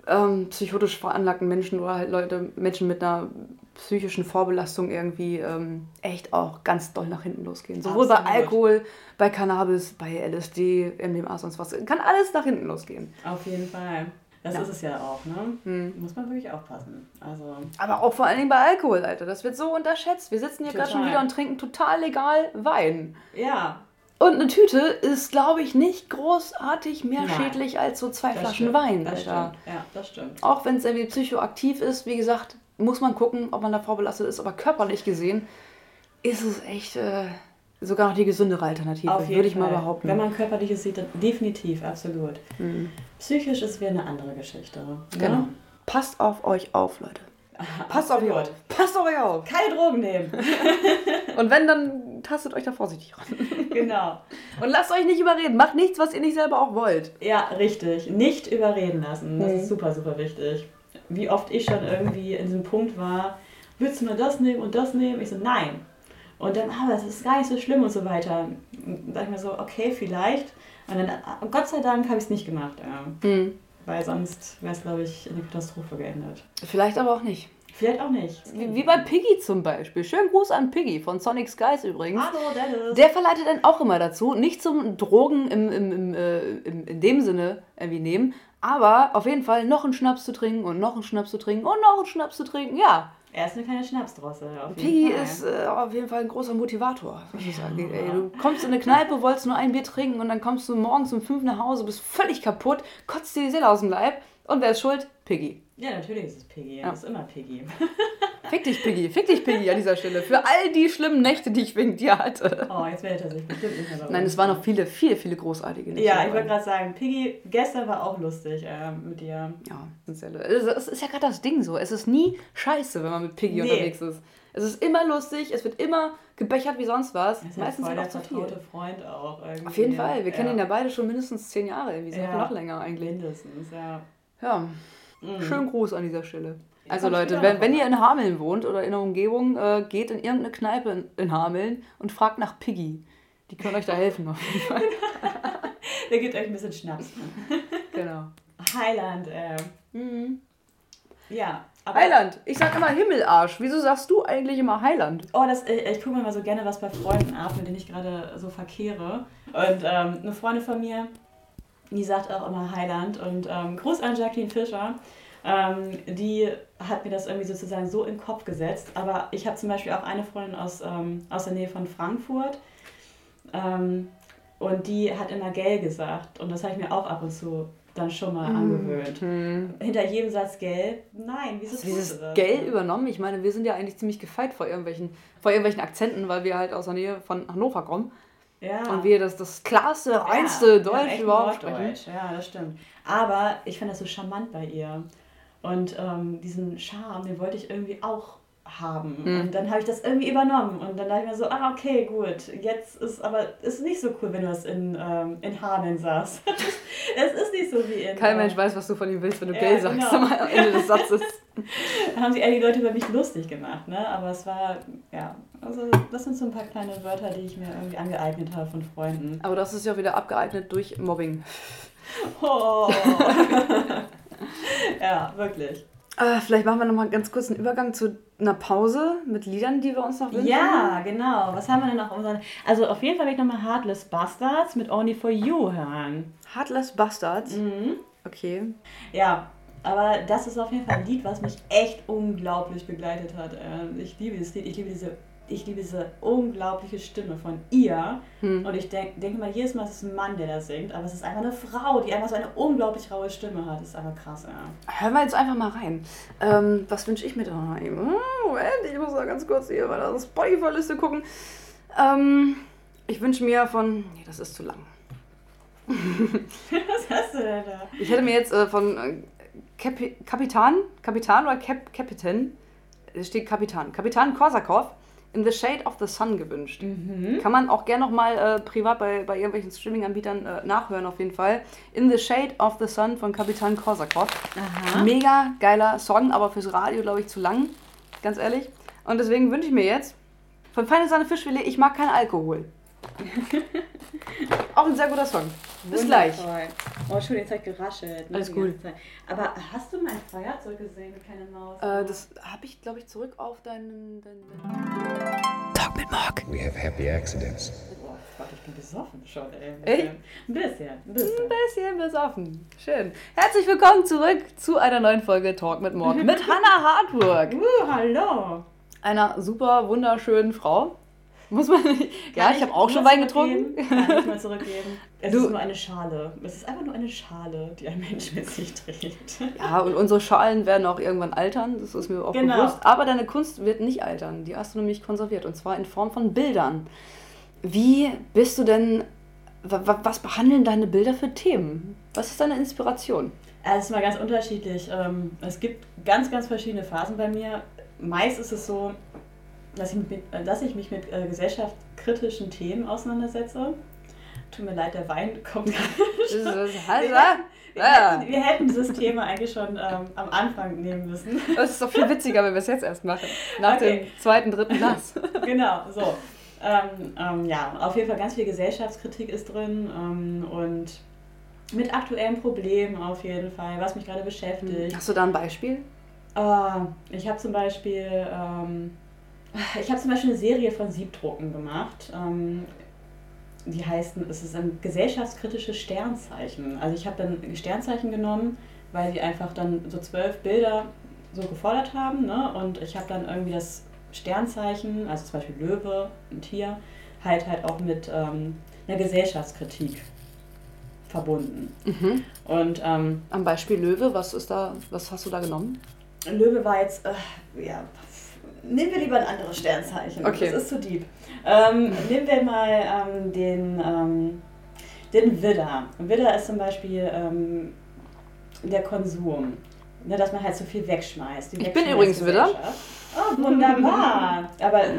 [SPEAKER 12] Ja.
[SPEAKER 3] ähm, psychotisch veranlagten Menschen oder halt Leute, Menschen mit einer psychischen Vorbelastung irgendwie ähm, echt auch ganz doll nach hinten losgehen. Sowohl bei
[SPEAKER 12] Absolut.
[SPEAKER 3] Alkohol, bei Cannabis, bei LSD, MDMA, sonst was. Kann alles nach hinten losgehen.
[SPEAKER 12] Auf jeden Fall. Das ist es ja auch, ne?
[SPEAKER 3] Hm.
[SPEAKER 12] Muss man wirklich aufpassen. Also,
[SPEAKER 3] Aber auch vor allen Dingen bei Alkohol, Alter. Das wird so unterschätzt. Wir sitzen hier gerade schon
[SPEAKER 12] Total.
[SPEAKER 3] wieder und trinken total legal Wein.
[SPEAKER 12] ja,
[SPEAKER 3] Und eine Tüte ist, glaube ich, nicht großartig mehr
[SPEAKER 12] Nein.
[SPEAKER 3] schädlich als so zwei
[SPEAKER 12] das
[SPEAKER 3] Flaschen
[SPEAKER 12] stimmt.
[SPEAKER 3] Wein,
[SPEAKER 12] Das
[SPEAKER 3] Alter.
[SPEAKER 12] stimmt. Ja, das stimmt.
[SPEAKER 3] auch wenn es irgendwie psychoaktiv ist, wie gesagt, muss man gucken, ob man davor belastet ist. Aber körperlich gesehen ist es echt äh, sogar noch die gesündere Alternative,
[SPEAKER 12] Auf jeden
[SPEAKER 3] würde ich mal
[SPEAKER 12] Fall.
[SPEAKER 3] behaupten. ne? Hm.
[SPEAKER 12] Wenn man körperliches sieht, dann definitiv, absolut. Psychisch ist wieder eine andere Geschichte.
[SPEAKER 3] genau.
[SPEAKER 12] Ne?
[SPEAKER 3] Passt auf euch auf, Leute. Passt auf euch
[SPEAKER 12] absolut.
[SPEAKER 3] auf. Passt auf euch auf.
[SPEAKER 12] Keine Drogen nehmen.
[SPEAKER 3] Und wenn, dann tastet euch da vorsichtig ran.
[SPEAKER 12] genau.
[SPEAKER 3] Und lasst euch nicht überreden. Macht nichts, was ihr nicht selber auch wollt.
[SPEAKER 12] Ja, richtig. Nicht überreden
[SPEAKER 3] Hm.
[SPEAKER 12] lassen. Das ist super, super wichtig. Wie oft ich schon irgendwie in diesem Punkt war, willst du nur das nehmen und das nehmen? Ich so, nein. Und dann, aber das ist gar nicht so schlimm und so weiter. Und Sag ich mir so, okay, vielleicht. Und dann, ah, Gott sei Dank habe ich es nicht gemacht. Ja.
[SPEAKER 3] Hm.
[SPEAKER 12] Weil sonst wäre es, glaube ich, in eine Katastrophe geendet.
[SPEAKER 3] Vielleicht aber auch nicht.
[SPEAKER 12] Vielleicht auch nicht.
[SPEAKER 3] Wie, wie bei Piggy zum Beispiel. Schönen Gruß an Piggy von Sonic Skies übrigens.
[SPEAKER 12] Hallo, Dennis.
[SPEAKER 3] Der verleitet dann auch immer dazu, nicht zum Drogen im, im, im, äh, im, in dem Sinne irgendwie nehmen, aber auf jeden Fall noch einen Schnaps zu trinken und noch einen Schnaps zu trinken und noch einen Schnaps zu trinken. Ja,
[SPEAKER 12] Er ist eine kleine Schnapsdrossel. Auf
[SPEAKER 3] Piggy
[SPEAKER 12] jeden Fall.
[SPEAKER 3] ist äh, auf jeden Fall ein großer Motivator. Was das angeht, ey. Du kommst in eine Kneipe, wolltest nur ein Bier trinken und dann kommst du morgens um fünf nach Hause, bist völlig kaputt, kotzt dir die Seele aus dem Leib und wer ist schuld? Piggy.
[SPEAKER 12] Ja, natürlich ist es Piggy. Es ist immer Piggy.
[SPEAKER 3] Fick dich, Piggy. Fick dich, Piggy an dieser Stelle. Für all die schlimmen Nächte, die ich wegen dir hatte.
[SPEAKER 12] Oh, jetzt meldet er sich bestimmt nicht mehr bei uns.
[SPEAKER 3] Nein, es waren noch viele, viele, viele großartige Nächte.
[SPEAKER 12] Ja, ich
[SPEAKER 3] dabei.
[SPEAKER 12] wollte gerade sagen, Piggy gestern war auch lustig äh, mit dir.
[SPEAKER 3] Ja, das ist ja, also es ist ja gerade das Ding so. Es ist nie scheiße, wenn man mit Piggy
[SPEAKER 12] Nee.
[SPEAKER 3] unterwegs ist. Es ist immer lustig, es wird immer gebechert wie sonst was.
[SPEAKER 12] Er ist
[SPEAKER 3] Meistens
[SPEAKER 12] voll
[SPEAKER 3] halt auch
[SPEAKER 12] der
[SPEAKER 3] zu viel.
[SPEAKER 12] vertraute Freund auch. Irgendwie.
[SPEAKER 3] Auf jeden Fall, wir kennen ihn ja
[SPEAKER 12] ja
[SPEAKER 3] beide schon mindestens zehn Jahre, irgendwie so
[SPEAKER 12] Ja. Mhm.
[SPEAKER 3] noch länger eigentlich.
[SPEAKER 12] Mindestens, ja.
[SPEAKER 3] Ja, schönen Gruß an dieser Stelle. Also
[SPEAKER 12] Mhm. komm
[SPEAKER 3] Leute,
[SPEAKER 12] später
[SPEAKER 3] wenn,
[SPEAKER 12] noch
[SPEAKER 3] wenn
[SPEAKER 12] mal.
[SPEAKER 3] ihr in Hameln wohnt oder in der Umgebung, äh, geht in irgendeine Kneipe in, in Hameln und fragt nach Piggy. Die können euch da helfen auf jeden Fall.
[SPEAKER 12] Der gibt euch ein bisschen Schnaps.
[SPEAKER 3] genau.
[SPEAKER 12] Highland, äh. Ja. aber-
[SPEAKER 3] Heiland, ich sag immer Himmelarsch. Wieso sagst du eigentlich immer Heiland?
[SPEAKER 12] Oh, das, äh, ich gucke mir mal so gerne was bei Freunden ab, mit denen ich gerade so verkehre. Und ähm, eine Freundin von mir, die sagt auch immer Heiland. Und ähm, Gruß an Jacqueline Fischer. Ähm, die hat mir das irgendwie sozusagen so in den Kopf gesetzt. Aber ich habe zum Beispiel auch eine Freundin aus, ähm, aus der Nähe von Frankfurt. Ähm, und die hat immer Gell gesagt. Und das habe ich mir auch ab und zu dann schon mal
[SPEAKER 3] Mhm.
[SPEAKER 12] angewöhnt. Hinter jedem Satz Gell? Nein, wieso tust du
[SPEAKER 3] dieses
[SPEAKER 12] das?
[SPEAKER 3] Gell übernommen. Ich meine, wir sind ja eigentlich ziemlich gefeit vor irgendwelchen, vor irgendwelchen Akzenten, weil wir halt aus der Nähe von Hannover kommen
[SPEAKER 12] Ja.
[SPEAKER 3] und wir das, das klarste,
[SPEAKER 12] Ah. Ja,
[SPEAKER 3] reinste
[SPEAKER 12] wir haben
[SPEAKER 3] Deutsch
[SPEAKER 12] echt
[SPEAKER 3] überhaupt mhm. sprechen.
[SPEAKER 12] Norddeutsch. Ja, das stimmt. Aber ich fand das so charmant bei ihr. Und ähm, diesen Charme, den wollte ich irgendwie auch haben.
[SPEAKER 3] Mhm.
[SPEAKER 12] Und dann habe ich das irgendwie übernommen. Und dann dachte ich mir so, ah, okay, gut. Jetzt ist aber ist nicht so cool, wenn du das in, ähm, in Hameln sagst. es ist nicht so wie in. äh,
[SPEAKER 3] Kein Mensch weiß, was du von ihm willst, wenn du
[SPEAKER 12] Ja,
[SPEAKER 3] Gay sagst
[SPEAKER 12] genau.
[SPEAKER 3] am Ende des Satzes.
[SPEAKER 12] Da haben sich einige Leute über mich lustig gemacht, ne? Aber es war, ja. Also, das sind so ein paar kleine Wörter, die ich mir irgendwie angeeignet habe von Freunden.
[SPEAKER 3] Aber das ist ja wieder abgeeignet durch Mobbing.
[SPEAKER 12] Oh. ja, wirklich.
[SPEAKER 3] Äh, vielleicht machen wir nochmal ganz kurz einen Übergang zu einer Pause mit Liedern, die wir uns noch wünschen.
[SPEAKER 12] Ja, genau. Was haben wir denn noch? auf unseren- Also auf jeden Fall will ich nochmal Heartless Bastards mit Only For You hören.
[SPEAKER 3] Heartless Bastards.
[SPEAKER 12] Mhm.
[SPEAKER 3] Okay.
[SPEAKER 12] Ja, aber das ist auf jeden Fall ein Lied, was mich echt unglaublich begleitet hat. Ähm, Ich liebe dieses Lied, ich liebe diese, ich liebe diese unglaubliche Stimme von ihr. Und ich denk, denke mal, jedes Mal ist es ein Mann, der das singt, aber es ist einfach eine Frau, die einfach so eine unglaublich raue Stimme hat. Das ist einfach krass, ja.
[SPEAKER 3] Hören wir jetzt einfach mal rein. Ähm, was wünsche ich mir da noch eben? Hm, Moment, ich muss mal ganz kurz hier bei der Spotify-Liste gucken. Ähm, ich wünsche mir von. Nee, das ist zu lang.
[SPEAKER 12] Was hast du denn da?
[SPEAKER 3] Ich hätte mir jetzt äh, von äh, Kapi Kapitan, Kapitan oder Cap Captain, äh, steht Kapitan, Kapitan Korsakov in The Shade of the Sun gewünscht. Kann man auch gerne nochmal äh, privat bei, bei irgendwelchen Streaming-Anbietern äh, nachhören, auf jeden Fall. In the Shade of the Sun von Kapitan Korsakov. Mega geiler Song, aber fürs Radio, glaube ich, zu lang, ganz ehrlich. Und deswegen wünsche ich mir jetzt von Feine Sahne Fischfilet, ich mag keinen Alkohol. auch ein sehr guter Song. Bis gleich.
[SPEAKER 12] Wundervoll. Oh, Entschuldigung, jetzt habe ich geraschelt. Ne?
[SPEAKER 3] Alles
[SPEAKER 12] die
[SPEAKER 3] gut.
[SPEAKER 12] ganze Zeit. Aber hast du mein Feuerzeug gesehen, du kleine Maus?
[SPEAKER 3] Äh, das habe ich, glaube ich, zurück auf deinen. deinen, deinen
[SPEAKER 1] We have happy accidents.
[SPEAKER 12] Oh Gott, ich bin besoffen schon, ey. Ein
[SPEAKER 3] Echt?
[SPEAKER 12] bisschen. Ein bisschen. Ein bisschen.
[SPEAKER 3] bisschen besoffen. Schön. Herzlich willkommen zurück zu einer neuen Folge Talk mit Morgen mit Hannah Hardwork.
[SPEAKER 12] Uh, hallo.
[SPEAKER 3] Einer super wunderschönen Frau. Muss man nicht. Ja,
[SPEAKER 12] Kann
[SPEAKER 3] ich habe auch
[SPEAKER 12] nur
[SPEAKER 3] schon Wein
[SPEAKER 12] zurückgeben?
[SPEAKER 3] getrunken.
[SPEAKER 12] Kann ich mal zurückgeben. Es
[SPEAKER 3] Du-
[SPEAKER 12] ist nur eine Schale. Es ist einfach nur eine Schale, die ein Mensch mit sich trägt.
[SPEAKER 3] Ja, und unsere Schalen werden auch irgendwann altern, das ist mir auch
[SPEAKER 12] Genau.
[SPEAKER 3] bewusst. Aber deine Kunst wird nicht altern. Die hast du nämlich konserviert und zwar in Form von Bildern. Wie bist du denn. wa- wa- Was behandeln deine Bilder für Themen? Was ist deine Inspiration?
[SPEAKER 12] Es ist mal ganz unterschiedlich. Ähm, Es gibt ganz, ganz verschiedene Phasen bei mir. Meist ist es so, dass ich, mit, äh, dass ich mich mit äh, gesellschaftskritischen Themen auseinandersetze. Tut mir leid, der Wein kommt gerade.
[SPEAKER 3] Also, ah.
[SPEAKER 12] Wir,
[SPEAKER 3] Ja.
[SPEAKER 12] hätten, wir hätten dieses Thema eigentlich schon ähm, am Anfang nehmen müssen.
[SPEAKER 3] Das ist doch viel witziger, wenn wir es jetzt erst machen. Nach
[SPEAKER 12] Okay.
[SPEAKER 3] dem zweiten, dritten Glas.
[SPEAKER 12] genau, so. Ähm, ähm, ja, auf jeden Fall ganz viel Gesellschaftskritik ist drin ähm, und mit aktuellen Problemen auf jeden Fall, was mich gerade beschäftigt.
[SPEAKER 3] Hast du da ein Beispiel?
[SPEAKER 12] Äh, ich habe zum Beispiel, ähm, ich habe zum Beispiel eine Serie von Siebdrucken gemacht. Ähm, die heißen, es ist ein gesellschaftskritisches Sternzeichen. Also ich habe dann Sternzeichen genommen, weil die einfach dann so zwölf Bilder so gefordert haben. Ne? Und ich habe dann irgendwie das Sternzeichen, also zum Beispiel Löwe, ein Tier, halt halt auch mit ähm, einer Gesellschaftskritik verbunden. Und ähm,
[SPEAKER 3] Am Beispiel Löwe, was ist da, was hast du da genommen?
[SPEAKER 12] Löwe war jetzt, äh, ja, pf, nehmen wir lieber ein anderes Sternzeichen.
[SPEAKER 3] Okay.
[SPEAKER 12] Das ist zu deep. Ähm, nehmen wir mal ähm, den, ähm, den Widder. Widder ist zum Beispiel ähm, der Konsum. Ne, dass man halt so viel wegschmeißt. Die
[SPEAKER 3] Ich bin übrigens Widder.
[SPEAKER 12] Wegschmeißgesellschaft. Oh, wunderbar. Aber äh,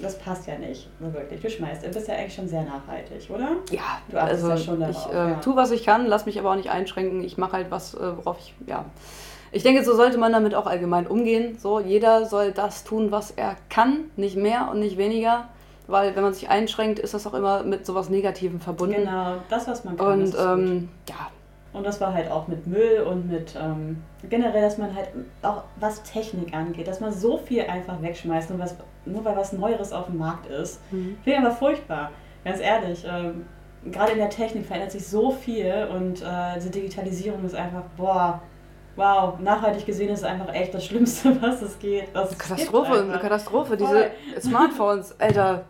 [SPEAKER 12] das passt ja nicht, so wirklich. Du schmeißt. Du bist ja eigentlich schon sehr nachhaltig, oder?
[SPEAKER 3] Ja,
[SPEAKER 12] Du achtest ja schon darauf,
[SPEAKER 3] ich äh,
[SPEAKER 12] ja.
[SPEAKER 3] tue, was ich kann, lass mich aber auch nicht einschränken. Ich mache halt was, äh, worauf ich, ja. Ich denke, so sollte man damit auch allgemein umgehen. So, jeder soll das tun, was er kann, nicht mehr und nicht weniger. Weil wenn man sich einschränkt, ist das auch immer mit sowas Negativem verbunden.
[SPEAKER 12] Genau, das, was man kann. das
[SPEAKER 3] Und
[SPEAKER 12] ist gut.
[SPEAKER 3] ähm, ja,
[SPEAKER 12] Und das war halt auch mit Müll und mit ähm, generell, dass man halt auch was Technik angeht, dass man so viel einfach wegschmeißt, nur, was, nur weil was Neueres auf dem Markt ist.
[SPEAKER 3] Mhm.
[SPEAKER 12] Finde ich aber furchtbar, ganz ehrlich. Ähm, Gerade in der Technik verändert sich so viel und äh, diese Digitalisierung ist einfach, boah, wow, nachhaltig gesehen ist es einfach echt das Schlimmste, was es geht. Was es
[SPEAKER 3] Katastrophe,
[SPEAKER 12] gibt
[SPEAKER 3] eine
[SPEAKER 12] einfach.
[SPEAKER 3] Katastrophe. Diese Smartphones, Alter.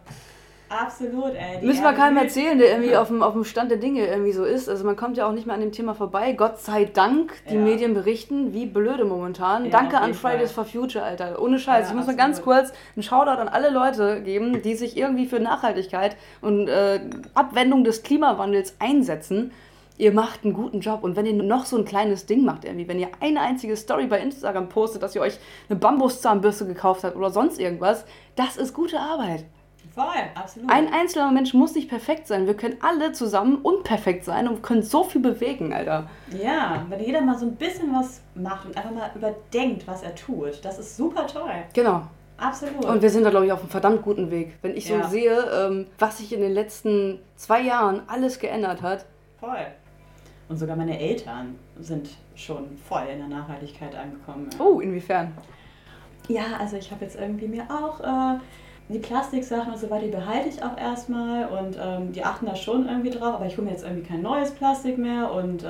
[SPEAKER 12] Absolut, ey. Äh, die
[SPEAKER 3] Müssen wir
[SPEAKER 12] Erde
[SPEAKER 3] keinem
[SPEAKER 12] blüht.
[SPEAKER 3] erzählen, der irgendwie auf dem, auf dem Stand der Dinge irgendwie so ist. Also man kommt ja auch nicht mehr an dem Thema vorbei. Gott sei Dank, die
[SPEAKER 12] Ja.
[SPEAKER 3] Medien berichten, wie blöde momentan.
[SPEAKER 12] Ja,
[SPEAKER 3] Danke
[SPEAKER 12] auf
[SPEAKER 3] an
[SPEAKER 12] jeden Fall.
[SPEAKER 3] Fridays for Future, Alter. Ohne Scheiß.
[SPEAKER 12] Ja,
[SPEAKER 3] ich muss mal
[SPEAKER 12] absolut.
[SPEAKER 3] ganz kurz einen Shoutout an alle Leute geben, die sich irgendwie für Nachhaltigkeit und äh, Abwendung des Klimawandels einsetzen. ihr macht einen guten Job. Und wenn ihr noch so ein kleines Ding macht, irgendwie, wenn ihr eine einzige Story bei Instagram postet, dass ihr euch eine Bambuszahnbürste gekauft habt oder sonst irgendwas, das ist gute Arbeit.
[SPEAKER 12] Voll, absolut.
[SPEAKER 3] Ein einzelner Mensch muss nicht perfekt sein. Wir können alle zusammen unperfekt sein und können so viel bewegen, Alter.
[SPEAKER 12] ja, wenn jeder mal so ein bisschen was macht und einfach mal überdenkt, was er tut, das ist super toll.
[SPEAKER 3] Genau.
[SPEAKER 12] Absolut.
[SPEAKER 3] Und wir sind da, glaube ich, auf einem verdammt guten Weg. Wenn ich so
[SPEAKER 12] Ja.
[SPEAKER 3] sehe, ähm, was sich in den letzten zwei Jahren alles geändert hat.
[SPEAKER 12] voll. Und sogar meine Eltern sind schon voll in der Nachhaltigkeit angekommen.
[SPEAKER 3] Oh, inwiefern?
[SPEAKER 12] Ja, also ich habe jetzt irgendwie mir auch äh, die Plastiksachen und so weiter, die behalte ich auch erstmal und ähm, die achten da schon irgendwie drauf, aber ich hole mir jetzt irgendwie kein neues Plastik mehr und, äh,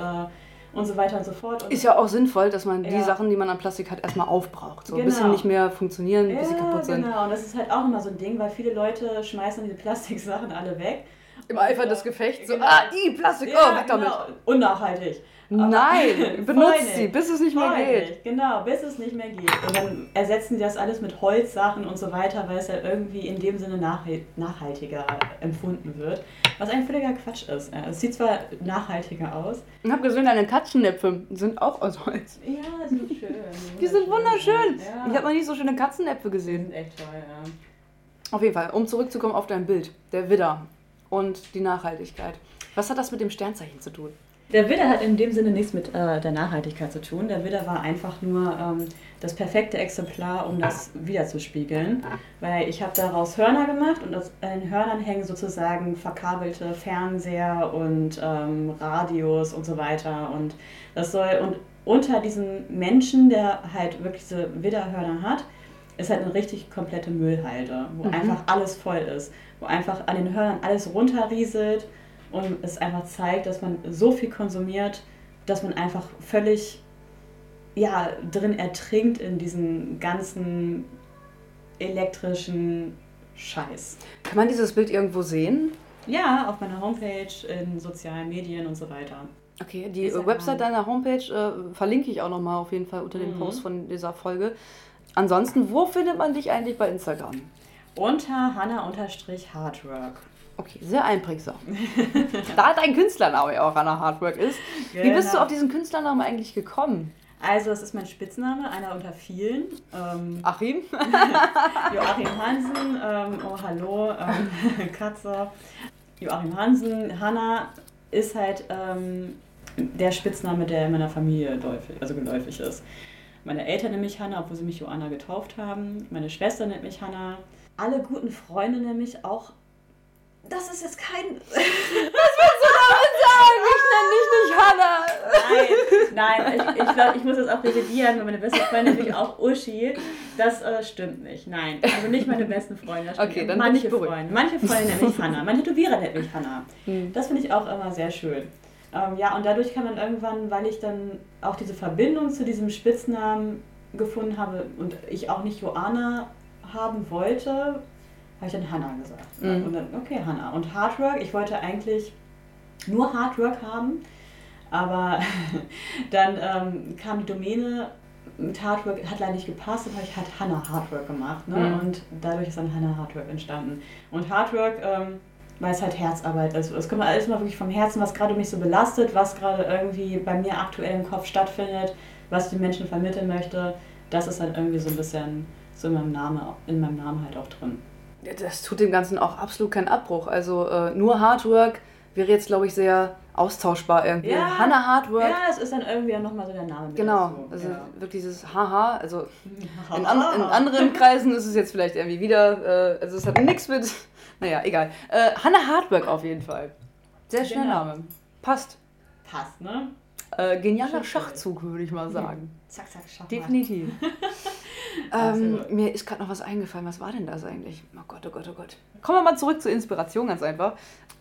[SPEAKER 12] und so weiter und so fort. Und
[SPEAKER 3] Ist ja auch sinnvoll, dass man die
[SPEAKER 12] Ja.
[SPEAKER 3] Sachen, die man an Plastik hat, erstmal aufbraucht. So ein
[SPEAKER 12] Genau.
[SPEAKER 3] bisschen nicht mehr funktionieren, ein
[SPEAKER 12] ja,
[SPEAKER 3] bisschen kaputt sind.
[SPEAKER 12] genau. Und das ist halt auch nochmal so ein Ding, weil viele Leute schmeißen diese Plastiksachen alle weg.
[SPEAKER 3] Im Eifer des Gefechts so,
[SPEAKER 12] Genau.
[SPEAKER 3] ah, i, Plastik, oh, weg damit.
[SPEAKER 12] Unnachhaltig.
[SPEAKER 3] Nein,
[SPEAKER 12] Voll
[SPEAKER 3] benutzt
[SPEAKER 12] nicht.
[SPEAKER 3] sie, bis es nicht mehr
[SPEAKER 12] Voll
[SPEAKER 3] geht.
[SPEAKER 12] nicht, Genau, bis es nicht mehr geht. Und dann ersetzen die das alles mit Holzsachen und so weiter, weil es ja irgendwie in dem Sinne nachhal- nachhaltiger empfunden wird. Was ein völliger Quatsch ist. Ja, Es sieht zwar nachhaltiger aus.
[SPEAKER 3] Ich habe gesehen, deine Katzennäpfe sind auch aus Holz.
[SPEAKER 12] Ja, die sind schön.
[SPEAKER 3] Die sind wunderschön.
[SPEAKER 12] Ja.
[SPEAKER 3] Ich habe noch nie so schöne Katzennäpfe gesehen.
[SPEAKER 12] sind echt toll, ja.
[SPEAKER 3] Auf jeden Fall, um zurückzukommen auf dein Bild, der Widder und die Nachhaltigkeit. Was hat das mit dem Sternzeichen zu tun?
[SPEAKER 12] Der Widder hat in dem Sinne nichts mit äh, der Nachhaltigkeit zu tun. Der Widder war einfach nur ähm, das perfekte Exemplar, um das wiederzuspiegeln. Weil ich habe daraus Hörner gemacht und aus den Hörnern hängen sozusagen verkabelte Fernseher und ähm, Radios und so weiter. Und das soll, und unter diesem Menschen, der halt wirklich diese Widderhörner hat, ist halt eine richtig komplette Müllhalde, wo einfach alles voll ist, wo einfach an den Hörnern alles runterrieselt und es einfach zeigt, dass man so viel konsumiert, dass man einfach völlig ja, drin ertrinkt in diesen ganzen elektrischen Scheiß.
[SPEAKER 3] Kann man dieses Bild irgendwo sehen?
[SPEAKER 12] Ja, auf meiner Homepage, in sozialen Medien und so weiter.
[SPEAKER 3] Okay, die
[SPEAKER 12] Ist
[SPEAKER 3] äh,
[SPEAKER 12] ja
[SPEAKER 3] Website
[SPEAKER 12] geheim.
[SPEAKER 3] deiner Homepage äh, verlinke ich auch nochmal auf jeden Fall unter dem Post von dieser Folge. Ansonsten, wo findet man dich eigentlich bei Instagram?
[SPEAKER 12] Unter Hanna-Hardwork.
[SPEAKER 3] Okay, sehr einprägsam. da dein Künstlername auch Anna Hardwork ist. Wie bist du
[SPEAKER 12] Genau.
[SPEAKER 3] auf diesen Künstlernamen eigentlich gekommen?
[SPEAKER 12] Also, das ist mein Spitzname, einer unter vielen. Ähm,
[SPEAKER 3] Achim?
[SPEAKER 12] Joachim Hansen, ähm, oh hallo, ähm, Katze. Joachim Hansen, Hanna ist halt ähm, der Spitzname, der in meiner Familie läufig, also geläufig ist. Meine Eltern nennen mich Hanna, obwohl sie mich Joanna getauft haben. Meine Schwester nennt mich Hanna. Alle guten Freunde nennen mich auch. Das ist jetzt kein.
[SPEAKER 3] Ich nenne dich nicht Hanna.
[SPEAKER 12] Nein, nein, ich, ich glaube, ich muss das auch revidieren, weil meine beste Freundin nämlich auch Uschi. Das äh, stimmt nicht. Nein, also nicht meine besten Freunde. das stimmt
[SPEAKER 3] Okay,
[SPEAKER 12] nicht.
[SPEAKER 3] dann bin
[SPEAKER 12] manche
[SPEAKER 3] ich beruhigt.
[SPEAKER 12] Freunde, manche Freunde nennen mich Hanna, mein Tätowierer nennt mich Hanna. Das finde ich auch immer sehr schön. Ähm, ja, und dadurch kann man irgendwann, weil ich dann auch diese Verbindung zu diesem Spitznamen gefunden habe und ich auch nicht Joanna haben wollte, habe ich dann Hanna gesagt. Und dann, okay, Hanna. Und Hardwork, ich wollte eigentlich nur Hardwork haben, aber dann ähm, kam die Domäne mit Hardwork, hat leider nicht gepasst, aber ich hat Hannah Hardwork gemacht. Ne?
[SPEAKER 3] Mhm.
[SPEAKER 12] Und dadurch ist dann Hannah Hardwork entstanden. Und Hardwork, ähm, weil es halt Herzarbeit ist. Es kommt alles mal wirklich vom Herzen, was gerade mich so belastet, was gerade irgendwie bei mir aktuell im Kopf stattfindet, was ich den Menschen vermitteln möchte. Das ist halt irgendwie so ein bisschen so in meinem Namen, in meinem Namen halt auch drin.
[SPEAKER 3] Ja, Das tut dem Ganzen auch absolut keinen Abbruch. Also äh, nur Hardwork wäre jetzt, glaube ich, sehr austauschbar irgendwie.
[SPEAKER 12] Ja.
[SPEAKER 3] Hannah Hardwork.
[SPEAKER 12] Ja, es ist dann irgendwie auch nochmal so der Name. mit
[SPEAKER 3] Genau,
[SPEAKER 12] dazu.
[SPEAKER 3] also
[SPEAKER 12] ja. Mhm.
[SPEAKER 3] wirklich dieses Haha, also in,
[SPEAKER 12] Haha.
[SPEAKER 3] an, in anderen Kreisen ist es jetzt vielleicht irgendwie wieder, äh, also es hat nichts mit, naja, egal. Äh, Hannah Hardwork auf jeden Fall. Sehr schöner
[SPEAKER 12] Genau.
[SPEAKER 3] Name. Passt.
[SPEAKER 12] Passt, ne?
[SPEAKER 3] Äh, genialer
[SPEAKER 12] Schön.
[SPEAKER 3] Schachzug, würde ich mal sagen.
[SPEAKER 12] Zack, zack, schaff mal.
[SPEAKER 3] Definitiv.
[SPEAKER 12] sehr
[SPEAKER 3] ähm,
[SPEAKER 12] gut.
[SPEAKER 3] mir ist gerade noch was eingefallen. Was war denn das eigentlich? Oh Gott, oh Gott, oh Gott. Kommen wir mal zurück zur Inspiration ganz einfach.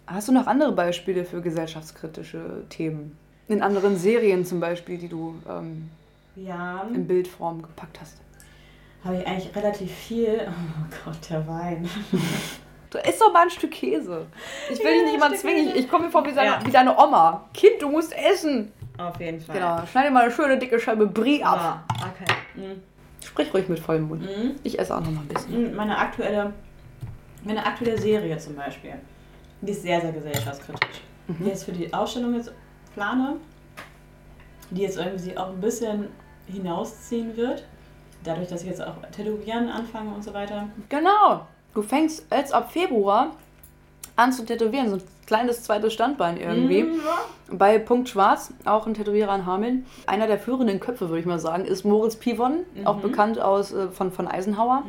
[SPEAKER 3] Hast du noch andere Beispiele für gesellschaftskritische Themen? In anderen Serien zum Beispiel, die du ähm,
[SPEAKER 12] Ja.
[SPEAKER 3] in Bildform gepackt hast.
[SPEAKER 12] habe ich eigentlich relativ viel. Oh Gott, der Wein.
[SPEAKER 3] Du isst doch mal ein Stück Käse. Ich will dich nicht immer zwingen. Ich, ich komme mir vor wie deine,
[SPEAKER 12] Ja.
[SPEAKER 3] wie deine Oma. Kind, du musst essen.
[SPEAKER 12] Auf jeden Fall.
[SPEAKER 3] Genau, schneide mal eine schöne dicke Scheibe Brie ab.
[SPEAKER 12] Ah, okay.
[SPEAKER 3] Sprich ruhig mit vollem Mund.
[SPEAKER 12] Mhm.
[SPEAKER 3] Ich esse auch noch mal ein bisschen.
[SPEAKER 12] Mhm, Meine aktuelle, meine aktuelle Serie zum Beispiel, die ist sehr, sehr gesellschaftskritisch. Die ist für die Ausstellung jetzt plane, die jetzt irgendwie auch ein bisschen hinausziehen wird. Dadurch, dass ich jetzt auch Tätowieren anfange und so weiter.
[SPEAKER 3] Genau. Du fängst jetzt ab Februar an zu tätowieren, so ein kleines zweites Standbein irgendwie.
[SPEAKER 12] Mhm.
[SPEAKER 3] Bei Punkt Schwarz, auch ein Tätowierer in Hameln. Einer der führenden Köpfe, würde ich mal sagen, ist Moritz Pivon, auch bekannt aus, äh, von, von Eisenhower.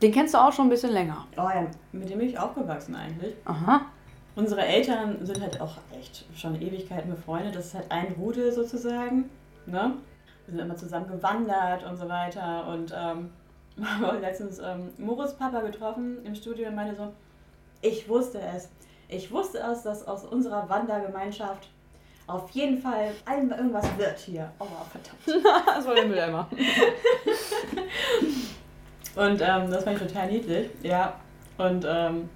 [SPEAKER 3] Den kennst du auch schon ein bisschen länger.
[SPEAKER 12] Mhm. Oh ja. Mit dem bin ich aufgewachsen eigentlich.
[SPEAKER 3] Aha.
[SPEAKER 12] Unsere Eltern sind halt auch echt schon Ewigkeiten befreundet. Das ist halt ein Rudel sozusagen. Ne? Wir sind immer zusammen gewandert und so weiter. Und ähm, haben letztens ähm, Moritz Papa getroffen im Studio und meinte so, ich wusste es. Ich wusste es, dass aus unserer Wandergemeinschaft auf jeden Fall allem irgendwas wird hier. Oh, verdammt.
[SPEAKER 3] Das war der Mülleimer.
[SPEAKER 12] Und ähm, das fand ich total niedlich. Ja. Und ähm,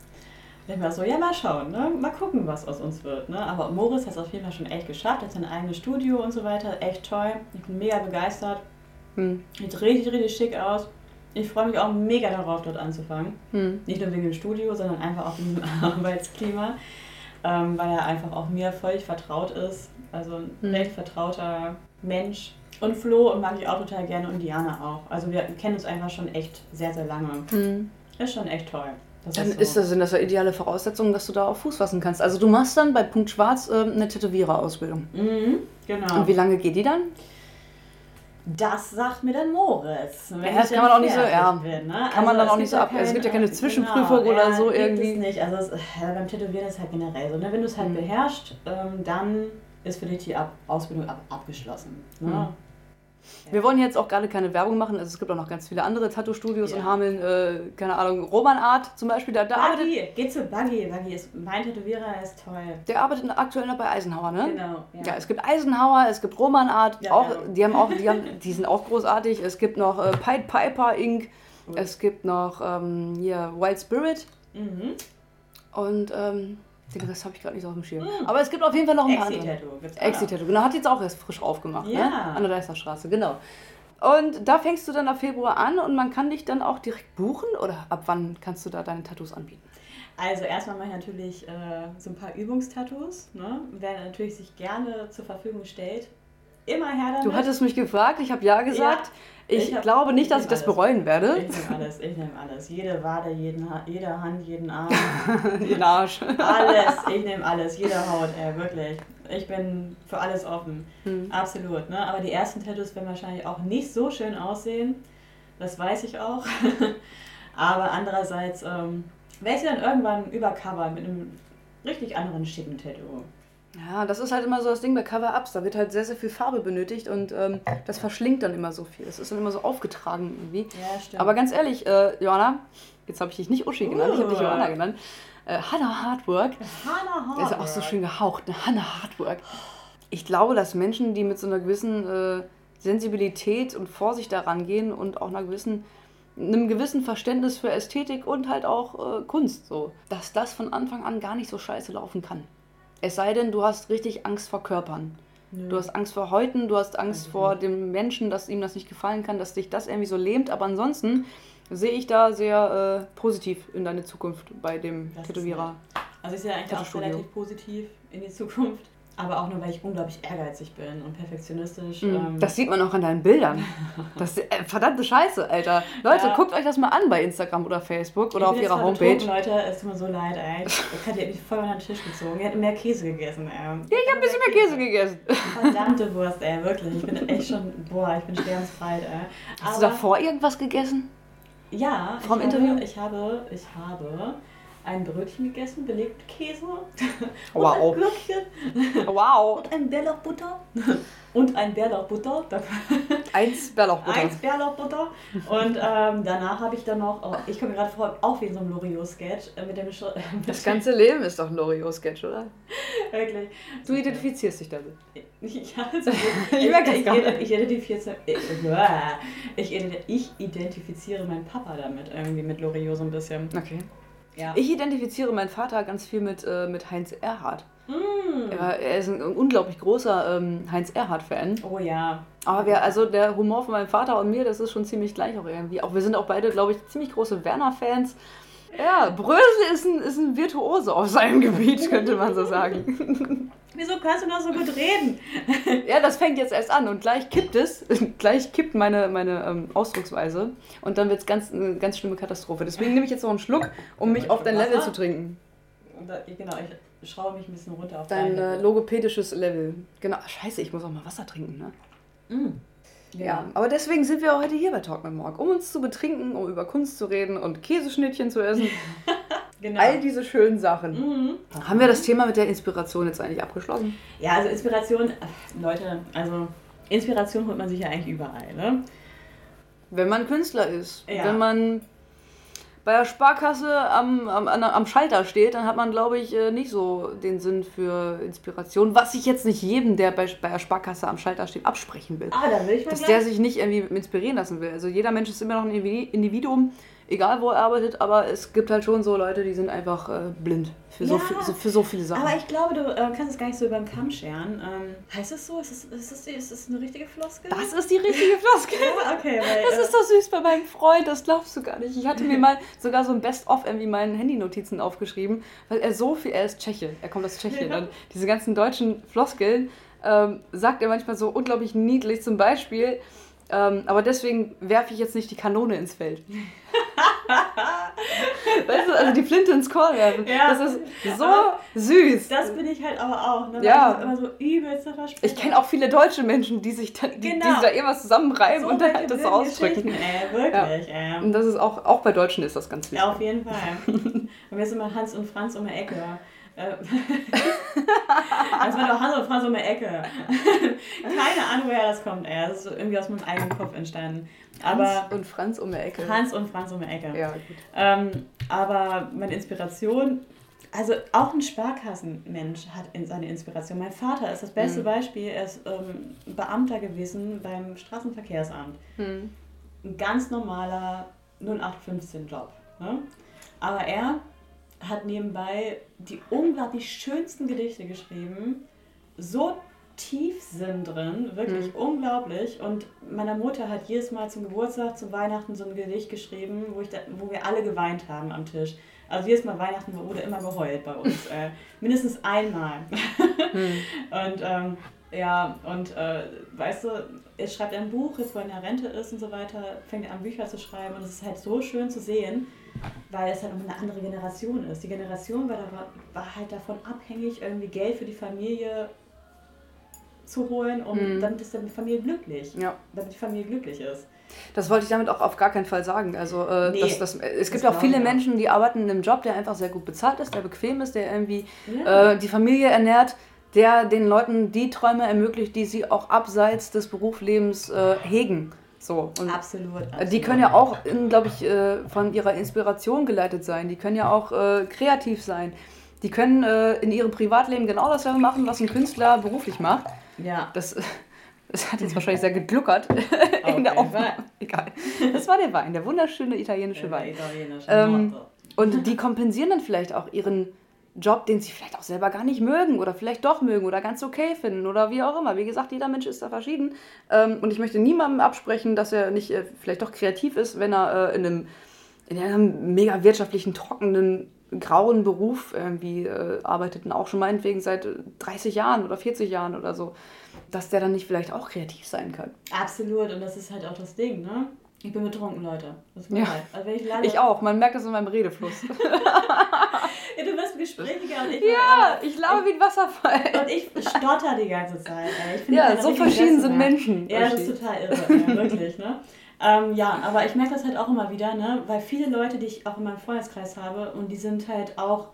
[SPEAKER 12] dann war so, ja, mal schauen, ne? Mal gucken, was aus uns wird. Ne? Aber Moritz hat es auf jeden Fall schon echt geschafft, hat sein eigenes Studio und so weiter. Echt toll. Ich bin mega begeistert.
[SPEAKER 3] Hm.
[SPEAKER 12] Sieht richtig, richtig schick aus. Ich freue mich auch mega darauf, dort anzufangen.
[SPEAKER 3] Hm.
[SPEAKER 12] Nicht nur wegen dem Studio, sondern einfach auch wegen dem Arbeitsklima. Ähm, weil er einfach auch mir völlig vertraut ist. Also ein recht vertrauter Mensch. Und Flo und mag ich auch total gerne und Diana auch. Also wir kennen uns einfach schon echt sehr, sehr lange. Ist schon echt toll. Das
[SPEAKER 3] hm. Dann ist das, sind das ja ideale Voraussetzungen, dass du da auch Fuß fassen kannst. Also du machst dann bei Punkt Schwarz äh, eine Tätowiererausbildung.
[SPEAKER 12] Mhm, genau.
[SPEAKER 3] Und wie lange geht die dann?
[SPEAKER 12] Das sagt mir dann Moritz. Wenn
[SPEAKER 3] Ja, das
[SPEAKER 12] ich
[SPEAKER 3] kann
[SPEAKER 12] dann
[SPEAKER 3] man auch nicht so-
[SPEAKER 12] fertig
[SPEAKER 3] ja.
[SPEAKER 12] Bin, ne?
[SPEAKER 3] Kann man dann auch
[SPEAKER 12] es
[SPEAKER 3] nicht so
[SPEAKER 12] gibt
[SPEAKER 3] ab- es gibt ja keine
[SPEAKER 12] genau,
[SPEAKER 3] Zwischenprüfung oder so
[SPEAKER 12] gibt
[SPEAKER 3] irgendwie. Mhm.
[SPEAKER 12] Es nicht. Also es, äh, beim Tätowieren ist es halt generell so. Ne? Wenn du es halt beherrschst, ähm, dann ist für dich die ab Ausbildung ab abgeschlossen. Ne?
[SPEAKER 3] Mhm. Wir wollen jetzt auch gerade keine Werbung machen. Also es gibt auch noch ganz viele andere Tattoo-Studios
[SPEAKER 12] Ja.
[SPEAKER 3] in Hameln. Äh, keine Ahnung, Roman Art zum Beispiel, der, der, arbeitet,
[SPEAKER 12] Buggy, geh zu Buggy. Buggy ist mein Tätowierer, er ist toll.
[SPEAKER 3] der arbeitet aktuell noch bei Eisenhower, ne?
[SPEAKER 12] Genau.
[SPEAKER 3] Ja. es gibt Eisenhower, es gibt Roman Art,
[SPEAKER 12] Ja, genau.
[SPEAKER 3] auch,
[SPEAKER 12] ja.
[SPEAKER 3] die haben auch, die haben, die sind auch großartig. Es gibt noch äh, Pied Piper Inc. Es gibt noch ähm, hier Wild Spirit
[SPEAKER 12] Mhm.
[SPEAKER 3] und ähm, den Rest habe ich gerade nicht so auf dem Schirm.
[SPEAKER 12] Hm.
[SPEAKER 3] Aber es gibt auf jeden Fall noch ein paar andere.
[SPEAKER 12] Exi-Tattoo. gibt's auch noch.
[SPEAKER 3] Exit-Tattoo, genau, hat jetzt auch erst frisch aufgemacht, ne?
[SPEAKER 12] Ja.
[SPEAKER 3] An der Deisterstraße, genau. Und da fängst du dann ab Februar an und man kann dich dann auch direkt buchen oder ab wann kannst du da deine Tattoos anbieten?
[SPEAKER 12] Also erstmal mache ich natürlich äh, so ein paar Übungstattoos, ne? Wer natürlich sich gerne zur Verfügung stellt. Immer her damit.
[SPEAKER 3] Du hattest mich gefragt, ich habe ja gesagt. ich
[SPEAKER 12] ich hab-
[SPEAKER 3] glaube nicht, dass
[SPEAKER 12] ich
[SPEAKER 3] ich das
[SPEAKER 12] alles.
[SPEAKER 3] bereuen werde.
[SPEAKER 12] Ich nehme alles, ich nehme alles. Jede Wade, jeden ha jede Hand, jeden Arm.
[SPEAKER 3] Den Arsch.
[SPEAKER 12] Alles, ich nehme alles, jede Haut, ey, wirklich. Ich bin für alles offen.
[SPEAKER 3] Hm.
[SPEAKER 12] Absolut, ne? Aber die ersten Tattoos werden wahrscheinlich auch nicht so schön aussehen. Das weiß ich auch. Aber andererseits ähm, werde ich sie dann irgendwann übercovern mit einem richtig anderen schicken Tattoo.
[SPEAKER 3] Ja, das ist halt immer so das Ding bei Cover-Ups. Da wird halt sehr, sehr viel Farbe benötigt und ähm, das verschlingt dann immer so viel. Das ist dann immer so aufgetragen irgendwie.
[SPEAKER 12] Ja, stimmt.
[SPEAKER 3] Aber ganz ehrlich, äh, Johanna, jetzt habe ich dich nicht Uschi genannt, ich habe dich
[SPEAKER 12] Uh.
[SPEAKER 3] Johanna genannt. Äh, Hannah Hardwork
[SPEAKER 12] Hannah Hardwork.
[SPEAKER 3] ist ja auch so schön gehaucht. Ne? Hannah Hardwork. Ich glaube, dass Menschen, die mit so einer gewissen äh, Sensibilität und Vorsicht daran gehen und auch einer gewissen einem gewissen Verständnis für Ästhetik und halt auch äh, Kunst so, dass das von Anfang an gar nicht so scheiße laufen kann. Es sei denn, du hast richtig Angst vor Körpern. Du hast Angst vor Häuten, du hast Angst
[SPEAKER 12] Mhm.
[SPEAKER 3] vor dem Menschen, dass ihm das nicht gefallen kann, dass dich das irgendwie so lähmt. Aber ansonsten sehe ich da sehr äh, positiv in deine Zukunft bei dem
[SPEAKER 12] Das ist
[SPEAKER 3] Tätowierer.
[SPEAKER 12] Also ich sehe eigentlich auch
[SPEAKER 3] Tattoo-Studio.
[SPEAKER 12] relativ positiv in die Zukunft. Aber auch nur, weil ich unglaublich ehrgeizig bin und perfektionistisch. ähm,
[SPEAKER 3] Hm. Das sieht man auch an deinen Bildern. Das, äh, verdammte Scheiße, Alter. Leute,
[SPEAKER 12] Ja.
[SPEAKER 3] guckt euch das mal an bei Instagram oder Facebook oder
[SPEAKER 12] Ich
[SPEAKER 3] auf
[SPEAKER 12] bin jetzt
[SPEAKER 3] ihrer
[SPEAKER 12] voll
[SPEAKER 3] Homepage.
[SPEAKER 12] Betrunken, Leute, es tut mir so leid, ey. Katja hat mich voll unter den Tisch gezogen. Ihr hättet mehr Käse gegessen, ey. Ja,
[SPEAKER 3] Ich habe ein bisschen mehr Käse gegessen.
[SPEAKER 12] Verdammte Wurst, ey, wirklich. Ich bin echt schon, boah, ich bin sternsbreit, ey.
[SPEAKER 3] Hast du
[SPEAKER 12] Aber-
[SPEAKER 3] davor irgendwas gegessen?
[SPEAKER 12] Ja,
[SPEAKER 3] Vom
[SPEAKER 12] ich
[SPEAKER 3] Interview?
[SPEAKER 12] Habe, ich, habe, ich habe ein Brötchen gegessen, belegt mit Käse.
[SPEAKER 3] Wow.
[SPEAKER 12] Und ein Gürkchen.
[SPEAKER 3] Wow.
[SPEAKER 12] Und ein Bärlauchbutter. Und ein Bärlauchbutter. Da-
[SPEAKER 3] Eins Bärlauchbutter.
[SPEAKER 12] Eins Bärlauchbutter. Und ähm, danach habe ich dann noch, oh, ich komme mir gerade vor, auch wie in so einem Loriot-Sketch äh, mit dem Sch
[SPEAKER 3] Das ganze Leben ist doch ein Loriot-Sketch, oder?
[SPEAKER 12] Wirklich.
[SPEAKER 3] Du identifizierst dich damit.
[SPEAKER 12] Ja, also,
[SPEAKER 3] Ich merke das
[SPEAKER 12] ich,
[SPEAKER 3] gar
[SPEAKER 12] ident- ich, identifiziere, ich, uah. äh, ich, ident- ich identifiziere meinen Papa damit, irgendwie mit Loriot so ein bisschen.
[SPEAKER 3] Okay.
[SPEAKER 12] Ja.
[SPEAKER 3] Ich identifiziere meinen Vater ganz viel mit, äh, mit Heinz Erhardt. Er, war- er ist ein unglaublich großer ähm, Heinz Erhardt-Fan.
[SPEAKER 12] Oh ja.
[SPEAKER 3] Aber wir, also der Humor von meinem Vater und mir, das ist schon ziemlich gleich auch irgendwie. Auch wir sind auch beide, glaube ich, ziemlich große Werner-Fans. Ja, Brösel ist ein, ist ein Virtuose auf seinem Gebiet, könnte man so sagen.
[SPEAKER 13] Wieso kannst du noch so gut reden?
[SPEAKER 3] Ja, das fängt jetzt erst an und gleich kippt es. gleich kippt meine, meine ähm, Ausdrucksweise. Und dann wird es ganz, eine ganz schlimme Katastrophe. Deswegen nehme ich jetzt noch einen Schluck, um mich auf dein Level zu trinken.
[SPEAKER 12] Und da, genau, ich schraube mich ein bisschen runter auf
[SPEAKER 3] Dein
[SPEAKER 12] deine-
[SPEAKER 3] äh, logopädisches Level. Genau. Ach, Scheiße, ich muss auch mal Wasser trinken, ne?
[SPEAKER 12] Mm. Mhm.
[SPEAKER 3] Ja, aber deswegen sind wir auch heute hier bei Talk mit Morg, um uns zu betrinken, um über Kunst zu reden und Käseschnittchen zu essen.
[SPEAKER 12] Genau. Mhm.
[SPEAKER 3] All diese schönen Sachen. Haben wir das Thema mit der Inspiration jetzt eigentlich abgeschlossen?
[SPEAKER 12] Ja, also Inspiration, ach, Leute, also Inspiration holt man sich ja eigentlich überall, ne?
[SPEAKER 3] Wenn man Künstler ist,
[SPEAKER 12] Ja.
[SPEAKER 3] wenn man bei der Sparkasse am, am, an- am Schalter steht, dann hat man, glaube ich, äh, nicht so den Sinn für Inspiration. Was ich jetzt nicht jedem, der bei, bei der Sparkasse am Schalter steht, absprechen will.
[SPEAKER 12] Ah, da will ich mal
[SPEAKER 3] dass
[SPEAKER 12] gleich.
[SPEAKER 3] der sich nicht irgendwie inspirieren lassen will. Also jeder Mensch ist immer noch ein Indivi- Individuum, egal wo er arbeitet, aber es gibt halt schon so Leute, die sind einfach äh, blind für, so
[SPEAKER 12] Ja.
[SPEAKER 3] viel, so, für so viele Sachen.
[SPEAKER 12] Aber ich glaube, du äh, kannst es gar nicht so über den Kamm scheren. Ähm, heißt es so? Ist es, ist es, ist es eine richtige Floskel?
[SPEAKER 3] das ist die richtige Floskel.
[SPEAKER 12] Ja, okay, weil.
[SPEAKER 3] Das
[SPEAKER 12] äh,
[SPEAKER 3] ist so süß bei meinem Freund, das glaubst du gar nicht. Ich hatte mir mal sogar so ein Best-of irgendwie meinen Handynotizen aufgeschrieben, weil er so viel, er ist Tscheche, er kommt aus Tschechien und diese ganzen deutschen Floskeln ähm, sagt er manchmal so unglaublich niedlich zum Beispiel. Ähm, aber deswegen werfe ich jetzt nicht die Kanone ins Feld. weißt du, also die Flinte ins Korn werfen.
[SPEAKER 12] Ja.
[SPEAKER 3] Das ist so süß.
[SPEAKER 12] das bin ich halt aber auch, ne? Weil
[SPEAKER 3] Ja.
[SPEAKER 12] Ich das immer so übelst versprechen.
[SPEAKER 3] Ich kenne auch viele deutsche Menschen, die sich dann, die, die
[SPEAKER 12] Genau.
[SPEAKER 3] sich da irgendwas zusammenreiben
[SPEAKER 12] so
[SPEAKER 3] und dann
[SPEAKER 12] solche
[SPEAKER 3] halt das so
[SPEAKER 12] blöden
[SPEAKER 3] ausdrücken.
[SPEAKER 12] Geschichten, Ey, wirklich, ey.
[SPEAKER 3] Und das ist auch, auch bei Deutschen ist das ganz wichtig.
[SPEAKER 12] Ja, auf jeden Fall. Und wir sind immer Hans und Franz um die Ecke. Äh, Das war doch Hans und Franz um die Ecke. Keine Ahnung, woher das kommt. Ey. Das ist irgendwie aus meinem eigenen Kopf entstanden. Aber
[SPEAKER 3] und Franz um die Ecke.
[SPEAKER 12] Hans und Franz um die Ecke.
[SPEAKER 3] Ja, gut.
[SPEAKER 12] Ähm, aber meine Inspiration, also auch ein Sparkassenmensch hat in seine Inspiration. Mein Vater ist das beste Beispiel. Er ist ähm, Beamter gewesen beim Straßenverkehrsamt. Ein ganz normaler 0815-Job. Ne? Aber er hat nebenbei die unglaublich schönsten Gedichte geschrieben. So Tiefsinn drin, wirklich unglaublich. Und meiner Mutter hat jedes Mal zum Geburtstag, zu Weihnachten so ein Gedicht geschrieben, wo, ich da, wo wir alle geweint haben am Tisch. Also jedes Mal Weihnachten wurde immer geheult bei uns. äh, mindestens einmal. Und ähm, ja, und äh, weißt du, er schreibt ein Buch, jetzt wo er in der Rente ist und so weiter, fängt er an Bücher zu schreiben und es ist halt so schön zu sehen, weil es halt um eine andere Generation ist. Die Generation war, da, war halt davon abhängig, irgendwie Geld für die Familie zu holen, um damit ist die Familie glücklich.
[SPEAKER 3] Mhm. Ja.
[SPEAKER 12] Damit die Familie glücklich ist.
[SPEAKER 3] Das wollte ich damit auch auf gar keinen Fall sagen. Also, äh,
[SPEAKER 12] Nee,
[SPEAKER 3] das, das, es gibt
[SPEAKER 12] das
[SPEAKER 3] auch viele
[SPEAKER 12] glaube ich auch.
[SPEAKER 3] Menschen, die arbeiten in einem Job, der einfach sehr gut bezahlt ist, der bequem ist, der irgendwie
[SPEAKER 12] Ja.
[SPEAKER 3] äh, die Familie ernährt, der den Leuten die Träume ermöglicht, die sie auch abseits des Berufslebens äh, hegen. So. Und
[SPEAKER 12] Absolut.
[SPEAKER 3] äh,
[SPEAKER 12] absolut.
[SPEAKER 3] die können ja auch, glaube ich, äh, von ihrer Inspiration geleitet sein. Die können ja auch äh, kreativ sein. Die können äh, in ihrem Privatleben genau das machen, was ein Künstler beruflich macht.
[SPEAKER 12] Ja.
[SPEAKER 3] Das, das hat jetzt wahrscheinlich sehr gegluckert in Mhm. Oh, der
[SPEAKER 12] Okay.
[SPEAKER 3] Aufnahme. Egal. Das war der Wein, der wunderschöne italienische Wein.
[SPEAKER 12] Äh, Italienisch.
[SPEAKER 3] Ähm, und die kompensieren dann vielleicht auch ihren Job, den sie vielleicht auch selber gar nicht mögen oder vielleicht doch mögen oder ganz okay finden oder wie auch immer. Wie gesagt, jeder Mensch ist da verschieden. Ähm, und ich möchte niemandem absprechen, dass er nicht äh, vielleicht doch kreativ ist, wenn er äh, in einem in einem mega wirtschaftlichen, trockenen, grauen Beruf irgendwie äh, arbeitet und auch schon meinetwegen seit äh, 30 Jahren oder 40 Jahren oder so, dass der dann nicht vielleicht auch kreativ sein kann.
[SPEAKER 12] Absolut, und das ist halt auch das Ding, ne? Ich bin betrunken, Leute. Das ist mir
[SPEAKER 3] Ja.
[SPEAKER 12] leid. Also wenn ich, lade,
[SPEAKER 3] Ich auch, man merkt das in meinem Redefluss.
[SPEAKER 12] Ja, du bist gesprächiger und ich,
[SPEAKER 3] ja, ich labe wie ein Wasserfall.
[SPEAKER 12] und ich stotter die ganze Zeit. Ey. Ich finde,
[SPEAKER 3] Ja,
[SPEAKER 12] ich bin
[SPEAKER 3] so
[SPEAKER 12] richtig
[SPEAKER 3] verschieden sind
[SPEAKER 12] besessen,
[SPEAKER 3] Menschen.
[SPEAKER 12] Ja, das ist total irre, ja, wirklich, ne? Ähm, ja, aber ich merke das halt auch immer wieder, ne? Weil viele Leute, die ich auch in meinem Freundeskreis habe, und die sind halt auch.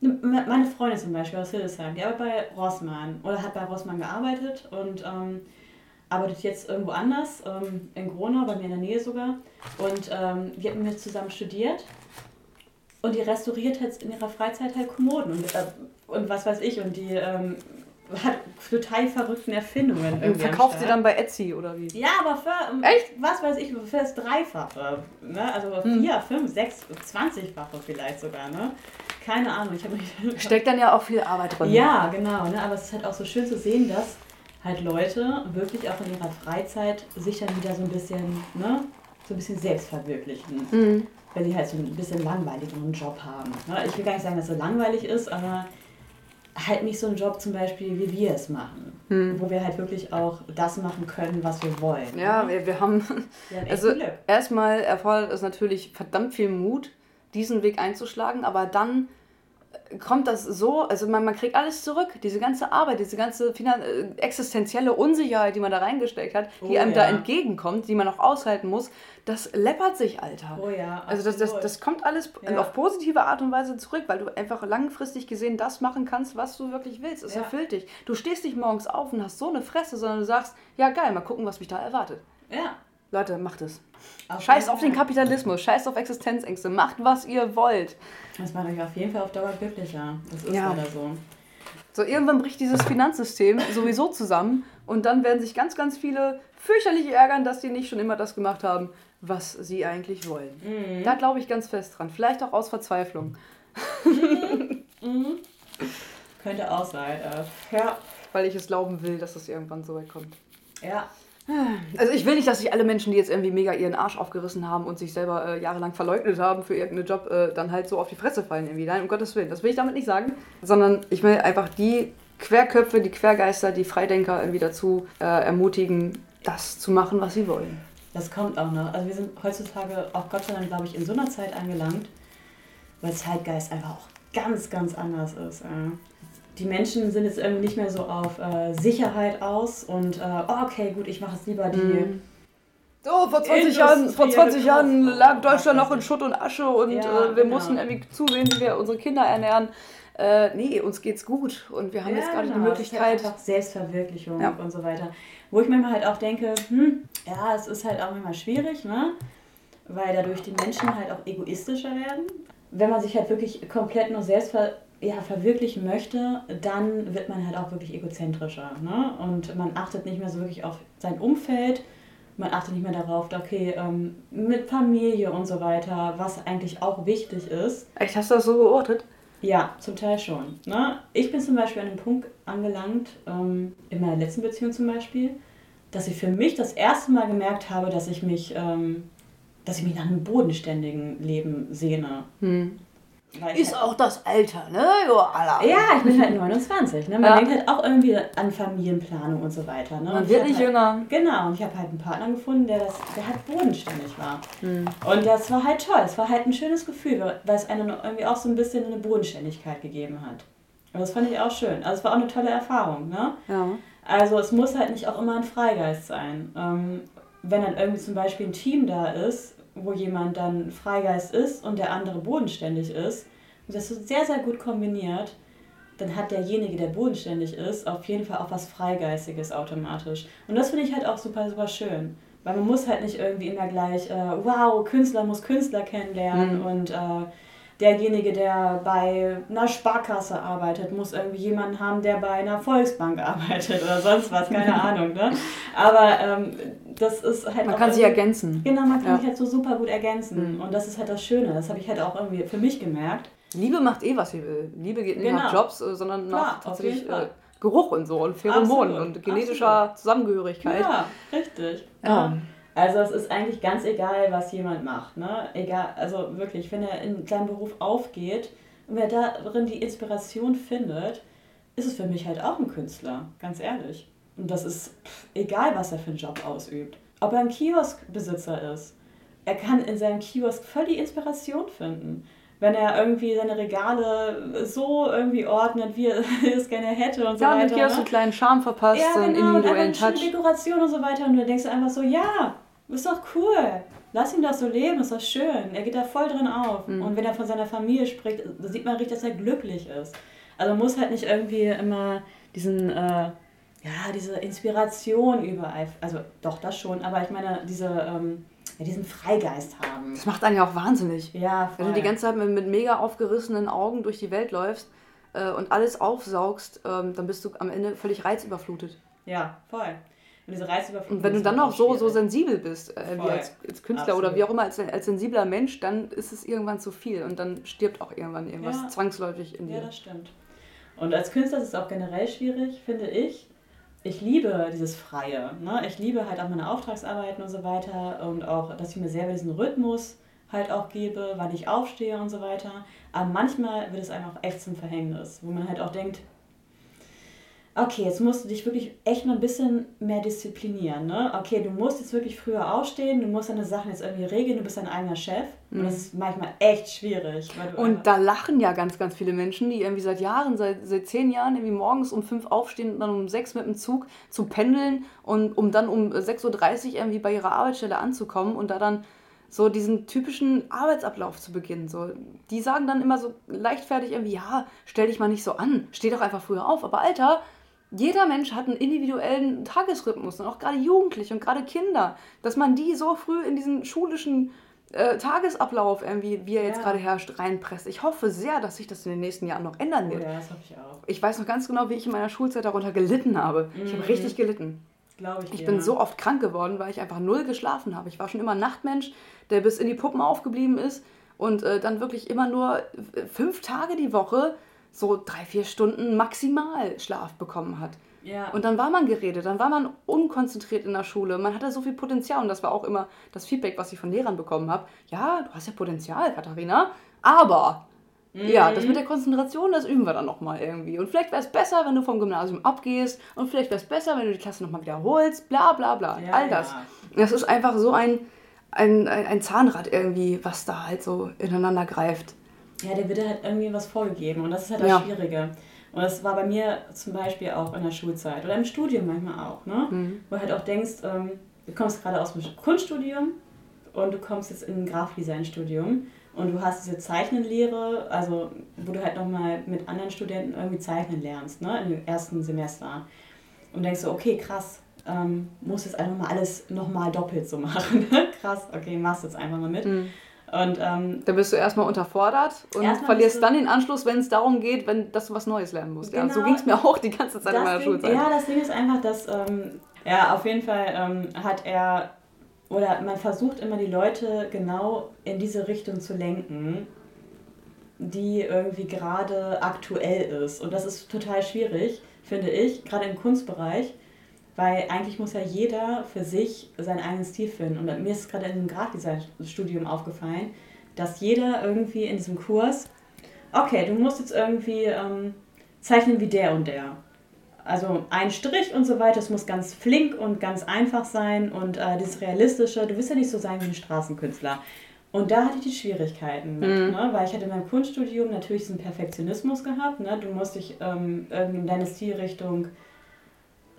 [SPEAKER 12] ne, me- Meine Freundin zum Beispiel aus Hildesheim, die arbeitet bei Rossmann oder hat bei Rossmann gearbeitet und ähm, arbeitet jetzt irgendwo anders, ähm, in Gronau, bei mir in der Nähe sogar. Und ähm, wir haben mit mir zusammen studiert. Und die restauriert halt in ihrer Freizeit halt Kommoden und, äh, und was weiß ich. Und die ähm, hat total verrückten Erfindungen.
[SPEAKER 3] Und
[SPEAKER 12] irgendwie am
[SPEAKER 3] verkauft sie
[SPEAKER 12] Start.
[SPEAKER 3] dann bei Etsy oder wie?
[SPEAKER 12] Ja, aber für, ähm,
[SPEAKER 3] Echt? Hm.
[SPEAKER 12] was weiß ich, für das Dreifache. Ne? Also vier, fünf, sechs, zwanzigfache vielleicht sogar. Ne? Keine Ahnung, ich habe mich.
[SPEAKER 3] Steckt dann ja auch viel Arbeit drin.
[SPEAKER 12] Ja, genau. Ne? Aber es ist halt auch so schön zu sehen, dass halt Leute wirklich auch in
[SPEAKER 3] Mhm.
[SPEAKER 12] ihrer Freizeit sich dann wieder so ein bisschen, ne? so ein bisschen selbst verwirklichen. wenn die halt so ein bisschen langweiligeren Job haben. Ne? Ich will gar nicht sagen, dass es langweilig ist, aber halt nicht so einen Job zum Beispiel, wie wir es machen,
[SPEAKER 3] Mhm.
[SPEAKER 12] wo wir halt wirklich auch das machen können, was wir wollen.
[SPEAKER 3] Ja, wir, wir haben.
[SPEAKER 12] Wir haben echt
[SPEAKER 3] Also,
[SPEAKER 12] Glück.
[SPEAKER 3] erstmal erfordert es natürlich verdammt viel Mut, diesen Weg einzuschlagen, aber dann äh, kommt das so, also man, man kriegt alles zurück, diese ganze Arbeit, diese ganze finan äh, existenzielle Unsicherheit, die man da reingesteckt hat, die
[SPEAKER 12] Oh
[SPEAKER 3] einem da
[SPEAKER 12] ja.
[SPEAKER 3] entgegenkommt, die man auch aushalten muss, das läppert sich, Alter.
[SPEAKER 12] Oh ja,
[SPEAKER 3] Also das, das,
[SPEAKER 12] absolut.
[SPEAKER 3] das kommt alles
[SPEAKER 12] Ja.
[SPEAKER 3] auf positive Art und Weise zurück, weil du einfach langfristig gesehen das machen kannst, was du wirklich willst. Es
[SPEAKER 12] Ja.
[SPEAKER 3] erfüllt dich. Du stehst nicht morgens auf und hast so eine Fresse, sondern du sagst, ja geil, mal gucken, was mich da erwartet.
[SPEAKER 12] Ja.
[SPEAKER 3] Leute, macht es. Scheiß auf den Kapitalismus, scheiß auf Existenzängste, macht was ihr wollt.
[SPEAKER 12] Das macht euch auf jeden Fall auf Dauer glücklicher. Das ist
[SPEAKER 3] Ja.
[SPEAKER 12] leider so.
[SPEAKER 3] So, irgendwann bricht dieses Finanzsystem sowieso zusammen und dann werden sich ganz, ganz viele fürchterlich ärgern, dass sie nicht schon immer das gemacht haben, was sie eigentlich wollen.
[SPEAKER 12] Mhm.
[SPEAKER 3] Da glaube ich ganz fest dran. Vielleicht auch aus Verzweiflung.
[SPEAKER 12] Könnte auch sein. Äh, ja.
[SPEAKER 3] weil ich es glauben will, dass es irgendwann so weit kommt.
[SPEAKER 12] Ja.
[SPEAKER 3] Also ich will nicht, dass sich alle Menschen, die jetzt irgendwie mega ihren Arsch aufgerissen haben und sich selber äh, jahrelang verleugnet haben für irgendeinen Job, äh, dann halt so auf die Fresse fallen irgendwie. Nein, um Gottes Willen, das will ich damit nicht sagen. Sondern ich will einfach die Querköpfe, die Quergeister, die Freidenker irgendwie dazu äh, ermutigen, das zu machen, was sie wollen.
[SPEAKER 12] Das kommt auch noch. Also wir sind heutzutage auch Gott sei Dank, glaube ich, in so einer Zeit angelangt, weil Zeitgeist einfach auch ganz, ganz anders ist. äh. Die Menschen sind jetzt irgendwie nicht mehr so auf äh, Sicherheit aus und äh, oh, okay, gut, ich mache es lieber die.
[SPEAKER 3] So, vor 20 Jahren, vor 20 Jahren lag Deutschland noch in Schutt und Asche und
[SPEAKER 12] Ja,
[SPEAKER 3] äh, wir
[SPEAKER 12] genau.
[SPEAKER 3] mussten irgendwie zusehen, wie wir unsere Kinder ernähren. Äh, nee, uns geht's gut und wir haben jetzt gerade die Möglichkeit.
[SPEAKER 12] Das ist halt einfach Selbstverwirklichung
[SPEAKER 3] Ja.
[SPEAKER 12] und so weiter. Wo ich manchmal halt auch denke, hm, ja, es ist halt auch manchmal schwierig, ne? Weil dadurch die Menschen halt auch egoistischer werden. Wenn man sich halt wirklich komplett nur selbst ver ja, verwirklichen möchte, dann wird man halt auch wirklich egozentrischer. Ne? Und man achtet nicht mehr so wirklich auf sein Umfeld. Man achtet nicht mehr darauf, okay, ähm, mit Familie und so weiter, was eigentlich auch wichtig ist.
[SPEAKER 3] Echt, hast du das so beobachtet?
[SPEAKER 12] Ja, zum Teil schon. Ne? Ich bin zum Beispiel an dem Punkt angelangt, ähm, in meiner letzten Beziehung zum Beispiel, dass ich für mich das erste Mal gemerkt habe, dass ich mich, ähm, dass ich mich nach einem bodenständigen Leben sehne.
[SPEAKER 3] Hm.
[SPEAKER 12] Weil ich halt-
[SPEAKER 3] auch das Alter, ne? Jo, Allah.
[SPEAKER 12] ja, ich bin halt 29. Ne? Man
[SPEAKER 3] Ja.
[SPEAKER 12] denkt halt auch irgendwie an Familienplanung und so weiter. Ne?
[SPEAKER 3] Man
[SPEAKER 12] Und
[SPEAKER 3] wird
[SPEAKER 12] ich hab
[SPEAKER 3] nicht
[SPEAKER 12] halt,
[SPEAKER 3] jünger.
[SPEAKER 12] Genau, und ich habe halt einen Partner gefunden, der, das, der halt bodenständig war. Und das war halt toll. Es war halt ein schönes Gefühl, weil weil es einem irgendwie auch so ein bisschen eine Bodenständigkeit gegeben hat. Aber das fand ich auch schön. Also es war auch eine tolle Erfahrung. Ne?
[SPEAKER 3] Ja.
[SPEAKER 12] Also es muss halt nicht auch immer ein Freigeist sein. Ähm, wenn dann irgendwie zum Beispiel ein Team da ist, wo jemand dann Freigeist ist und der andere bodenständig ist, und das ist sehr, sehr gut kombiniert, dann hat derjenige, der bodenständig ist, auf jeden Fall auch was Freigeistiges automatisch. Und das finde ich halt auch super, super schön. Weil man muss halt nicht irgendwie immer gleich, äh, wow, Künstler muss Künstler kennenlernen
[SPEAKER 3] Mhm.
[SPEAKER 12] und äh, derjenige, der bei einer Sparkasse arbeitet, muss irgendwie jemanden haben, der bei einer Volksbank arbeitet oder sonst was, keine Ahnung. Ne? Aber ähm, das ist halt
[SPEAKER 3] Man
[SPEAKER 12] auch
[SPEAKER 3] kann sich
[SPEAKER 12] irgendwie-
[SPEAKER 3] ergänzen.
[SPEAKER 12] Genau, man kann
[SPEAKER 3] Ja. Mhm.
[SPEAKER 12] sich halt so super gut ergänzen. Und das ist halt das Schöne. Das habe ich halt auch irgendwie für mich gemerkt.
[SPEAKER 3] Liebe macht eh, was sie will. Liebe geht nicht nach
[SPEAKER 12] Genau.
[SPEAKER 3] Jobs, äh, sondern
[SPEAKER 12] Klar,
[SPEAKER 3] nach
[SPEAKER 12] auf
[SPEAKER 3] tatsächlich
[SPEAKER 12] jeden
[SPEAKER 3] äh,
[SPEAKER 12] Fall.
[SPEAKER 3] Geruch und so und Pheromonen
[SPEAKER 12] Absolut,
[SPEAKER 3] und genetischer Zusammengehörigkeit.
[SPEAKER 12] Ja, richtig.
[SPEAKER 3] Ja.
[SPEAKER 12] Ja. Also es ist eigentlich ganz egal, was jemand macht. Ne? Egal, also wirklich, wenn er in seinem Beruf aufgeht und wer darin die Inspiration findet, ist es für mich halt auch ein Künstler, ganz ehrlich. Und das ist pff, egal, was er für einen Job ausübt. Ob er ein Kioskbesitzer ist, er kann in seinem Kiosk voll die Inspiration finden. Wenn er irgendwie seine Regale so irgendwie ordnet, wie er es gerne hätte und so
[SPEAKER 3] Ja, und
[SPEAKER 12] weiter.
[SPEAKER 3] hier hast
[SPEAKER 12] ne?
[SPEAKER 3] du einen kleinen Charme verpasst, äh, so einen
[SPEAKER 12] genau, und einfach
[SPEAKER 3] individuellen
[SPEAKER 12] eine schöne
[SPEAKER 3] Touch.
[SPEAKER 12] Dekoration und so weiter. Und du denkst einfach so, ja, ist doch cool. Lass ihn doch so leben, ist doch schön. Er geht da voll drin auf.
[SPEAKER 3] Hm.
[SPEAKER 12] Und wenn er von seiner Familie spricht, sieht man richtig, dass er glücklich ist. Also man muss halt nicht irgendwie immer diesen, äh, ja, diese Inspiration überall, also doch das schon, aber ich meine, diese, ähm, ja, diesen Freigeist haben.
[SPEAKER 3] Das macht einen ja auch wahnsinnig.
[SPEAKER 12] Ja, voll.
[SPEAKER 3] Wenn du Also die ganze Zeit mit, mit mega aufgerissenen Augen durch die Welt läufst äh, und alles aufsaugst, ähm, dann bist du am Ende völlig reizüberflutet.
[SPEAKER 12] ja, voll. Und diese Reizüberflutung.
[SPEAKER 3] Und wenn du
[SPEAKER 12] ist
[SPEAKER 3] dann
[SPEAKER 12] halt
[SPEAKER 3] auch so, so
[SPEAKER 12] schwierig.
[SPEAKER 3] sensibel bist, äh, wie
[SPEAKER 12] Voll.
[SPEAKER 3] als, als Künstler oder
[SPEAKER 12] Absolut.
[SPEAKER 3] wie auch immer, als, als sensibler Mensch, dann ist es irgendwann zu viel und dann stirbt auch irgendwann irgendwas
[SPEAKER 12] Ja.
[SPEAKER 3] zwangsläufig in dir.
[SPEAKER 12] Ja, das stimmt. Und als Künstler ist es auch generell schwierig, finde ich. Ich liebe dieses Freie. Ne? Ich liebe halt auch meine Auftragsarbeiten und so weiter und auch, dass ich mir selber diesen Rhythmus halt auch gebe, wann ich aufstehe und so weiter. Aber manchmal wird es einem auch echt zum Verhängnis, wo man halt auch denkt, okay, jetzt musst du dich wirklich echt mal ein bisschen mehr disziplinieren. Ne? Okay, du musst jetzt wirklich früher aufstehen, du musst deine Sachen jetzt irgendwie regeln, du bist dein eigener Chef. Und das ist manchmal echt schwierig. Weil du einfach-
[SPEAKER 3] Mhm. Und da lachen ja ganz, ganz viele Menschen, die irgendwie seit Jahren, seit, seit zehn Jahren irgendwie morgens um fünf aufstehen und dann um sechs mit dem Zug zu pendeln und um dann um 6.30 Uhr irgendwie bei ihrer Arbeitsstelle anzukommen und da dann so diesen typischen Arbeitsablauf zu beginnen. So, die sagen dann immer so leichtfertig irgendwie, ja, stell dich mal nicht so an, steh doch einfach früher auf. Aber Alter, jeder Mensch hat einen individuellen Tagesrhythmus und auch gerade Jugendliche und gerade Kinder, dass man die so früh in diesen schulischen äh, Tagesablauf, irgendwie, wie er jetzt gerade herrscht, reinpresst. Ich hoffe sehr, dass sich das in den nächsten Jahren noch ändern wird.
[SPEAKER 12] Ja, das habe ich auch.
[SPEAKER 3] Ich weiß noch ganz genau, wie ich in meiner Schulzeit darunter gelitten habe. Ich habe richtig gelitten.
[SPEAKER 12] Glaube ich.
[SPEAKER 3] Ich
[SPEAKER 12] dir,
[SPEAKER 3] bin
[SPEAKER 12] ne?
[SPEAKER 3] so oft krank geworden, weil ich einfach null geschlafen habe. Ich war schon immer ein Nachtmensch, der bis in die Puppen aufgeblieben ist und äh, dann wirklich immer nur äh, fünf Tage die Woche so drei, vier Stunden maximal Schlaf bekommen hat.
[SPEAKER 12] Ja.
[SPEAKER 3] Und dann war man geredet, dann war man unkonzentriert in der Schule. Man hatte so viel Potenzial und das war auch immer das Feedback, was ich von Lehrern bekommen habe. Ja, du hast ja Potenzial, Katharina, aber
[SPEAKER 12] Mhm.
[SPEAKER 3] ja, das mit der Konzentration, das üben wir dann nochmal irgendwie. Und vielleicht wäre es besser, wenn du vom Gymnasium abgehst. Und vielleicht wäre es besser, wenn du die Klasse nochmal wiederholst. Bla bla bla.
[SPEAKER 12] Ja,
[SPEAKER 3] All das.
[SPEAKER 12] ja.
[SPEAKER 3] Das ist einfach so ein, ein, ein ein Zahnrad irgendwie, was da halt so ineinander greift.
[SPEAKER 12] Ja, der wird halt irgendwie was vorgegeben und das ist halt das
[SPEAKER 3] Ja.
[SPEAKER 12] Schwierige. Und das war bei mir zum Beispiel auch in der Schulzeit oder im Studium manchmal auch, ne? Wo du halt auch denkst, ähm, du kommst gerade aus dem Kunststudium und du kommst jetzt in ein Grafikdesign-Studium und du hast diese Zeichnenlehre, also wo du halt nochmal mit anderen Studenten irgendwie zeichnen lernst, ne? Im ersten Semester. Und denkst so, okay, krass, ähm, muss jetzt einfach mal alles nochmal doppelt so machen. krass, okay, machst jetzt einfach mal mit. Und ähm,
[SPEAKER 3] Da bist du erstmal unterfordert und
[SPEAKER 12] Erstmal
[SPEAKER 3] verlierst
[SPEAKER 12] bist du-
[SPEAKER 3] dann den Anschluss, wenn es darum geht, wenn, dass du was Neues lernen musst. Ja, so
[SPEAKER 12] Genau.
[SPEAKER 3] ging es mir auch die ganze Zeit in
[SPEAKER 12] Das
[SPEAKER 3] meiner
[SPEAKER 12] Ding,
[SPEAKER 3] Schulzeit.
[SPEAKER 12] Ja, das Ding ist einfach, dass, ähm, ja, auf jeden Fall ähm, hat er, oder man versucht immer die Leute genau in diese Richtung zu lenken, die irgendwie gerade aktuell ist. Und das ist total schwierig, finde ich, gerade im Kunstbereich. Weil eigentlich muss ja jeder für sich seinen eigenen Stil finden. Und mir ist gerade in dem Grafikdesign-Studium aufgefallen, dass jeder irgendwie in diesem Kurs, okay, du musst jetzt irgendwie ähm, zeichnen wie der und der. Also ein Strich und so weiter, es muss ganz flink und ganz einfach sein und äh, das Realistische, du wirst ja nicht so sein wie ein Straßenkünstler. Und da hatte ich die Schwierigkeiten mit, ne? weil ich hatte in meinem Kunststudium natürlich diesen Perfektionismus gehabt. Ne? Du musst dich ähm, irgendwie in deine Stilrichtung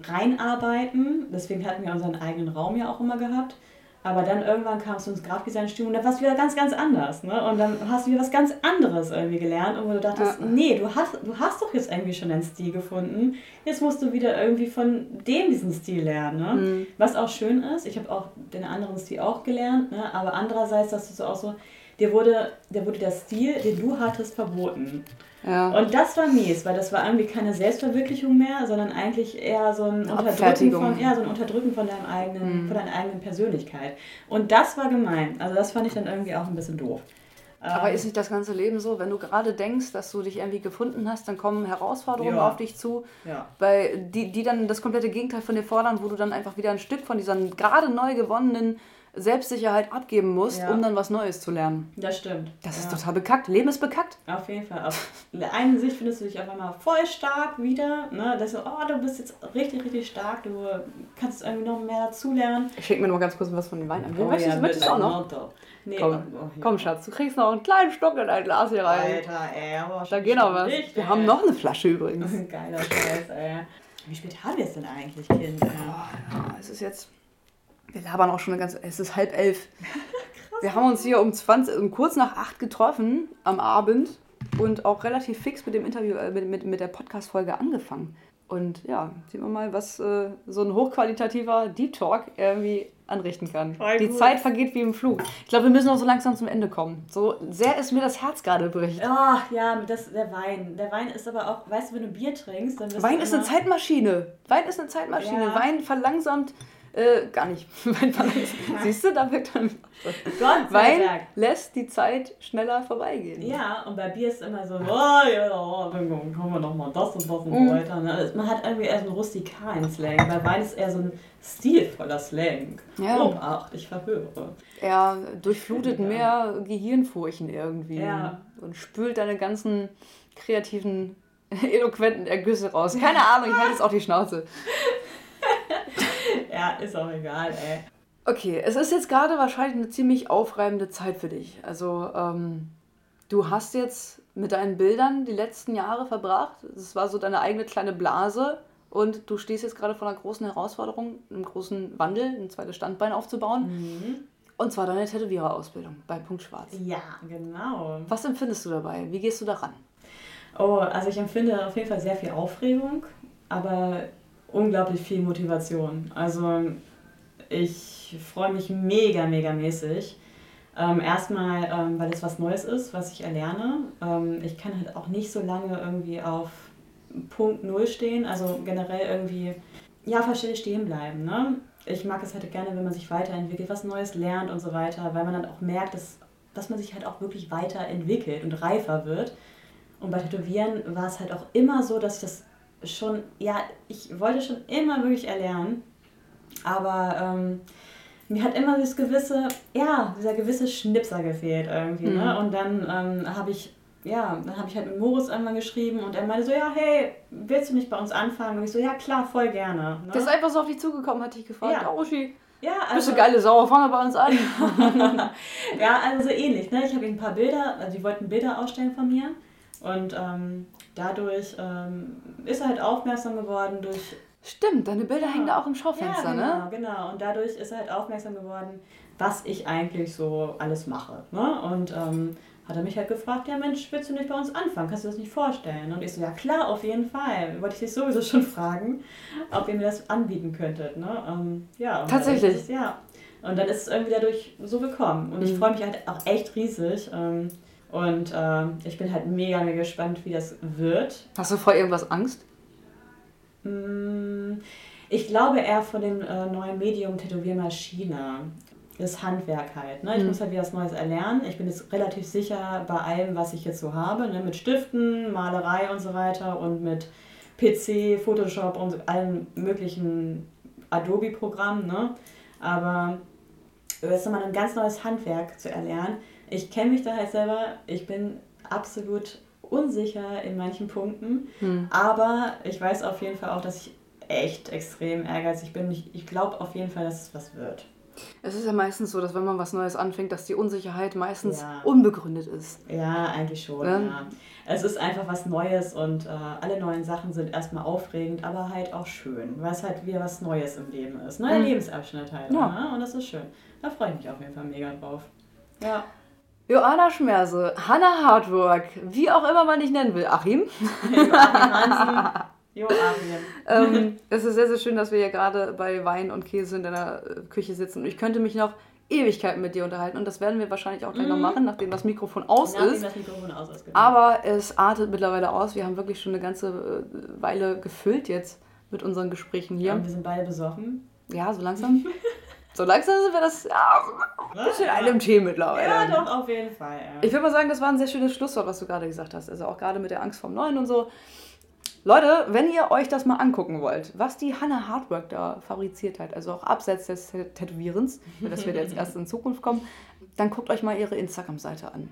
[SPEAKER 12] reinarbeiten. Deswegen hatten wir unseren eigenen Raum ja auch immer gehabt. Aber dann irgendwann kam es ins Grafikdesign-Studium und da war es wieder ganz, ganz anders. Ne? Und dann hast du wieder was ganz anderes irgendwie gelernt. Und wo du dachtest, nee, du hast, du hast doch jetzt irgendwie schon deinen Stil gefunden. Jetzt musst du wieder irgendwie von dem diesen Stil lernen. Ne? Was auch schön ist, ich habe auch den anderen Stil auch gelernt. Ne? Aber andererseits, dass du so auch so, dir wurde, dir wurde der Stil, den du hattest, verboten.
[SPEAKER 3] Ja.
[SPEAKER 12] Und das war mies, weil das war irgendwie keine Selbstverwirklichung mehr, sondern eigentlich eher so ein Unterdrücken
[SPEAKER 3] Abfertigung. Mhm.
[SPEAKER 12] von, ja, so ein Unterdrücken von, deinem eigenen, von deiner eigenen Persönlichkeit. Und das war gemein. Also das fand ich dann irgendwie auch ein bisschen doof. Ähm,
[SPEAKER 3] Aber ist nicht das ganze Leben so, wenn du gerade denkst, dass du dich irgendwie gefunden hast, dann kommen Herausforderungen
[SPEAKER 12] Ja.
[SPEAKER 3] auf dich zu,
[SPEAKER 12] Ja.
[SPEAKER 3] bei, die, die dann das komplette Gegenteil von dir fordern, wo du dann einfach wieder ein Stück von dieser gerade neu gewonnenen Selbstsicherheit abgeben musst,
[SPEAKER 12] Ja.
[SPEAKER 3] um dann was Neues zu lernen.
[SPEAKER 12] Das stimmt.
[SPEAKER 3] Das
[SPEAKER 12] ja.
[SPEAKER 3] ist total bekackt. Leben ist bekackt.
[SPEAKER 12] Auf jeden Fall. Auf der einen Sicht findest du dich auf einmal voll stark wieder. Ne? Dass du, oh, du bist jetzt richtig, richtig stark. Du kannst irgendwie noch mehr dazulernen.
[SPEAKER 3] Ich schenke mir noch mal ganz kurz was von dem Wein an.
[SPEAKER 12] Oh
[SPEAKER 3] möchtest
[SPEAKER 12] ja,
[SPEAKER 3] du möchtest
[SPEAKER 12] mit
[SPEAKER 3] du auch noch?
[SPEAKER 12] Motto. Nee,
[SPEAKER 3] Komm,
[SPEAKER 12] oh, oh,
[SPEAKER 3] komm, Schatz, du kriegst noch einen kleinen Stock in dein Glas hier rein.
[SPEAKER 12] Alter, ey. aber
[SPEAKER 3] Da geht noch was.
[SPEAKER 12] richtig,
[SPEAKER 3] Wir haben
[SPEAKER 12] ey.
[SPEAKER 3] noch eine Flasche übrigens.
[SPEAKER 12] Geiler Scheiß, ey. Wie spät haben wir es denn eigentlich, Kind? Ja.
[SPEAKER 3] Ah, Es ist jetzt. Wir labern auch schon eine ganze. Es ist halb elf. wir haben uns hier um 20, um kurz nach acht getroffen am Abend und auch relativ fix mit dem Interview, äh, mit, mit, mit der Podcast-Folge angefangen. Und ja, sehen wir mal, was äh, so ein hochqualitativer Deep Talk irgendwie anrichten kann. Die Zeit vergeht wie im Flug. Ich glaube, wir müssen auch so langsam zum Ende kommen. So sehr ist mir das Herz gerade bricht.
[SPEAKER 12] Ach ja, das, der Wein. Der Wein ist aber auch, weißt du, wenn du Bier trinkst, dann bist
[SPEAKER 3] Wein
[SPEAKER 12] du
[SPEAKER 3] ist eine
[SPEAKER 12] immer-
[SPEAKER 3] Zeitmaschine. Wein ist eine Zeitmaschine.
[SPEAKER 12] Ja.
[SPEAKER 3] Wein verlangsamt Äh, gar nicht. Mein Vater ist, siehst du, da wirkt dann.
[SPEAKER 12] Gott sei
[SPEAKER 3] Wein
[SPEAKER 12] Dank.
[SPEAKER 3] lässt die Zeit schneller vorbeigehen.
[SPEAKER 12] Ja, und bei Bier ist immer so, oh ja, oh, dann können wir doch mal das und das
[SPEAKER 3] Mhm.
[SPEAKER 12] und so weiter. Ne? Also Man hat irgendwie eher so einen rustikalen Slang. Bei Wein ist eher so ein stilvoller Slang.
[SPEAKER 3] Ja.
[SPEAKER 12] Obacht, ich verhöre.
[SPEAKER 3] Er durchflutet mehr Gehirnfurchen irgendwie
[SPEAKER 12] Ja.
[SPEAKER 3] und spült deine ganzen kreativen, eloquenten Ergüsse raus. Keine Ahnung, ich halte jetzt auch die Schnauze.
[SPEAKER 12] Ja, ist auch egal, ey.
[SPEAKER 3] Okay, es ist jetzt gerade wahrscheinlich eine ziemlich aufreibende Zeit für dich. Also, ähm, du hast jetzt mit deinen Bildern die letzten Jahre verbracht. Es war so deine eigene kleine Blase. Und du stehst jetzt gerade vor einer großen Herausforderung, einem großen Wandel, ein zweites Standbein aufzubauen.
[SPEAKER 12] Mhm.
[SPEAKER 3] Und zwar deine Tätowiererausbildung bei Punkt Schwarz.
[SPEAKER 12] Ja, genau.
[SPEAKER 3] Was empfindest du dabei? Wie gehst du daran?
[SPEAKER 12] Oh, also ich empfinde auf jeden Fall sehr viel Aufregung, aber unglaublich viel Motivation. Also ich freue mich mega, mega mäßig. Ähm, erstmal, ähm, weil es was Neues ist, was ich erlerne. Ähm, ich kann halt auch nicht so lange irgendwie auf Punkt Null stehen, also generell irgendwie, ja, verstehe stehen bleiben. Ne? Ich mag es halt gerne, wenn man sich weiterentwickelt, was Neues lernt und so weiter, weil man dann auch merkt, dass, dass man sich halt auch wirklich weiterentwickelt und reifer wird. Und bei Tätowieren war es halt auch immer so, dass ich das schon, ja, ich wollte schon immer wirklich erlernen, aber ähm, mir hat immer das gewisse, ja, dieser gewisse Schnipser gefehlt irgendwie.
[SPEAKER 3] Mhm.
[SPEAKER 12] Ne? Und dann ähm, habe ich, ja, dann habe ich halt mit Moritz einmal geschrieben und er meinte so, ja, hey, willst du nicht bei uns anfangen? Und ich so, ja, klar, voll gerne. Ne?
[SPEAKER 3] Das ist einfach so auf dich zugekommen, hat dich gefragt.
[SPEAKER 12] Ja. Also
[SPEAKER 3] Oh, Uschi,
[SPEAKER 12] ja,
[SPEAKER 3] bist du geile Sau, fang mal bei uns an.
[SPEAKER 12] ja, also so ähnlich. Ne? Ich habe ihnen ein paar Bilder, also die wollten Bilder ausstellen von mir. Und ähm, dadurch ähm, ist er halt aufmerksam geworden durch.
[SPEAKER 3] Stimmt, deine Bilder hängen da auch im Schaufenster,
[SPEAKER 12] ja,
[SPEAKER 3] ne?
[SPEAKER 12] genau, genau. Und dadurch ist er halt aufmerksam geworden, was ich eigentlich so alles mache. Ne? Und ähm, hat er mich halt gefragt, ja Mensch, willst du nicht bei uns anfangen? Kannst du das nicht vorstellen? Und ich so, ja klar, auf jeden Fall. Wollte ich dich sowieso schon fragen, ob ihr mir das anbieten könntet. Ne? Ähm, ja, und
[SPEAKER 3] Tatsächlich? Mhm.
[SPEAKER 12] dadurch ist es- ja. Und dann ist es irgendwie dadurch so gekommen. Und ich freue mich halt auch echt riesig. Ähm, und ähm, ich bin halt mega, mega gespannt, wie das wird.
[SPEAKER 3] Hast du vor irgendwas Angst?
[SPEAKER 12] Mm, Ich glaube eher von dem äh, neuen Medium Tätowiermaschine. Das Handwerk halt. Ne? Ich muss halt wieder was Neues erlernen. Ich bin jetzt relativ sicher bei allem, was ich jetzt so habe. Ne? Mit Stiften, Malerei und so weiter und mit PC, Photoshop und so- allen möglichen Adobe-Programmen. Ne? Aber das ist nochmal ein ganz neues Handwerk zu erlernen. Ich kenne mich da halt selber. Ich bin absolut unsicher in manchen Punkten.
[SPEAKER 3] Hm.
[SPEAKER 12] Aber ich weiß auf jeden Fall auch, dass ich echt extrem ehrgeizig bin. Ich, ich glaube auf jeden Fall, dass es was wird.
[SPEAKER 3] Es ist ja meistens so, dass wenn man was Neues anfängt, dass die Unsicherheit meistens
[SPEAKER 12] Ja.
[SPEAKER 3] unbegründet ist.
[SPEAKER 12] Ja, eigentlich schon.
[SPEAKER 3] Ja.
[SPEAKER 12] Ja. Es ist einfach was Neues und äh, alle neuen Sachen sind erstmal aufregend, aber halt auch schön, weil es halt wieder was Neues im Leben ist. Neuer Lebensabschnitt halt.
[SPEAKER 3] Hm. Ja.
[SPEAKER 12] Ne? Und das ist schön. Da freue ich mich auf jeden Fall mega drauf. Ja.
[SPEAKER 3] Joanna Schmerse, Hannah Hardwork, wie auch immer man dich nennen will, Achim.
[SPEAKER 12] Joachim Hansen. Joachim.
[SPEAKER 3] ähm, es ist sehr, sehr schön, dass wir hier gerade bei Wein und Käse in deiner äh, Küche sitzen. Und ich könnte mich noch Ewigkeiten mit dir unterhalten. Und das werden wir wahrscheinlich auch gleich noch machen, nachdem das Mikrofon aus
[SPEAKER 12] Mhm. Nachdem
[SPEAKER 3] ist.
[SPEAKER 12] das Mikrofon aus ist. genau.
[SPEAKER 3] Aber es artet mittlerweile aus. Wir haben wirklich schon eine ganze äh, Weile gefüllt jetzt mit unseren Gesprächen
[SPEAKER 12] Und
[SPEAKER 3] hier.
[SPEAKER 12] wir sind beide besoffen.
[SPEAKER 3] Ja, so langsam. so langsam sind wir das ja, ein bisschen in einem Tee mittlerweile.
[SPEAKER 12] Ja, doch, auf jeden Fall. Ja.
[SPEAKER 3] Ich würde mal sagen, das war ein sehr schönes Schlusswort, was du gerade gesagt hast. Also auch gerade mit der Angst vorm Neuen und so. Leute, wenn ihr euch das mal angucken wollt, was die Hannah Hardwork da fabriziert hat, also auch abseits des Tä- Tätowierens, weil das wird jetzt erst in Zukunft kommen, dann guckt euch mal ihre Instagram-Seite an.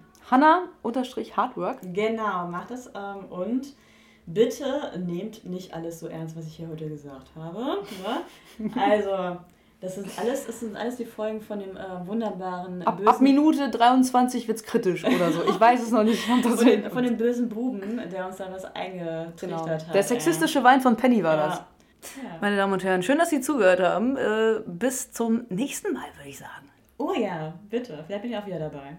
[SPEAKER 3] Hannah-Hardwork.
[SPEAKER 12] Genau, macht das. Ähm, und bitte nehmt nicht alles so ernst, was ich hier heute gesagt habe. Ne? Also, das sind alles, das sind alles die Folgen von dem äh, wunderbaren
[SPEAKER 3] Ab, ab
[SPEAKER 12] bösen.
[SPEAKER 3] Minute 23 wird's kritisch oder so. Ich weiß es noch nicht. ob das
[SPEAKER 12] Von dem,
[SPEAKER 3] wird-
[SPEAKER 12] von dem bösen Buben, der uns da was eingetrichtert hat.
[SPEAKER 3] genau. Der sexistische Wein von Penny war das.
[SPEAKER 12] Ja.
[SPEAKER 3] Meine Damen und Herren, schön, dass Sie zugehört haben. Äh, bis zum nächsten Mal, würde ich sagen.
[SPEAKER 12] Oh ja, bitte. Vielleicht bin ich auch wieder dabei.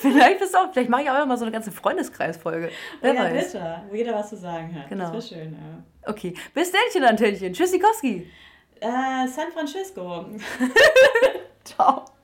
[SPEAKER 3] Vielleicht bist du auch, vielleicht mache ich auch noch mal so eine ganze Freundeskreisfolge. Wer
[SPEAKER 12] ja,
[SPEAKER 3] weiß.
[SPEAKER 12] bitte. Wo jeder was zu sagen hat.
[SPEAKER 3] Genau.
[SPEAKER 12] Das wäre schön, ja.
[SPEAKER 3] Okay. Bis Dännchen, Antennchen. Tschüssikowski.
[SPEAKER 12] Äh, San Francisco.
[SPEAKER 3] Ciao.